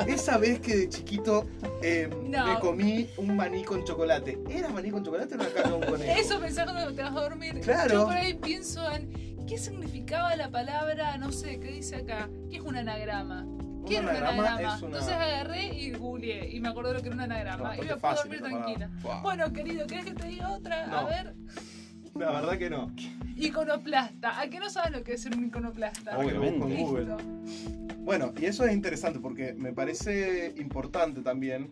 [SPEAKER 1] Esa vez que de chiquito eh,
[SPEAKER 2] No.
[SPEAKER 1] me comí un maní con chocolate. ¿Era maní con chocolate o era carne con
[SPEAKER 2] *laughs*
[SPEAKER 1] conejo?
[SPEAKER 2] Eso pensás cuando te vas a dormir.
[SPEAKER 1] Claro.
[SPEAKER 2] Yo por ahí pienso en qué significaba la palabra, no sé, qué dice acá. ¿Qué es un anagrama? ¿Qué
[SPEAKER 1] Un
[SPEAKER 2] era un
[SPEAKER 1] anagrama
[SPEAKER 2] anagrama?
[SPEAKER 1] es una-
[SPEAKER 2] Entonces agarré y googleé y me acordé lo que era un
[SPEAKER 1] No,
[SPEAKER 2] anagrama. y
[SPEAKER 1] bastante
[SPEAKER 2] me puedo
[SPEAKER 1] fácil
[SPEAKER 2] dormir
[SPEAKER 1] esa palabra.
[SPEAKER 2] tranquila.
[SPEAKER 3] Buah.
[SPEAKER 2] Bueno, querido, ¿querés que te diga otra? A
[SPEAKER 1] No.
[SPEAKER 2] ver,
[SPEAKER 1] La verdad que no.
[SPEAKER 2] iconoplasta. ¿A qué no sabes lo Ah, que es ser un iconoplasta?
[SPEAKER 1] Ahora que lo busco en
[SPEAKER 3] Obviamente.
[SPEAKER 1] Ah, Google.
[SPEAKER 2] Listo.
[SPEAKER 1] Bueno, y eso es interesante porque me parece importante también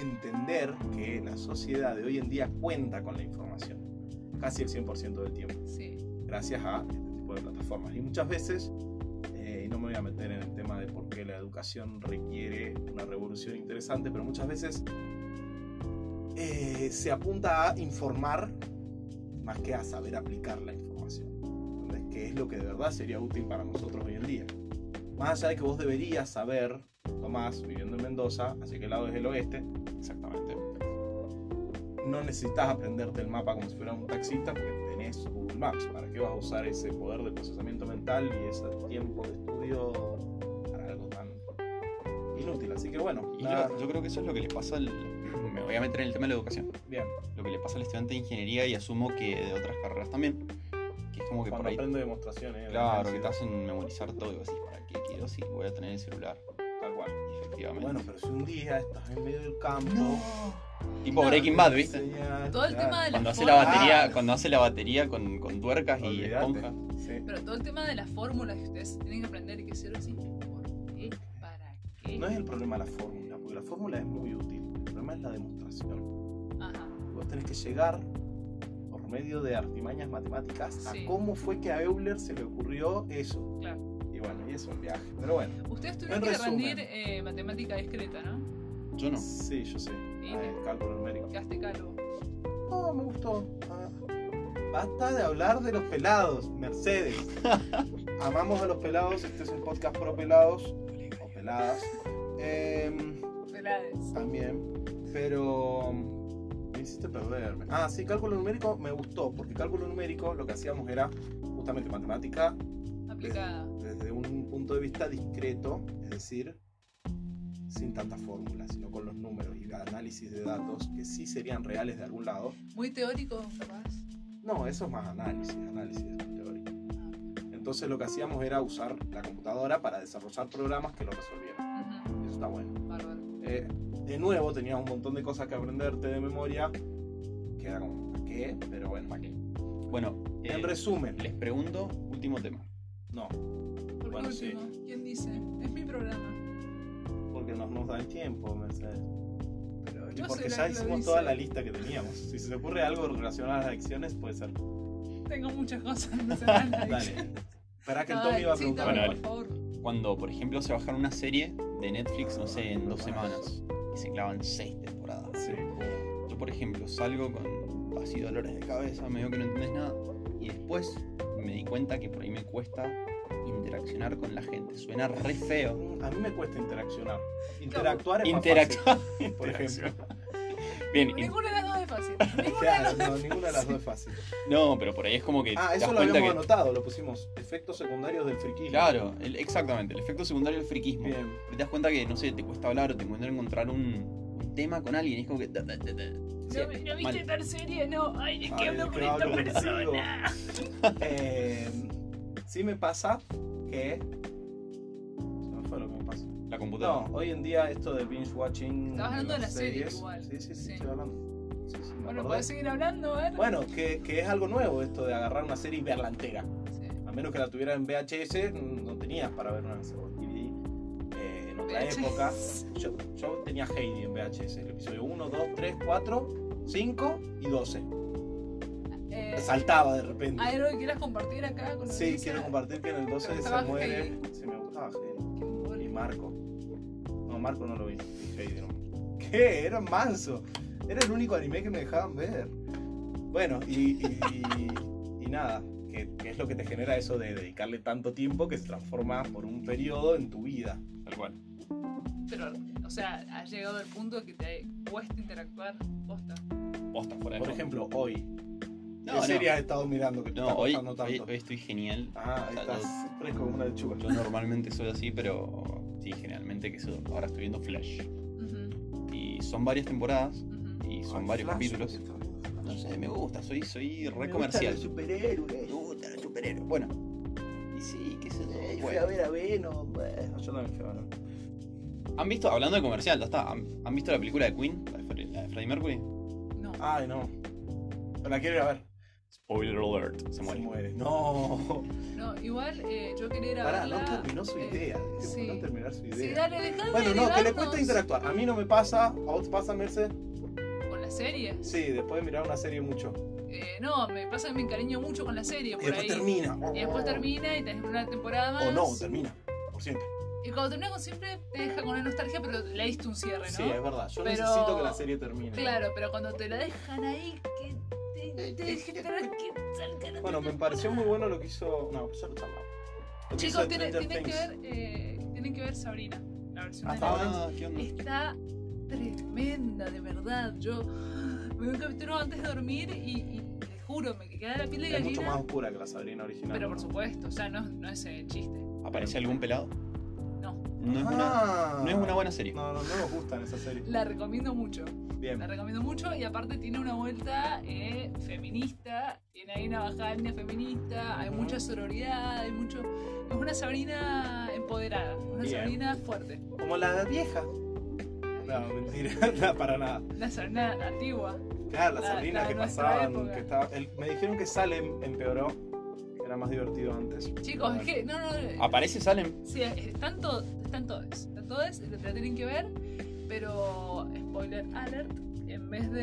[SPEAKER 1] entender que la sociedad de hoy en día cuenta con la información casi el 100% del tiempo,
[SPEAKER 2] Sí.
[SPEAKER 1] gracias a este tipo de plataformas. Y muchas veces, eh, y no me voy a meter en el tema de por qué la educación requiere una revolución interesante, pero muchas veces eh, se apunta a informar más que a saber aplicar la información, ¿entendés? que es lo que de verdad sería útil para nosotros hoy en día. Más allá de que vos deberías saber, Tomás, viviendo en Mendoza, así que el lado es el oeste,
[SPEAKER 3] exactamente.
[SPEAKER 1] no necesitas aprenderte el mapa como si fuera un taxista porque tenés Google Maps. ¿Para qué vas a usar ese poder de procesamiento mental y ese tiempo de estudio para algo tan inútil? Así que bueno,
[SPEAKER 3] Y
[SPEAKER 1] nada,
[SPEAKER 3] lo- yo creo que eso es lo que le pasa al. Me voy a meter en el tema de la educación.
[SPEAKER 1] bien,
[SPEAKER 3] Lo que le pasa al estudiante de ingeniería y asumo que de otras carreras también. Que es como que por
[SPEAKER 1] cuando
[SPEAKER 3] ahí.
[SPEAKER 1] aprendo demostraciones. eh, en la
[SPEAKER 3] Claro, que te
[SPEAKER 1] universidad.
[SPEAKER 3] hacen memorizar todo y vos decís, ¿para qué quiero si voy a tener el celular?
[SPEAKER 1] Tal cual.
[SPEAKER 3] Y efectivamente.
[SPEAKER 1] Bueno, pero si un día estás en medio del campo...
[SPEAKER 3] tipo
[SPEAKER 2] no,
[SPEAKER 3] Breaking Bad, ¿viste?
[SPEAKER 1] enseñan-
[SPEAKER 2] Todo el
[SPEAKER 1] claro,
[SPEAKER 2] tema de las
[SPEAKER 3] Cuando hace la
[SPEAKER 2] formas-
[SPEAKER 3] batería,
[SPEAKER 1] Ah.
[SPEAKER 3] cuando hace la batería con, con tuercas y
[SPEAKER 1] olvidate.
[SPEAKER 3] esponjas.
[SPEAKER 1] Sí.
[SPEAKER 2] Pero todo el tema de las fórmulas que ustedes tienen que aprender y que cero existe. ¿Por qué? ¿Para qué?
[SPEAKER 1] No es el problema la fórmula, porque la fórmula es muy útil. El problema es la demostración.
[SPEAKER 2] Ajá.
[SPEAKER 1] Vos tenés que llegar por medio de artimañas matemáticas a
[SPEAKER 2] Sí.
[SPEAKER 1] cómo fue que a Euler se le ocurrió eso.
[SPEAKER 2] Claro.
[SPEAKER 1] Y bueno, y es un viaje. Pero bueno,
[SPEAKER 2] Ustedes tuvieron
[SPEAKER 1] En
[SPEAKER 2] que
[SPEAKER 1] resumen.
[SPEAKER 2] rendir eh, matemática discreta, ¿no?
[SPEAKER 3] Yo no.
[SPEAKER 1] sí, yo sé.
[SPEAKER 2] Y-
[SPEAKER 1] Ah, el cálculo numérico.
[SPEAKER 2] Quedaste calvo.
[SPEAKER 1] No, me gustó. Ah, Basta de hablar de los pelados, Mercedes.
[SPEAKER 2] *laughs*
[SPEAKER 1] Amamos a los pelados, este es un podcast pro pelados o peladas. Em,
[SPEAKER 2] del Hades.
[SPEAKER 1] También. Pero. mm, Me hiciste perderme. Ah, sí, cálculo numérico me gustó, porque cálculo numérico lo que hacíamos era justamente matemática
[SPEAKER 2] Aplicada.
[SPEAKER 1] desde un punto de vista discreto, es decir, sin tantas fórmulas, sino con los números y análisis de datos que sí serían reales de algún lado.
[SPEAKER 2] Muy teórico, capaz.
[SPEAKER 1] No, eso es más análisis, análisis es más teórico. Entonces lo que hacíamos era usar la computadora para desarrollar programas que lo resolvieran.
[SPEAKER 2] Ah,
[SPEAKER 1] Y Eso está bueno.
[SPEAKER 2] ujú, Bárbaro.
[SPEAKER 1] Eh, de nuevo tenías un montón de cosas que aprenderte de memoria, que era como, ¿a qué? Pero bueno,
[SPEAKER 3] Ok. Bueno, eh,
[SPEAKER 1] en resumen,
[SPEAKER 3] les pregunto, último tema.
[SPEAKER 1] no,
[SPEAKER 2] Por
[SPEAKER 1] Bueno, sí.
[SPEAKER 2] último, ¿quién dice? Es mi programa.
[SPEAKER 1] porque no nos da el tiempo, Mercedes.
[SPEAKER 2] Pero
[SPEAKER 1] Y
[SPEAKER 2] yo
[SPEAKER 1] porque
[SPEAKER 2] soy la
[SPEAKER 1] ya
[SPEAKER 2] que lo
[SPEAKER 1] hicimos
[SPEAKER 2] dice.
[SPEAKER 1] toda la lista que teníamos. Si se te ocurre algo relacionado a las adicciones, puede ser.
[SPEAKER 2] Tengo muchas cosas no se van a
[SPEAKER 1] *laughs* Dale.
[SPEAKER 2] decir.
[SPEAKER 1] Espera que el
[SPEAKER 2] No,
[SPEAKER 1] Tommy va a
[SPEAKER 2] sí,
[SPEAKER 1] preguntar.
[SPEAKER 2] Tommy,
[SPEAKER 3] Bueno,
[SPEAKER 2] por favor.
[SPEAKER 3] Cuando, por ejemplo, se bajan una serie de Netflix, no sé, en dos semanas y se clavan seis temporadas.
[SPEAKER 1] Sí.
[SPEAKER 3] Yo, por ejemplo, salgo con así dolores de cabeza, medio que no entendés nada. Y después me di cuenta que por ahí me cuesta interaccionar con la gente. Suena re feo.
[SPEAKER 1] A mí me cuesta interaccionar. Interactuar es más
[SPEAKER 2] *laughs*
[SPEAKER 1] fácil,
[SPEAKER 3] Interactuar, *laughs*
[SPEAKER 1] por ejemplo.
[SPEAKER 3] Bien, in-
[SPEAKER 2] Ninguna de las dos
[SPEAKER 1] *laughs*
[SPEAKER 2] es fácil. Ninguna de
[SPEAKER 1] Claro,
[SPEAKER 2] las *laughs*
[SPEAKER 1] no,
[SPEAKER 2] dos.
[SPEAKER 1] ninguna de las dos es fácil.
[SPEAKER 3] no, pero por ahí es como que.
[SPEAKER 1] Ah,
[SPEAKER 3] te
[SPEAKER 1] eso
[SPEAKER 3] das
[SPEAKER 1] lo
[SPEAKER 3] cuenta
[SPEAKER 1] habíamos
[SPEAKER 3] que-
[SPEAKER 1] anotado, lo pusimos. Efectos secundarios del friquismo.
[SPEAKER 3] Claro, el- exactamente. El efecto secundario del friquismo.
[SPEAKER 1] Bien.
[SPEAKER 3] Te das cuenta que, no sé, te cuesta hablar o te encuentras encontrar un, un tema con alguien. Y es como que. ta, ta, ta, ta. Sí,
[SPEAKER 2] ¿No, no
[SPEAKER 3] mal.
[SPEAKER 2] viste tal serie? No. Ay, es
[SPEAKER 1] A
[SPEAKER 2] que
[SPEAKER 1] ver,
[SPEAKER 2] hablo con
[SPEAKER 1] que
[SPEAKER 2] esta
[SPEAKER 1] hablo contigo.
[SPEAKER 2] persona.
[SPEAKER 1] *laughs* Eh, sí me pasa que. Se me fue lo que me pasó.
[SPEAKER 3] La computadora.
[SPEAKER 1] No, hoy en día esto del binge watching.
[SPEAKER 2] Estabas hablando de
[SPEAKER 1] las
[SPEAKER 2] la serie, igual.
[SPEAKER 1] Sí, sí, sí,
[SPEAKER 2] Sí.
[SPEAKER 1] estoy hablando. Sí, sí, me
[SPEAKER 2] Bueno,
[SPEAKER 1] acordé.
[SPEAKER 2] podés seguir hablando, a ver.
[SPEAKER 1] Bueno, que, que es algo nuevo esto de agarrar una serie y verla entera.
[SPEAKER 2] Sí.
[SPEAKER 1] A menos que la tuviera en VHS, no tenías para ver una vez o DVD. Eh, en otra
[SPEAKER 2] VHS.
[SPEAKER 1] época, yo, yo tenía Heidi en VHS, el episodio 1, 2, 3, 4, 5 y 12.
[SPEAKER 2] *laughs* Eh,
[SPEAKER 1] Saltaba de repente.
[SPEAKER 2] ¿Hay algo que quieras compartir acá con
[SPEAKER 1] Sí,
[SPEAKER 2] Elisa?
[SPEAKER 1] quiero compartir que en el 12 se
[SPEAKER 2] gustaba
[SPEAKER 1] muere.
[SPEAKER 2] Heidi.
[SPEAKER 1] Sí, me gustaba Heidi.
[SPEAKER 2] Qué boludo.
[SPEAKER 1] Y Marco. No, Marco no lo vi. Y Heidi no. ¿Qué? Era manso. Era el único anime que me dejaban ver. Bueno, y, y, y- y nada. Que, que es lo que te genera eso de dedicarle tanto tiempo que se transforma por un periodo en tu vida.
[SPEAKER 3] Tal cual.
[SPEAKER 2] Pero, o sea, has llegado al punto que te cuesta interactuar posta.
[SPEAKER 3] Posta, fuera de
[SPEAKER 1] Por
[SPEAKER 3] joda.
[SPEAKER 1] ejemplo, hoy.
[SPEAKER 3] No,
[SPEAKER 1] ¿Qué
[SPEAKER 3] no.
[SPEAKER 1] serie has estado mirando que te
[SPEAKER 3] No,
[SPEAKER 1] está
[SPEAKER 3] hoy,
[SPEAKER 1] costando
[SPEAKER 3] hoy-
[SPEAKER 1] tanto?
[SPEAKER 3] hoy estoy genial.
[SPEAKER 1] Ah, ahí
[SPEAKER 3] O sea,
[SPEAKER 1] estás fresco como una lechuga.
[SPEAKER 3] Yo normalmente soy así, pero sí, generalmente que soy- ahora estoy viendo Flash.
[SPEAKER 2] Ujú,
[SPEAKER 3] Y son varias temporadas
[SPEAKER 2] ujú.
[SPEAKER 3] y son varios capítulos. No sé, me gusta, soy, soy re
[SPEAKER 1] Me gustan
[SPEAKER 3] comercial.
[SPEAKER 1] los superhéroes.
[SPEAKER 3] Me gustan los superhéroes. Bueno. Y sí, qué sé yo.
[SPEAKER 1] Eh, fui
[SPEAKER 3] bueno.
[SPEAKER 1] a ver a Venom. Bueno, yo también fui a Venom.
[SPEAKER 3] ¿Han visto, hablando de comercial, ya está, ¿han, han visto la película de Queen? La de, Fre- la de Freddie Mercury.
[SPEAKER 2] No.
[SPEAKER 1] Ay, no. Pero la quiero ir a ver.
[SPEAKER 3] Spoiler alert. Se muere.
[SPEAKER 1] No.
[SPEAKER 2] No, igual eh, yo quería ir a
[SPEAKER 1] Pará, no
[SPEAKER 2] verla.
[SPEAKER 1] terminó su
[SPEAKER 2] eh,
[SPEAKER 1] idea.
[SPEAKER 2] sí.
[SPEAKER 1] No terminar su
[SPEAKER 2] Sí,
[SPEAKER 1] idea.
[SPEAKER 2] dale, dejá de
[SPEAKER 1] Bueno, no, que le cuesta
[SPEAKER 2] derivarnos
[SPEAKER 1] interactuar. A mí no me pasa. ¿A vos te pasa, Merce?
[SPEAKER 2] Con las series.
[SPEAKER 1] Sí, después de mirar una serie mucho.
[SPEAKER 2] Eh, no, me pasa que me encariño mucho con la serie
[SPEAKER 1] Y
[SPEAKER 2] por
[SPEAKER 1] después
[SPEAKER 2] ahí.
[SPEAKER 1] termina.
[SPEAKER 2] Y después termina y tenés una temporada más.
[SPEAKER 1] O no, termina. Por siempre.
[SPEAKER 2] Y cuando termina con siempre te deja con la nostalgia, pero le diste un cierre, ¿no?
[SPEAKER 1] Sí, es verdad. Yo
[SPEAKER 2] Pero-
[SPEAKER 1] necesito que la serie termine.
[SPEAKER 2] Claro, pero cuando te la dejan ahí, que te, te dejen tener que salga la
[SPEAKER 1] Bueno, me pareció muy bueno lo que hizo. No, pues ya lo charlamos. Lo que hizo
[SPEAKER 2] Chicos, tiene-
[SPEAKER 1] Stranger
[SPEAKER 2] tienen que,
[SPEAKER 1] Things.
[SPEAKER 2] ver, eh, tienen que ver Sabrina, la versión
[SPEAKER 1] Ah,
[SPEAKER 2] de
[SPEAKER 1] está
[SPEAKER 2] Netflix.
[SPEAKER 1] bueno.
[SPEAKER 3] ¿qué onda?
[SPEAKER 2] Está tremenda, de verdad. Yo me vi un capítulo antes de dormir y, y te juro, me queda la piel de
[SPEAKER 1] Es mucho
[SPEAKER 2] gallina.
[SPEAKER 1] más oscura que la Sabrina original.
[SPEAKER 2] Pero por supuesto, o sea, no, no es eh, chiste.
[SPEAKER 3] ¿Aparece algún pelado?
[SPEAKER 2] No.
[SPEAKER 3] No es, una,
[SPEAKER 1] Ah.
[SPEAKER 3] no es una buena serie.
[SPEAKER 1] No, no, no nos gustan esas series.
[SPEAKER 2] La recomiendo mucho.
[SPEAKER 1] Bien.
[SPEAKER 2] La recomiendo mucho y aparte tiene una vuelta eh, feminista, tiene ahí una bajada de línea feminista, hay
[SPEAKER 1] Ujú.
[SPEAKER 2] mucha sororidad, hay mucho... Es una Sabrina empoderada, una
[SPEAKER 1] Bien.
[SPEAKER 2] Sabrina fuerte.
[SPEAKER 1] Como la vieja. No, mentira, *laughs* no, para nada.
[SPEAKER 2] Una Sabrina antigua.
[SPEAKER 1] Claro, la
[SPEAKER 2] La-
[SPEAKER 1] Sabrina
[SPEAKER 2] la de
[SPEAKER 1] que
[SPEAKER 2] nuestra
[SPEAKER 1] pasaban,
[SPEAKER 2] época.
[SPEAKER 1] que estaba. el- me dijeron que Salem empeoró, que era más divertido antes.
[SPEAKER 2] Chicos, es que... No, no,
[SPEAKER 1] Ah.
[SPEAKER 2] eh,
[SPEAKER 3] ¿Aparece Salem?
[SPEAKER 2] sí, están, to- están todos, están todos, la tienen que ver, pero spoiler alert, en vez de,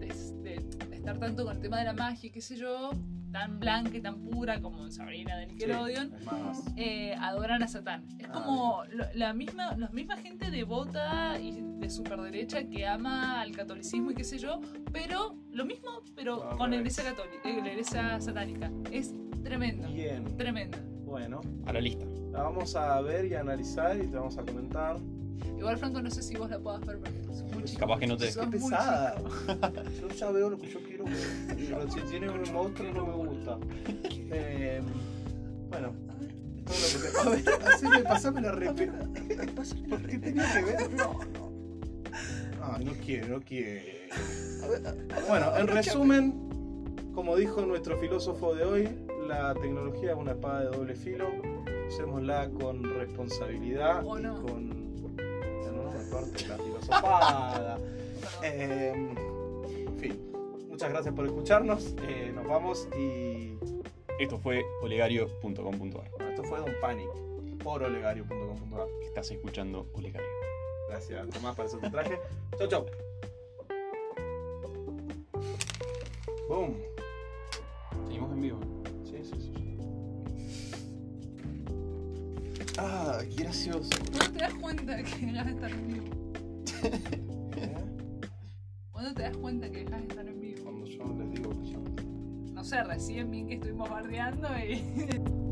[SPEAKER 2] de- de estar tanto con el tema de la magia, y qué sé yo, tan blanca y tan pura como en Sabrina de
[SPEAKER 1] Sí,
[SPEAKER 2] Nickelodeon,
[SPEAKER 1] es más.
[SPEAKER 2] eh, adoran a Satán. Es
[SPEAKER 1] Ah,
[SPEAKER 2] como lo- la misma, la misma gente devota y de superderecha que ama al catolicismo y qué sé yo, pero lo mismo, pero
[SPEAKER 1] Ah,
[SPEAKER 2] con la
[SPEAKER 1] bueno.
[SPEAKER 2] iglesia católica, eh, la iglesia satánica. Es tremendo,
[SPEAKER 1] Bien,
[SPEAKER 2] tremendo.
[SPEAKER 1] bueno,
[SPEAKER 3] A la lista.
[SPEAKER 1] la vamos a ver y a analizar y te vamos a comentar.
[SPEAKER 2] Igual, Franco, no sé si vos la puedas ver porque sos muy chico.
[SPEAKER 3] Capaz que no te.
[SPEAKER 2] Sos
[SPEAKER 1] Qué
[SPEAKER 2] muy
[SPEAKER 1] pesada.
[SPEAKER 2] chico.
[SPEAKER 1] Yo ya veo lo que yo quiero ver. Pero si tiene un monstruo no me gusta. Eh, bueno. Todo lo que te... A ver, haceme, pasame la repera. ¿Por qué tenía que ver? No, no. Ah, no quiero, no quiero. Bueno, en resumen, como dijo nuestro filósofo de hoy, la tecnología es una espada de doble filo. Usémosla con responsabilidad
[SPEAKER 2] O
[SPEAKER 1] y
[SPEAKER 2] no.
[SPEAKER 1] con. No, me parte la filosofada.
[SPEAKER 2] Perdón.
[SPEAKER 1] Eh, en fin, muchas gracias por escucharnos. eh, nos vamos y.
[SPEAKER 3] Esto fue olegario.com.ar.
[SPEAKER 1] bueno, esto fue Don Panic por olegario.com.ar.
[SPEAKER 3] Estás escuchando Olegario.
[SPEAKER 1] Gracias, Tomás, por eso te traje. Chau, chau. Boom.
[SPEAKER 3] Seguimos en vivo.
[SPEAKER 1] Sí, sí, sí.
[SPEAKER 3] Ah, qué gracioso.
[SPEAKER 2] ¿Cuándo te das cuenta que dejas de estar en vivo?
[SPEAKER 1] ¿Eh?
[SPEAKER 2] ¿Cuándo te das cuenta que dejas de estar en vivo?
[SPEAKER 1] Cuando yo les digo que yo.
[SPEAKER 2] No sé, recién vi que estuvimos bardeando y.